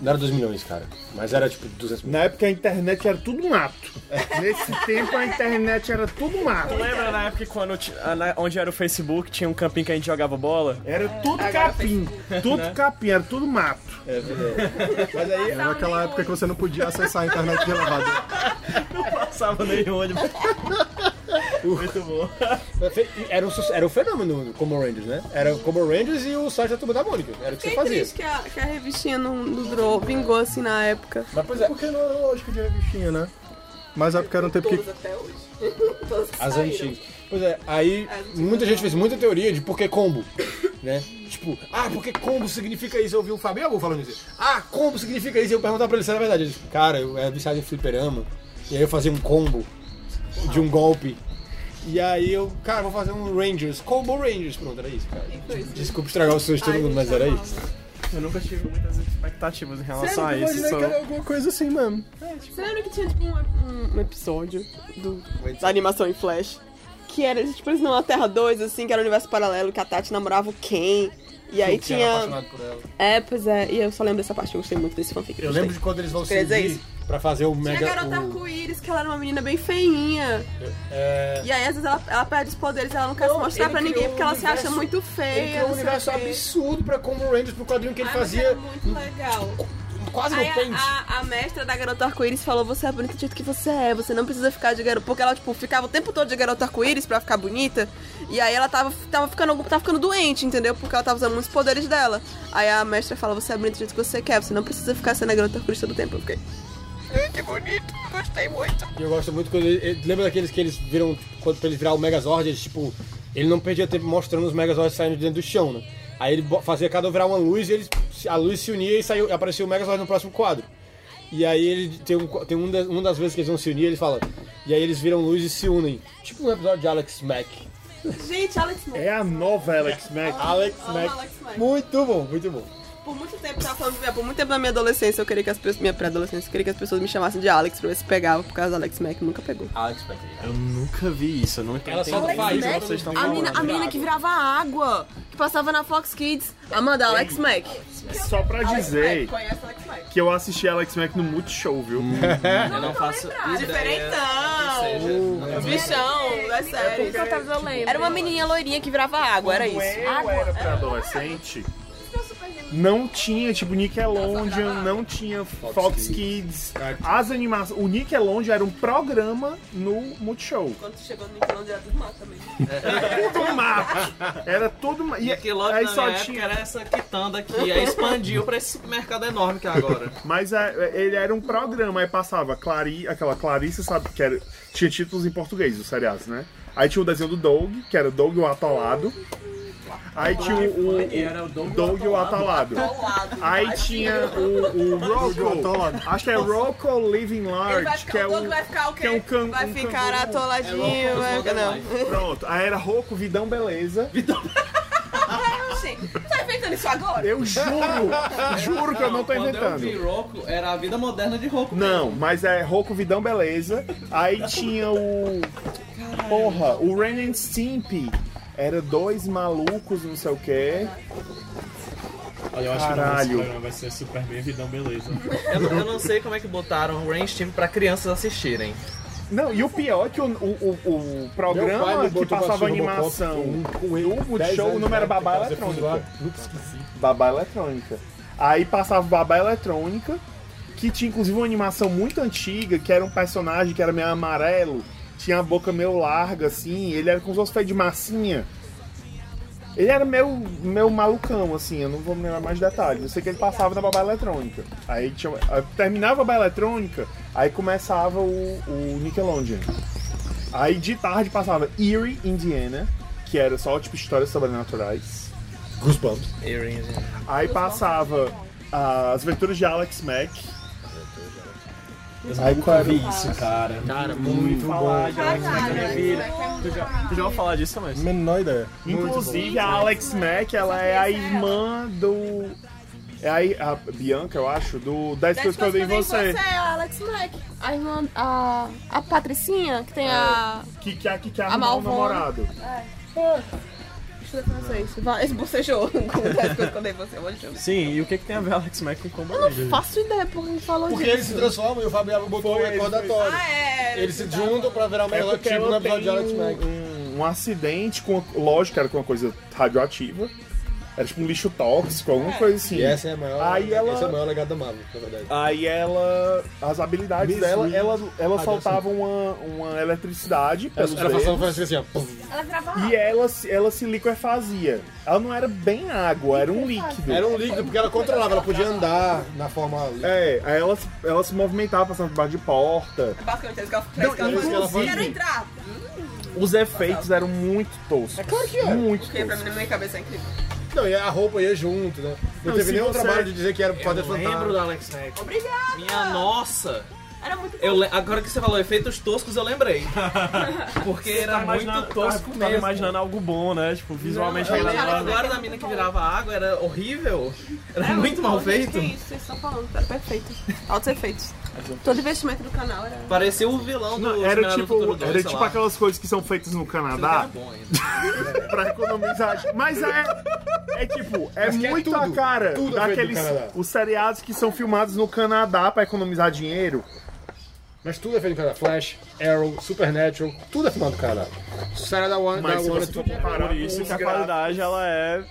D: não era 2 milhões, cara. Mas era tipo 200 milhões.
J: Na época a internet era tudo mato. Nesse tempo a internet era tudo mato.
E: Lembra na época quando ti- a- na- onde era o Facebook, tinha um campinho que a gente jogava bola? Né?
J: Era
Q: É,
J: tudo capim. Tudo capim, era tudo mato.
D: É, Mas aí
Q: Tá
G: Era
Q: um
G: aquela época que você não podia acessar a internet de elevador.
J: né?
E: Passava nem ônibus. Muito bom.
D: era um, suce- era um fenômeno como Rangers, né? Era o Como Rangers e o site da Turma da Mônica. Era o que É, você
I: Fiquei
D: fazia.
I: triste que a, que a revistinha não, não durou, vingou assim na época.
D: Mas pois é.
G: Porque não era lógico de revistinha, né? Mas é porque era um tempo que.
I: Todas até hoje. Todas
D: As
I: saíram.
D: antigas. Pois é, aí muita gente fez muita teoria de por que combo, né? Tipo, ah, porque combo significa isso. Eu ouvi o Fabio falando isso. Ah, combo significa isso. Eu perguntava pra ele se era verdade. Ele disse, cara, eu era viciado em fliperama. E aí eu fazia um combo de um golpe. E aí eu, cara, vou fazer um Rangers. Combo Rangers. Pronto, era isso, cara. Desculpa estragar o sonho de todo mundo, mas era isso.
H: Eu nunca tive muitas expectativas em relação a isso.
G: Imaginei
H: só-
G: que era alguma coisa assim mesmo.
Q: Você lembra que tinha, tipo, um, um- um episódio do, da animação em Flash?
I: Que era, tipo, eles não, a Terra 2, assim, que era o universo paralelo, que a Tati namorava o Ken. E aí
D: Que era
I: tinha.
D: apaixonado por ela.
I: É, pois é, e eu só lembro dessa parte, eu gostei muito desse fanfic.
D: Eu lembro de quando eles vão se
I: Quer dizer
D: unir pra fazer o
I: Tinha
D: mega.
I: a garota
D: o-
I: arco-íris, que ela era uma menina bem feinha.
D: é,
I: E aí, às vezes, ela, ela perde os poderes, ela não quer se mostrar
D: ele
I: pra ninguém
D: criou
I: porque
D: um
I: ela se acha
D: universo-
I: muito
D: Ele
I: feia.
D: criou um
I: não sei o
D: universo
I: quê.
D: absurdo pra Combo Rangers pro quadrinho que ele
I: Ai, Ah, mas
D: fazia.
I: era muito legal.
D: quase no
I: Aí a-
D: pente.
I: A, a mestra da garota arco-íris falou: Você é bonita do jeito que você é, você não precisa ficar de garota. Porque ela, tipo, ficava o tempo todo de garota arco-íris pra ficar bonita. E aí ela tava, tava, ficando, tava ficando doente, entendeu? Porque ela tava usando muitos poderes dela. Aí a mestra fala: Você é bonita do jeito que você quer, você não precisa ficar sendo a garota arco-íris todo tempo. Eu fiquei. "Ai, Que bonito, gostei muito.
D: E eu gosto muito quando. ele- ele- Lembra daqueles que eles viram. tipo, Quando pra eles virar o Megazord, eles, tipo. Ele não perdia tempo mostrando os Megazords saindo de dentro do chão, né? Aí ele bo- fazia cada um virar uma luz e eles, a luz se unia e saiu, apareceu o Megazord no próximo quadro. E aí ele tem, um, co- tem um das, uma das vezes que eles vão se unir, ele fala. E aí eles viram luz e se unem. Tipo um episódio de Alex Mack.
I: Gente, Alex Mack.
D: É a nova Alex Mack. Alex
I: Amo
D: Mack.
I: Alex Mack.
D: Muito bom, muito bom.
I: Por muito tempo, tava falando, é, por muito tempo na minha adolescência, eu queria que as pessoas. Minha pré-adolescência, eu queria que as pessoas me chamassem de Alex pra ver se pegava, por causa do Alex Mack, nunca pegou.
E: Alex Eu nunca vi isso, eu nunca
D: Ela só
E: entendi
D: faz,
E: isso que
D: né?
E: vocês estão
I: A menina, a
E: falando.
I: menina que virava água, que passava na Fox Kids, Amanda Alex
E: É.
I: Mack.
J: Só pra dizer que eu assisti Alex Mack no Multishow, viu?
K: Eu não faço
I: Diferentão! Os bichão, é sério. Era uma menininha loirinha que virava água, era isso.
J: Quando eu era pré-adolescente, não tinha, tipo, Nickelodeon, não tinha Fox, Kids. As animações. O Nickelodeon era um programa no Multishow.
I: Quando tu chegou no Nickelodeon, era tudo mata mesmo.
J: Era tudo mato. Era tudo mato. E
K: Nickelodeon
J: aí
K: na
J: só
K: minha
J: tinha-
K: época era essa quitanda aqui, aí expandiu pra esse mercado enorme que é agora.
J: Mas é, ele era um programa, aí passava Clari, aquela Clarice, sabe, que era, tinha títulos em português, os seriados, né? Aí tinha o desenho do Doug, que era Doug o Atolado. Aí tinha o, o,
K: Era o Doug
J: Doug o Atolado. Aí tinha o, o
G: Doug o
J: Rocco,
G: Atolado.
J: acho que é Rocco Living
I: Ele vai
J: Large, que
I: ficar,
J: é
I: o Doug
J: o...
I: vai ficar o quê?
J: que é um can- É
I: vai
J: um
I: ficar
J: canguru.
I: atoladinho, vai ficar não.
J: Pronto, aí era Rocco Vidão Beleza.
I: Gente, tá inventando isso agora?
J: Eu juro, juro que eu não tô
K: quando
J: inventando.
K: Eu vi Roku, era a vida moderna de Roku.
J: Não, mas é Roku Vidão Beleza. Aí tinha o. Porra, o Ren and Stimpy. Era dois malucos, não sei o quê.
R: Olha, eu
K: é
J: Caralho.
R: acho que vai ser super bem
E: é
R: vidão, beleza.
K: Eu, não- eu não sei como é que botaram o Range Team pra crianças assistirem.
J: Não, e o pior é que o, o, o- o
K: Meu pai
J: programa
K: me
J: que
K: botou pra
J: passava
K: assistir
J: animação
K: Robocop
J: com o Multishow, o número era Babá Eletrônica. Babá Eletrônica. Aí passava Babá Eletrônica, que tinha inclusive uma animação muito antiga, que era um personagem que era meio amarelo, tinha a boca meio larga, assim, ele era como se fosse feito de massinha. Ele era meu, meu malucão, assim, eu não vou me lembrar mais detalhes. Eu sei que ele passava na babá eletrônica. Aí tinha, aí terminava a babá eletrônica, aí começava o, o Nickelodeon. Aí de tarde passava Erie, Indiana, que era só tipo histórias sobrenaturais. Goosebumps. Aí passava ah, as aventuras de Alex Mack.
R: Eu nunca vi isso, cara. Cara, muito bom.
F: né?
J: Tu já vai falar disso também?
G: Menor ideia.
J: Inclusive, a Alex Mack, ela é a irmã do. É a, a Bianca, eu acho, do 10 Coisas que eu dei em você.
Q: Alex Mack. A irmã, a, a Patricinha, que tem a...
J: Que que a que que
Q: A
J: a mal
Q: Malvona.
J: É, tá namorado.
Q: É.
I: Deixa eu ver isso. Vai, esse bocejou com o que eu contei você, olha deixa eu ver.
H: Sim, e o que, que tem a ver Alex Mack com Combo
Q: Eu
H: Rangers?
Q: não faço ideia porque ele falou
D: Porque
Q: disso.
D: eles se transformam e o Fabiano botou um recordatório.
Q: Ah,
I: é.
D: Eles se juntam pra virar o
J: É
D: melhor
J: porque
D: tipo no
J: ela
D: episódio de Alex
J: tem
D: Mack.
J: um, um acidente, com, lógico que era com uma coisa radioativa. Era tipo um lixo tóxico, alguma coisa assim.
D: E essa é a maior.
J: Aí ela,
D: Esse é o maior legado da Marvel, na verdade.
J: Aí é ela. As habilidades
D: Miss
J: dela,
D: Wing.
J: ela, ela
D: Ah,
J: soltava uma, uma eletricidade.
D: Ela-
J: pelos
D: ela fazia-
J: dedos.
D: fazia assim, ó, pum.
F: Ela grava
J: E ela, se- ela se liquefazia. Ela não era bem água, era um líquido.
D: Era um líquido, porque ela controlava, ela podia andar
J: na forma. É, aí ela, se- ela se movimentava passando por baixo de porta.
I: Basicamente, é isso que ela
J: Não,
I: faz. que ela
J: inclusive-
I: faz. Quero entrar.
J: Os efeitos eram muito toscos. É claro que é. Muito
I: Porque pra mim, na minha cabeça é incrível.
D: Não, e a roupa ia junto, né? Não,
K: Não,
D: teve
K: se
D: nenhum
K: você-
D: trabalho de dizer que era pra
K: Eu
D: fazer
K: lembro
D: fantasma.
K: da Alex Rex.
I: Obrigada!
K: Minha nossa!
I: Ah! Era muito
K: Eu le- Agora que você falou efeitos toscos, eu lembrei. Porque era
E: tá imaginando-
K: muito tosco
E: tava, tava
K: mesmo.
E: imaginando algo bom, né? Tipo, visualmente né?
K: Não, eu lembro
E: agradável.
K: agora da mina que virava água era horrível. Era muito mal feito.
I: Que isso, vocês estão falando, era perfeito. Altos efeitos. Todo investimento do canal era.
K: Pareceu o vilão do
J: Era
K: Exterminador do
J: tipo,
K: Futuro dois,
J: era
K: sei
J: tipo
K: lá. é
J: aquelas coisas que são feitas no Canadá. pra economizar. Mas é. É tipo, é
D: Mas que é
J: muito a
D: tudo.
J: cara
D: Tudo é feito no
J: daqueles.
D: Canadá.
J: Os seriados que são filmados no Canadá pra economizar dinheiro.
D: Mas tudo é feito no Canadá. Flash, Arrow, Supernatural, tudo é filmado no Canadá. Sarah da One, da
J: Mas se
D: One,
J: você for
D: tudo
J: comparar isso, que a qualidade ela é.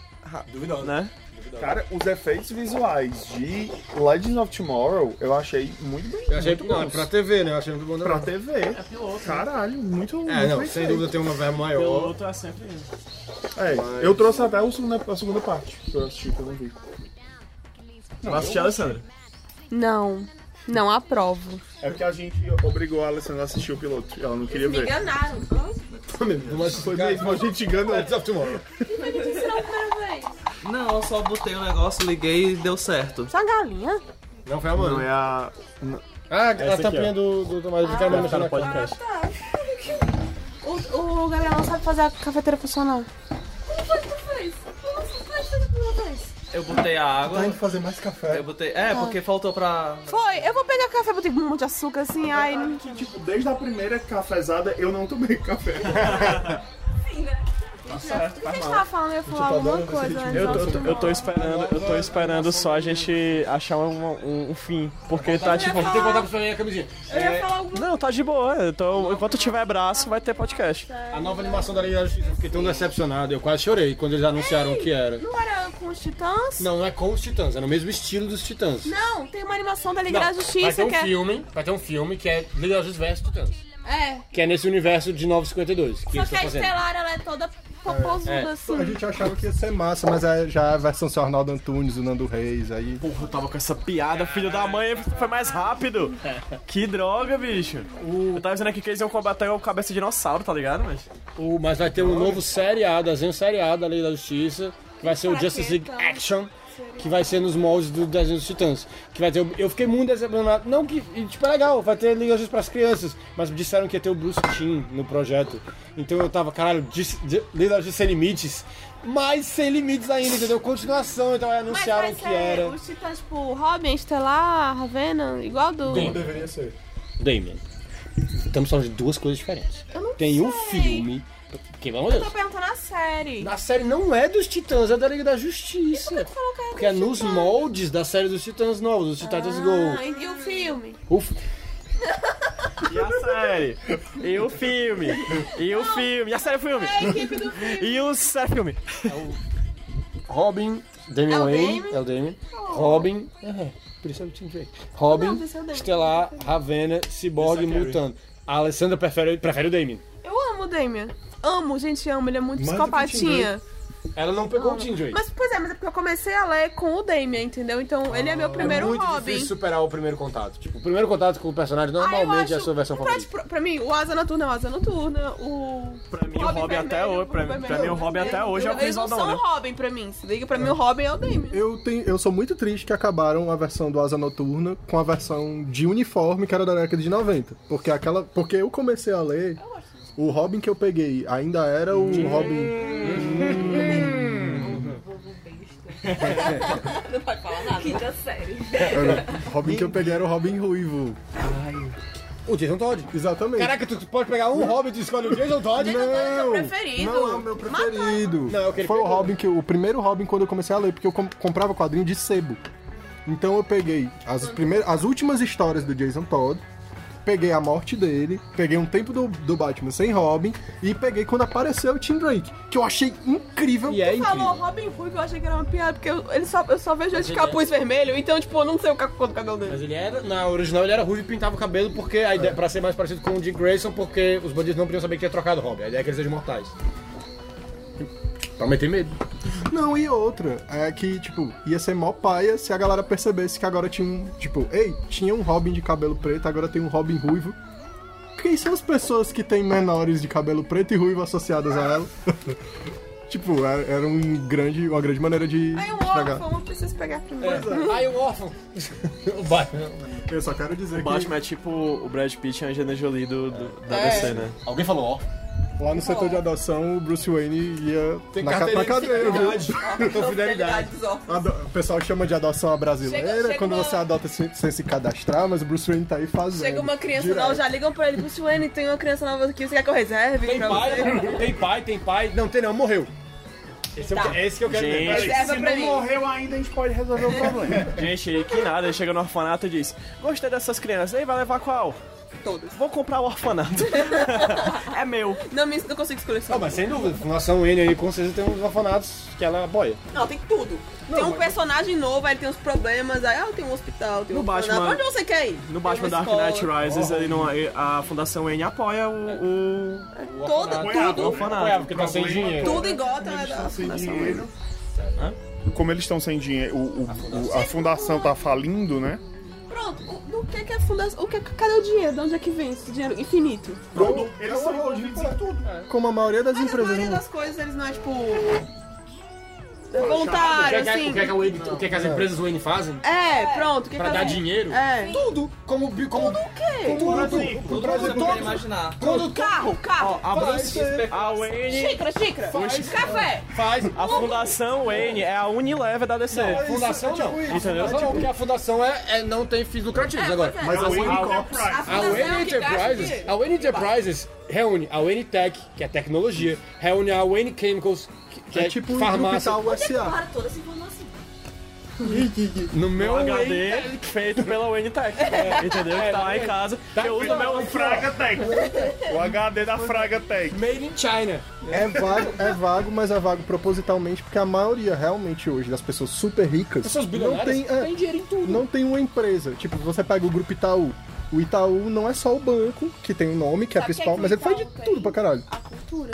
J: Duvidosa. Né? Cara, os efeitos visuais de Legends of Tomorrow eu achei muito bem.
D: Eu achei
J: muito
D: não,
J: bons.
D: pra TV, né? Eu achei muito bom
J: Pra TV. Caralho, muito.
D: É, não,
J: muito
D: sem
J: bem
D: dúvida
J: feito.
D: tem uma verba maior.
E: Piloto é sempre isso.
J: É,
D: Mas-
J: eu trouxe até o segunda- a segunda parte que eu assisti, que eu não vi.
E: Não, assistiu, Alessandra?
I: Não, não aprovo.
J: É porque a gente obrigou a Alessandra a assistir o piloto. Ela não queria
I: Eles me
J: ver.
I: enganaram.
D: Mas
J: foi mesmo, a gente enganou. Legends
D: of Tomorrow.
I: Como é que eles tiraram a primeira vez?
K: Não, eu só botei o negócio, liguei e deu certo.
I: Isso é uma galinha?
D: Não foi a mano.
J: Não é a. n-
D: Ah,
J: Essa
D: a
J: aqui,
D: tampinha
J: ó.
D: do, do Tomás de
I: Ah,
D: Carmo
J: tá
D: mexendo
J: no
D: na cara. né?
I: O, o Gabriel não sabe fazer a cafeteira funcionar.
F: Como foi que tu fez? Como você faz tudo por uma vez?
K: Eu botei a água.
D: Tá indo fazer mais café.
K: Eu botei. É,
G: Ah.
K: porque faltou pra.
I: Foi, eu vou pegar café, botei um monte de açúcar
D: Tá
I: assim, ai.
J: Tipo, desde a primeira cafezada eu não tomei café.
I: Tá certo, que a gente tava falando? Eu ia falar alguma
D: tipo
I: coisa antes.
E: Eu,
I: do
E: tô-
I: assunto.
E: eu, tô- eu tô esperando, eu tô esperando só a gente achar um, um, um fim. Porque tá tipo.
D: Tem que botar pra esfregar a camisinha. É,
I: Eu ia falar alguma
E: Não, tá de boa. Então, enquanto tiver braço, vai ter podcast.
D: A nova animação da Liga da Justiça, eu fiquei tão decepcionado, eu quase chorei quando eles anunciaram o que era.
I: Não era com os titãs?
D: Não, não é com os Titãs, é no mesmo estilo dos Titãs.
I: Não, tem uma animação da Liga
D: Não,
I: da
D: vai ter
I: Justiça
D: um
I: que é.
D: filme, vai ter um filme que é Liga da Justiça versus Titãs,
I: É.
D: que é nesse universo de 952 que
I: Só
D: eles
I: que
D: estão
I: a
D: fazendo.
I: Estelar ela é toda popozuda
D: É.
I: assim.
G: A gente achava que ia ser massa, mas é, já é a versão seu Arnaldo Antunes, o Nando Reis, aí.
E: Porra, eu tava com essa piada, filho da mãe, foi mais rápido. Que droga, bicho. Eu tava dizendo aqui que eles iam combater o cabeça de dinossauro, tá ligado? Mas.
D: O- mas vai ter um novo seriado, desenho seriado da Liga da Justiça, que vai ser o
I: Pra quê,
D: Justice League
I: então?
D: Action, que vai ser nos moldes do desenho dos Titãs. Que vai ter, o- eu fiquei muito decepcionado. Não que, e, tipo, é legal, vai ter Liga da Justiça pras crianças, mas disseram que ia ter o Bruce Timm no projeto. Então eu tava, caralho, Dis- Di- Liga da Justiça sem limites, mas sem limites ainda, entendeu? Continuação, então aí
I: Mas
D: anunciaram
I: vai
D: que era.
I: ser os titãs tipo Robin, Estelar, Ravena, igual do.
G: deveria ser.
D: Damien. Estamos falando de duas coisas diferentes.
I: Eu não
D: Tem um
I: sei.
D: filme. Porque, pelo amor de
I: Eu tô
D: Deus.
I: perguntando a série.
D: A série não é dos Titãs, é da Liga da
I: Por que
D: Justiça.
I: tu falou que era
D: Porque é
I: dos
D: nos
I: Titãs?
D: moldes da série dos Titãs novos, dos Titãs
I: Ah,
D: Go.
I: e o filme?
D: Uf,
E: E a série? E o filme? E o filme? E a série filme?
I: É a equipe do filme.
E: E o série filme?
D: Robin, Damian
I: É o
D: Wayne,
I: Damien.
D: é o Damien. Robin, é, por isso eu tinha feito. Robin,
I: por isso é o Damien.
D: Estelar, Ravena, Cyborg e Mutano. A Alessandra prefere, prefere o Damien.
I: Eu amo o Damien. Amo, gente, amo. Ele é muito psicopatinha.
D: Ela não pegou o Tim Drake.
I: Mas, pois é, mas é porque eu comecei a ler com o Damien, entendeu? Então, ele é meu primeiro
D: é muito
I: Robin. Ah,
D: difícil superar o primeiro contato. Tipo, o primeiro contato com o personagem normalmente é a sua versão
I: pra,
D: favorita.
I: tipo, pra mim, o Asa Noturna é o Asa Noturna, o...
E: Pra mim, o
I: Robin
E: Robin até
I: vermelho,
E: hoje. Pra,
I: Robin
E: pra mim, o Robin até hoje é o
I: Eles não
E: Crisol
I: são
E: né?
I: Robin pra mim, se liga. Pra mim, o Robin é o Damien.
G: Eu, tenho, eu sou muito triste que acabaram a versão do Asa Noturna com a versão de uniforme que era da década de 90. Porque aquela. Porque eu comecei a ler. O Robin que eu peguei ainda era o Robin.
I: Hum.
F: Hum.
I: Não pode falar nada. Quinta série.
G: era- o Robin que eu peguei era o Robin Ruivo.
D: O Jason Todd.
G: Exatamente.
D: Caraca, tu pode pegar um Robin e tu escolhe o Jason Todd?
I: Jason Todd é o
G: Não,
I: preferido.
G: Não, é o meu preferido.
D: Não, é o que ele
G: Foi o
D: pegou.
G: Robin que eu, o primeiro Robin quando eu comecei a ler, porque eu com- comprava quadrinho de sebo. Então eu peguei as primeiras, as últimas histórias do Jason Todd, peguei a morte dele, peguei um tempo do, do Batman sem Robin e peguei quando apareceu o Tim Drake, que eu achei incrível.
D: É
G: E
I: tu falou Robin Hood, eu achei que era uma piada, porque eu, ele só, eu só vejo ele de
D: é
I: capuz vermelho, então, tipo, eu não sei o que cor do cabelo dele.
D: Mas ele era, na original ele era ruivo e pintava o cabelo porque a
G: É.
D: ideia, pra ser mais parecido com o Dick Grayson, porque os bandidos não podiam saber que tinha trocado o Robin. A ideia é que eles sejam mortais. Pra meter medo.
G: Não, e outra, é que, tipo, ia ser mó paia se a galera percebesse que agora tinha um. Tipo, ei, tinha um Robin de cabelo preto, agora tem um Robin ruivo. Quem são as pessoas que têm menores de cabelo preto e ruivo associadas a ela? tipo, era era um grande, uma grande maneira de
I: Aí o
G: estragar.
I: órfão, eu preciso pegar primeiro.
D: É. Aí o órfão. o Batman.
G: Eu só quero dizer
E: O Batman é tipo o Brad Pitt e a Angelina Jolie do, do- da
G: É.
E: DC, né?
D: Alguém falou ó?
G: Lá no setor de adoção, o Bruce Wayne ia
D: Tem
G: na, ca-
D: carteirinha
G: na
D: de
G: cadeia,
D: fidelidade.
G: viu?
I: Então,
D: Tem fidelidade
I: dos órfãos.
G: Ado- O pessoal chama de adoção à brasileira
I: Chega- chega
G: quando
I: uma-
G: você adota sem, sem se cadastrar, mas o Bruce Wayne tá aí fazendo.
I: Chega uma criança
G: direto.
I: nova, já ligam pra ele, Bruce Wayne, tem uma criança nova aqui, você quer que eu reserve
D: Tem
I: pra
D: pai,
I: você?
D: tem pai, tem pai. Não, tem não, morreu. Esse, é o que- é esse que eu quero
E: Gente.
D: ver.
I: Tá. Reserva
J: Se
I: pra
J: não
I: mim.
J: morreu ainda, a gente pode resolver o problema.
E: Gente, que nada, ele chega no orfanato e diz: Gostei dessas crianças, aí vai levar qual?
I: Todas.
E: Vou comprar o orfanato. é meu.
I: Não, me não consigo escolher isso.
D: Não, mas sem dúvida, Fundação N aí com certeza tem uns orfanatos que ela apoia.
I: Não, tem tudo. tem um personagem novo, aí ele tem uns problemas, aí ah, tem um hospital, tem um
E: No
I: orfanato.
E: Batman-
I: Onde você quer ir?
E: No
I: Tem
E: Batman
I: uma
E: Dark
I: escola.
E: Knight Rises, ele não, é, a Fundação N apoia o. o...
I: É, Todo,
E: O
I: tudo,
E: orfanato. Porque tá sem
J: dinheiro.
I: tudo em Gotham é da Fundação Wayne.
J: Como eles estão sem dinheiro, o- o- o- a fundação tá falindo, né?
I: Pronto, o, o que é que é fundação? O que é, que- cadê o dinheiro? De onde é que vem esse dinheiro infinito?
G: Pronto, eles são envolvidos em tudo. Como a maioria das
I: Mas a
G: empresas.
I: maioria
G: não-
I: das coisas, eles não é tipo. voluntário,
D: o que é que,
I: assim.
D: o que é que a Wayne- o que é que as empresas Wayne fazem?
I: É, pronto. o Que
D: Pra
I: que
D: dar
I: ela-
D: dinheiro?
I: É.
D: Tudo. Como, bi- como
I: Tudo o quê?
D: Tudo,
K: Tudo que você puder imaginar.
D: Tudo,
I: Carro, carro.
E: A Bruce,
I: Faz-
E: a Wayne.
I: Xícara, xícara.
E: Faz-
I: Café.
D: Faz.
E: A Fundação Wayne é a Unilever da DC.
D: Não,
E: é
D: fundação
E: tipo
D: não. A
E: Entendeu?
D: fundação não, porque a fundação é, é- não tem fins
I: É,
D: lucrativos agora.
J: Mas a Wayne Corp.
D: a,
I: fundação é o que
D: Wayne
I: gasta
D: Enterprises,
I: dinheiro.
D: a Wayne Enterprises reúne a Wayne Tech, que é tecnologia, reúne a Wayne Chemicals, que, que é,
G: É tipo um
D: farmácia.
G: hospital
J: é
G: USA.
I: toda essa informação.
D: No meu
E: Um
D: Wayne
E: HD feito pela Wayne Tech. Entendeu? Que tá lá em casa. eu uso
J: Não, o Fraga Tech. O HD da Fraga Tech.
D: Made in China.
G: É vago, é vago, mas é vago propositalmente, porque a maioria realmente hoje das pessoas super ricas
D: Pessoas
G: não
D: bilionárias
G: tem, é,
D: tem dinheiro em tudo.
G: não tem uma empresa. Tipo, você pega o grupo Itaú. O Itaú não é só o banco, que tem um nome, que é
I: Sabe o que é
G: principal,
I: que o
G: mas ele faz de
I: Itaú tem?
G: tudo pra caralho.
I: A cultura.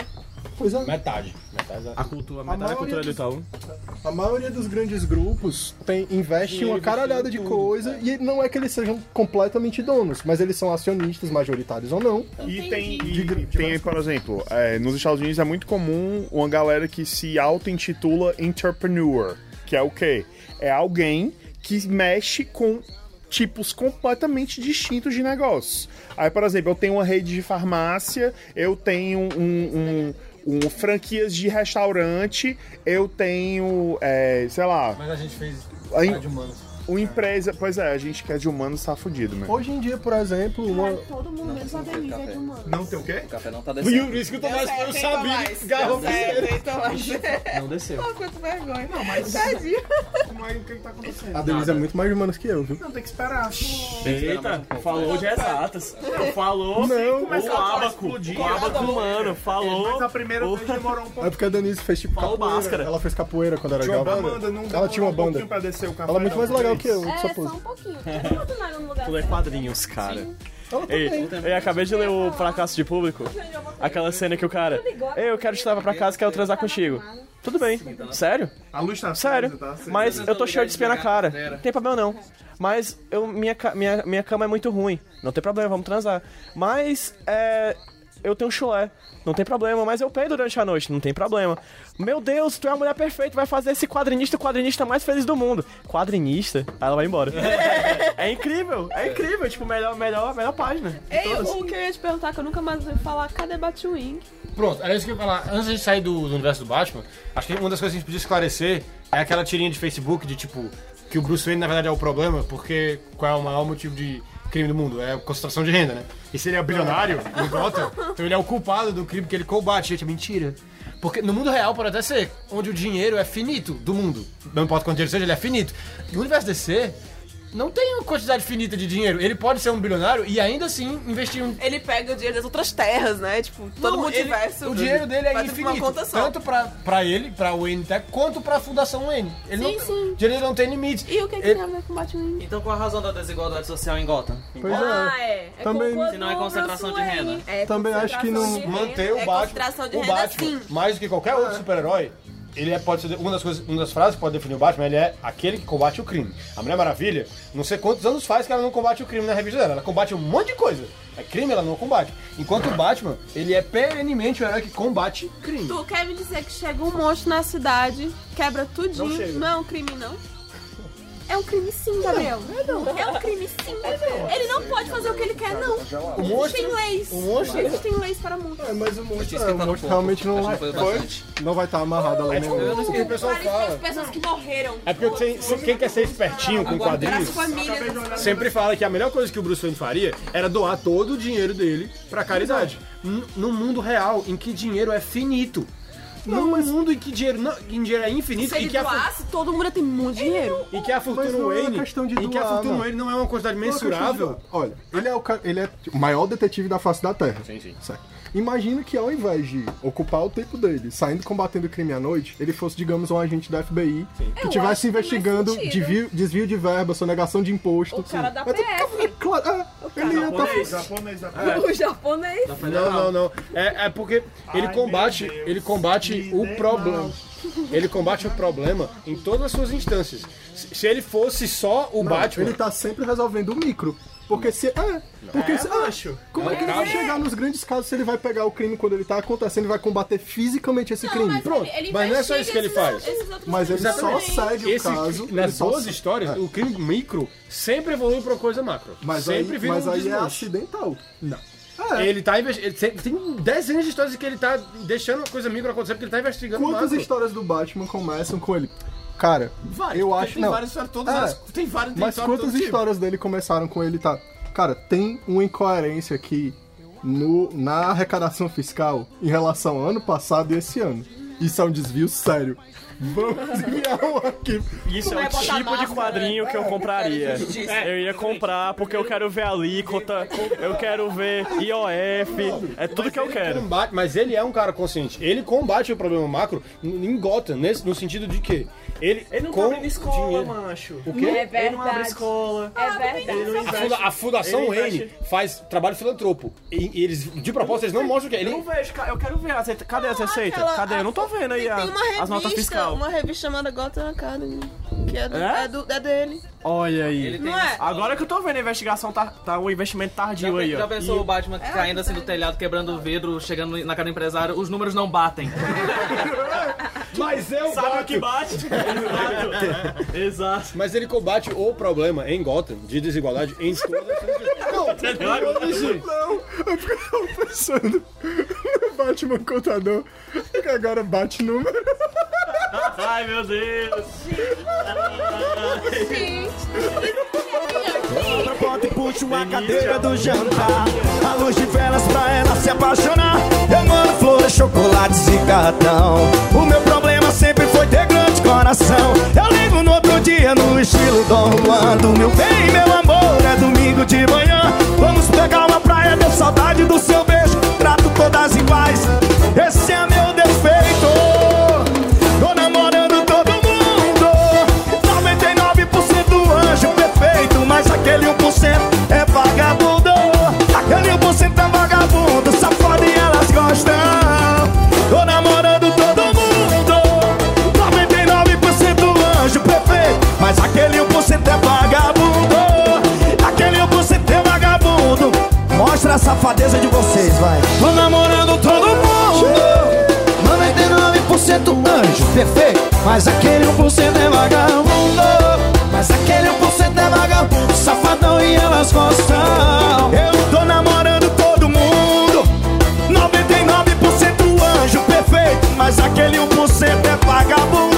G: Pois é.
D: Metade. Metade da-
E: A cultura, a
G: maioria
E: metade da cultura do
G: dos-
E: Itaú.
G: A maioria dos grandes grupos tem, investe em uma caralhada de coisa e não é que eles sejam completamente donos, mas eles são acionistas majoritários ou não.
J: E tem, e tem, por exemplo, é, nos Estados Unidos é muito comum uma galera que se auto-intitula entrepreneur, que é o quê? É alguém que mexe com tipos completamente distintos de negócios. Aí, por exemplo, eu tenho uma rede de farmácia, eu tenho um, um- um- franquias de restaurante, eu tenho, é, sei lá,
D: Mas a gente fez
J: Aí-
D: a de humanos.
J: uma empresa... Pois é, a gente que é de humanos tá fudido, mano.
G: Hoje em dia, por exemplo, uma,
I: Todo mundo, menos a Denise, é de humano.
J: Não tem o quê?
K: O café não tá
D: Por
K: descendo.
D: isso que eu tô mais eu
I: Tem
D: sabia.
I: Tomás,
D: Garrão
I: tem Zé, tem Tomás.
E: Não desceu.
I: Oh, quanta vergonha. Não, mas... Tadinho.
J: Como é o que que tá acontecendo?
G: a Denise é muito mais humanos que eu, viu?
J: Não, tem que esperar.
E: Eita, falou de exatas. Falou
G: Não,
E: o abaco. O abaco humano. Falou.
J: É, Mas a primeira vez demorou um pouco.
G: É porque a Denise fez tipo
E: Falou
G: capoeira.
E: máscara.
G: Ela fez capoeira quando era
J: Tinha uma
G: jovem.
J: banda, não
G: Ela tinha
J: demorou
G: uma
J: um
G: banda.
J: pouquinho pra descer o café,
G: Ela é muito mais
J: não,
G: legal
J: três.
G: que eu,
F: É, só
G: só
F: um
G: pose.
F: pouquinho. Não tô nada no lugar
E: Tudo é quadrinhos, cara.
G: Ela
E: Ei,
G: também.
E: eu acabei de ler o Fracasso de Público. Aquela cena que o cara. Ei, eu quero te levar pra casa, quero transar contigo. Tudo bem. Sério?
J: A luz tá
E: Sério.
J: acesa, tá? Acesa.
E: Mas eu tô cheio de espinha na cara. Não tem problema não. Mas eu, minha, ca- minha, minha cama é muito ruim. Não tem problema, vamos transar. Mas é, eu tenho chulé. Não tem problema, mas eu peido durante a noite, não tem problema. Meu Deus, tu é a mulher perfeita, vai fazer esse quadrinista o quadrinista mais feliz do mundo. Quadrinista? Aí ela vai embora. é incrível, é incrível. Tipo, melhor, melhor, melhor página. de
I: Ei,
E: todas.
I: o que eu ia te perguntar, que eu nunca mais ouvi falar, cadê Batwing?
D: Pronto, era isso que eu ia falar. Antes de sair do, do universo do Batman, acho que uma das coisas que a gente podia esclarecer é aquela tirinha de Facebook de tipo que o Bruce Wayne na verdade é o problema, porque qual é o maior motivo de crime do mundo? É a concentração de renda, né? E se ele é bilionário no Gotham, então ele é o culpado do crime que ele combate. Gente, é mentira. Porque no mundo real pode até ser, onde o dinheiro é finito do mundo. Não importa quanto dinheiro seja, ele é finito. No universo DC, não tem uma quantidade finita de dinheiro. Ele pode ser um bilionário e ainda assim investir um.
I: Ele pega o dinheiro das outras terras, né? Tipo, todo
D: Não,
I: mundo
D: ele-
I: multiverso.
D: o dinheiro dele é
I: vai ter uma
D: infinito,
I: conta só.
D: tanto pra- Pra ele, pra Wayne Tech, quanto pra Fundação Wayne. Ele
I: Sim,
D: não,
I: sim.
D: O dinheiro não tem limite.
I: E o que, que
D: Ele-
I: tem a ver com Batman?
K: Então qual a razão da desigualdade social em Gotham? Em
G: Pois
K: Gotham?
G: é. Ah, é. É Também- culpa
K: Se não é
G: do
K: concentração de
G: Bruce
K: renda.
G: Wayne. É Também acho que não- concentração de renda.
D: manter o
G: É
D: Batman,
G: concentração de
D: o
G: renda,
D: Batman
G: sim.
D: mais do que qualquer outro super-herói. Ele é, pode ser uma das coisas, uma das frases que pode definir o Batman, ele é aquele que combate o crime. A Mulher Maravilha, não sei quantos anos faz que ela não combate o crime na revista dela, ela combate um monte de coisa. É crime, ela não combate. Enquanto o Batman, ele é perenemente o herói que combate crime.
I: Tu quer me dizer que chega um monstro na cidade, quebra tudinho.
D: Não chega.
I: Não, é um crime, não? É um crime sim, Gabriel. É um crime sim.
G: Tá
I: Ele não pode fazer o que ele quer, não.
G: O
I: Existem
G: monstro-
I: leis.
G: o monstro-
I: Existem leis para muito. É,
G: mas o monstro... É, o monstro realmente não,
D: Acho que
G: vai,
D: foi bastante.
G: não vai estar amarrado lá
D: tipo, eu não sei o que o pessoal fala.
I: pessoas que morreram.
D: É porque você- você- quem quer ser espertinho um com quadrinhos,
I: família.
D: sempre fala que a melhor coisa que o Bruce Wayne faria era doar todo o dinheiro dele pra caridade. N- Num mundo real, em que dinheiro é finito. Num mundo em que dinheiro, não, em dinheiro é infinito
I: Se
D: e
I: ele
D: que a fu-
I: doasse, todo mundo ia ter muito dinheiro.
D: E que a fortuna
G: não é
D: Wayne,
G: questão de
D: e que a
G: doar,
D: fortuna
G: não.
D: Wayne não é uma quantidade
G: Não é questão de
D: mensurável.
G: Olha, ele é, o, ca- ele é o maior detetive da face da Terra. Sim,
D: sim.
G: Certo. Imagina que ao invés de ocupar o tempo dele saindo combatendo o crime à noite, ele fosse, digamos, um agente da FBI que
I: Eu acho
G: estivesse
I: que faz
G: investigando
I: sentido.
G: desvio, desvio de verba, sonegação de imposto.
I: O cara da
G: Mas,
I: PF.
G: Claro, é, ele ia tá-
J: japonês, japonês,
I: O japonês.
D: Não, não, não. É, é porque ele combate, ele combate o problema. Ele combate o problema em todas as suas instâncias. Se se ele fosse só o
G: Não,
D: Batman,
G: Ele tá sempre resolvendo o micro. Porque se. É, porque
D: É,
G: se. ah, como é que ele vai chegar nos grandes casos se ele vai pegar o crime quando ele tá acontecendo e vai combater fisicamente esse crime?
D: mas Pronto, ele- ele mas não é só isso que ele investiga faz. esses outros
G: Mas ele
D: crimes
G: só
D: também.
G: cede o
D: Esse-
G: caso. ele
D: Nas
G: só
D: duas
G: cede-
D: histórias, o crime micro sempre evolui pra uma coisa macro.
G: Mas aí-
D: sempre vira
G: mas
D: um
G: aí é
D: desmanche.
G: acidental.
D: Não.
G: Ah, é.
D: Ele tá investigando. Tem dezenas de histórias que ele tá deixando uma coisa micro acontecer porque ele tá investigando
G: Quantas
D: macro.
G: histórias do Batman começam com ele? Cara,
D: Várias,
G: eu
D: porque
G: acho
D: tem
G: não.
D: várias histórias, todas
G: É,
D: elas- tem várias- tem
G: Mas
D: história de
G: quantas
D: todo tipo.
G: histórias dele começaram com ele tá? Cara, tem uma incoerência aqui no na arrecadação fiscal em relação ao ano passado e esse ano. Isso é um desvio sério. Vamos enviar um aqui.
H: Isso é o tipo de quadrinho
I: né?
H: que eu
I: É
H: compraria. É. Eu ia comprar porque eu quero ver alíquota, eu quero ver IOF, é tudo que eu quero.
D: Combate- mas ele é um cara consciente. Ele combate o problema macro n- em Gotham, nesse, no sentido de que ele,
K: Ele não
D: com
K: tá abrindo escola,
D: dinheiro-
K: macho.
I: É
D: O quê?
K: Ele não abre escola. Ele não
D: A,
K: investe.
D: funda- a Fundação
K: Ele
D: Wayne
K: investe-
D: faz trabalho filantropo. E, e eles, de propósito, eles não mostram o que é.
H: Eu não
D: Ele,
H: vejo, cara. eu quero ver as receitas. Cadê as receitas?
I: aquela-
H: Cadê? Eu não tô vendo aí a-
I: Tem uma
H: as notas
I: revista,
H: fiscal.
I: uma revista chamada Gotham Academy, que é, do,
H: É?
I: é do- é dele.
H: Olha aí.
I: tem Não é?
H: Agora que eu tô vendo a investigação, tá, tá um investimento
K: Já,
H: tardio
K: pe-
H: aí, ó.
K: já pensou
H: E-
K: o Batman
G: É
K: caindo assim do telhado, quebrando o vidro, chegando na cara do empresário, os números não batem.
D: Mas eu
H: Sabe o que bate? Exato. Exato.
D: mas ele combate o problema em Gotham de desigualdade em todas
H: Entendeu?
G: Não, eu ficava pensando no Batman contador, que agora bate número.
H: Ai, meu Deus.
L: é Ela bota e puxa uma cadeira do jantar. A luz de velas pra ela se apaixonar. Eu mando flores, chocolates e cartão. O meu problema sempre foi ter grande coração. Eu ligo no outro dia no estilo Dom Juan. Do meu bem, meu amor, é domingo de manhã. Vamos pegar uma praia, deu saudade do seu beijo. Trato todas iguais, esse é meu defeito. Tô namorando todo mundo. 99% anjo perfeito, mas aquele 1% é vagabundo. Aquele 1% é vagabundo, safado e elas gostam. Tô namorando todo mundo. 99% anjo perfeito, mas aquele 1% é vagabundo. Aquele 1% é vagabundo. Mostra a safadeza de vocês, vai. Tô namorando todo mundo. 99% anjo, perfeito. Mas aquele 1% é vagabundo. Mas aquele 1% é vagabundo, safadão e elas gostam. Eu tô namorando todo mundo. 99% anjo, perfeito. Mas aquele 1% é vagabundo.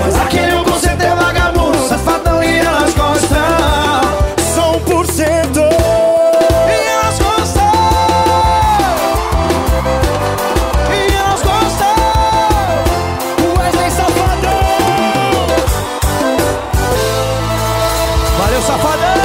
L: Mas aquele 1% é vagabundo, safadão e elas gostam. Só 1% e elas gostam. E elas gostam Wesley Safadão Valeu, safadão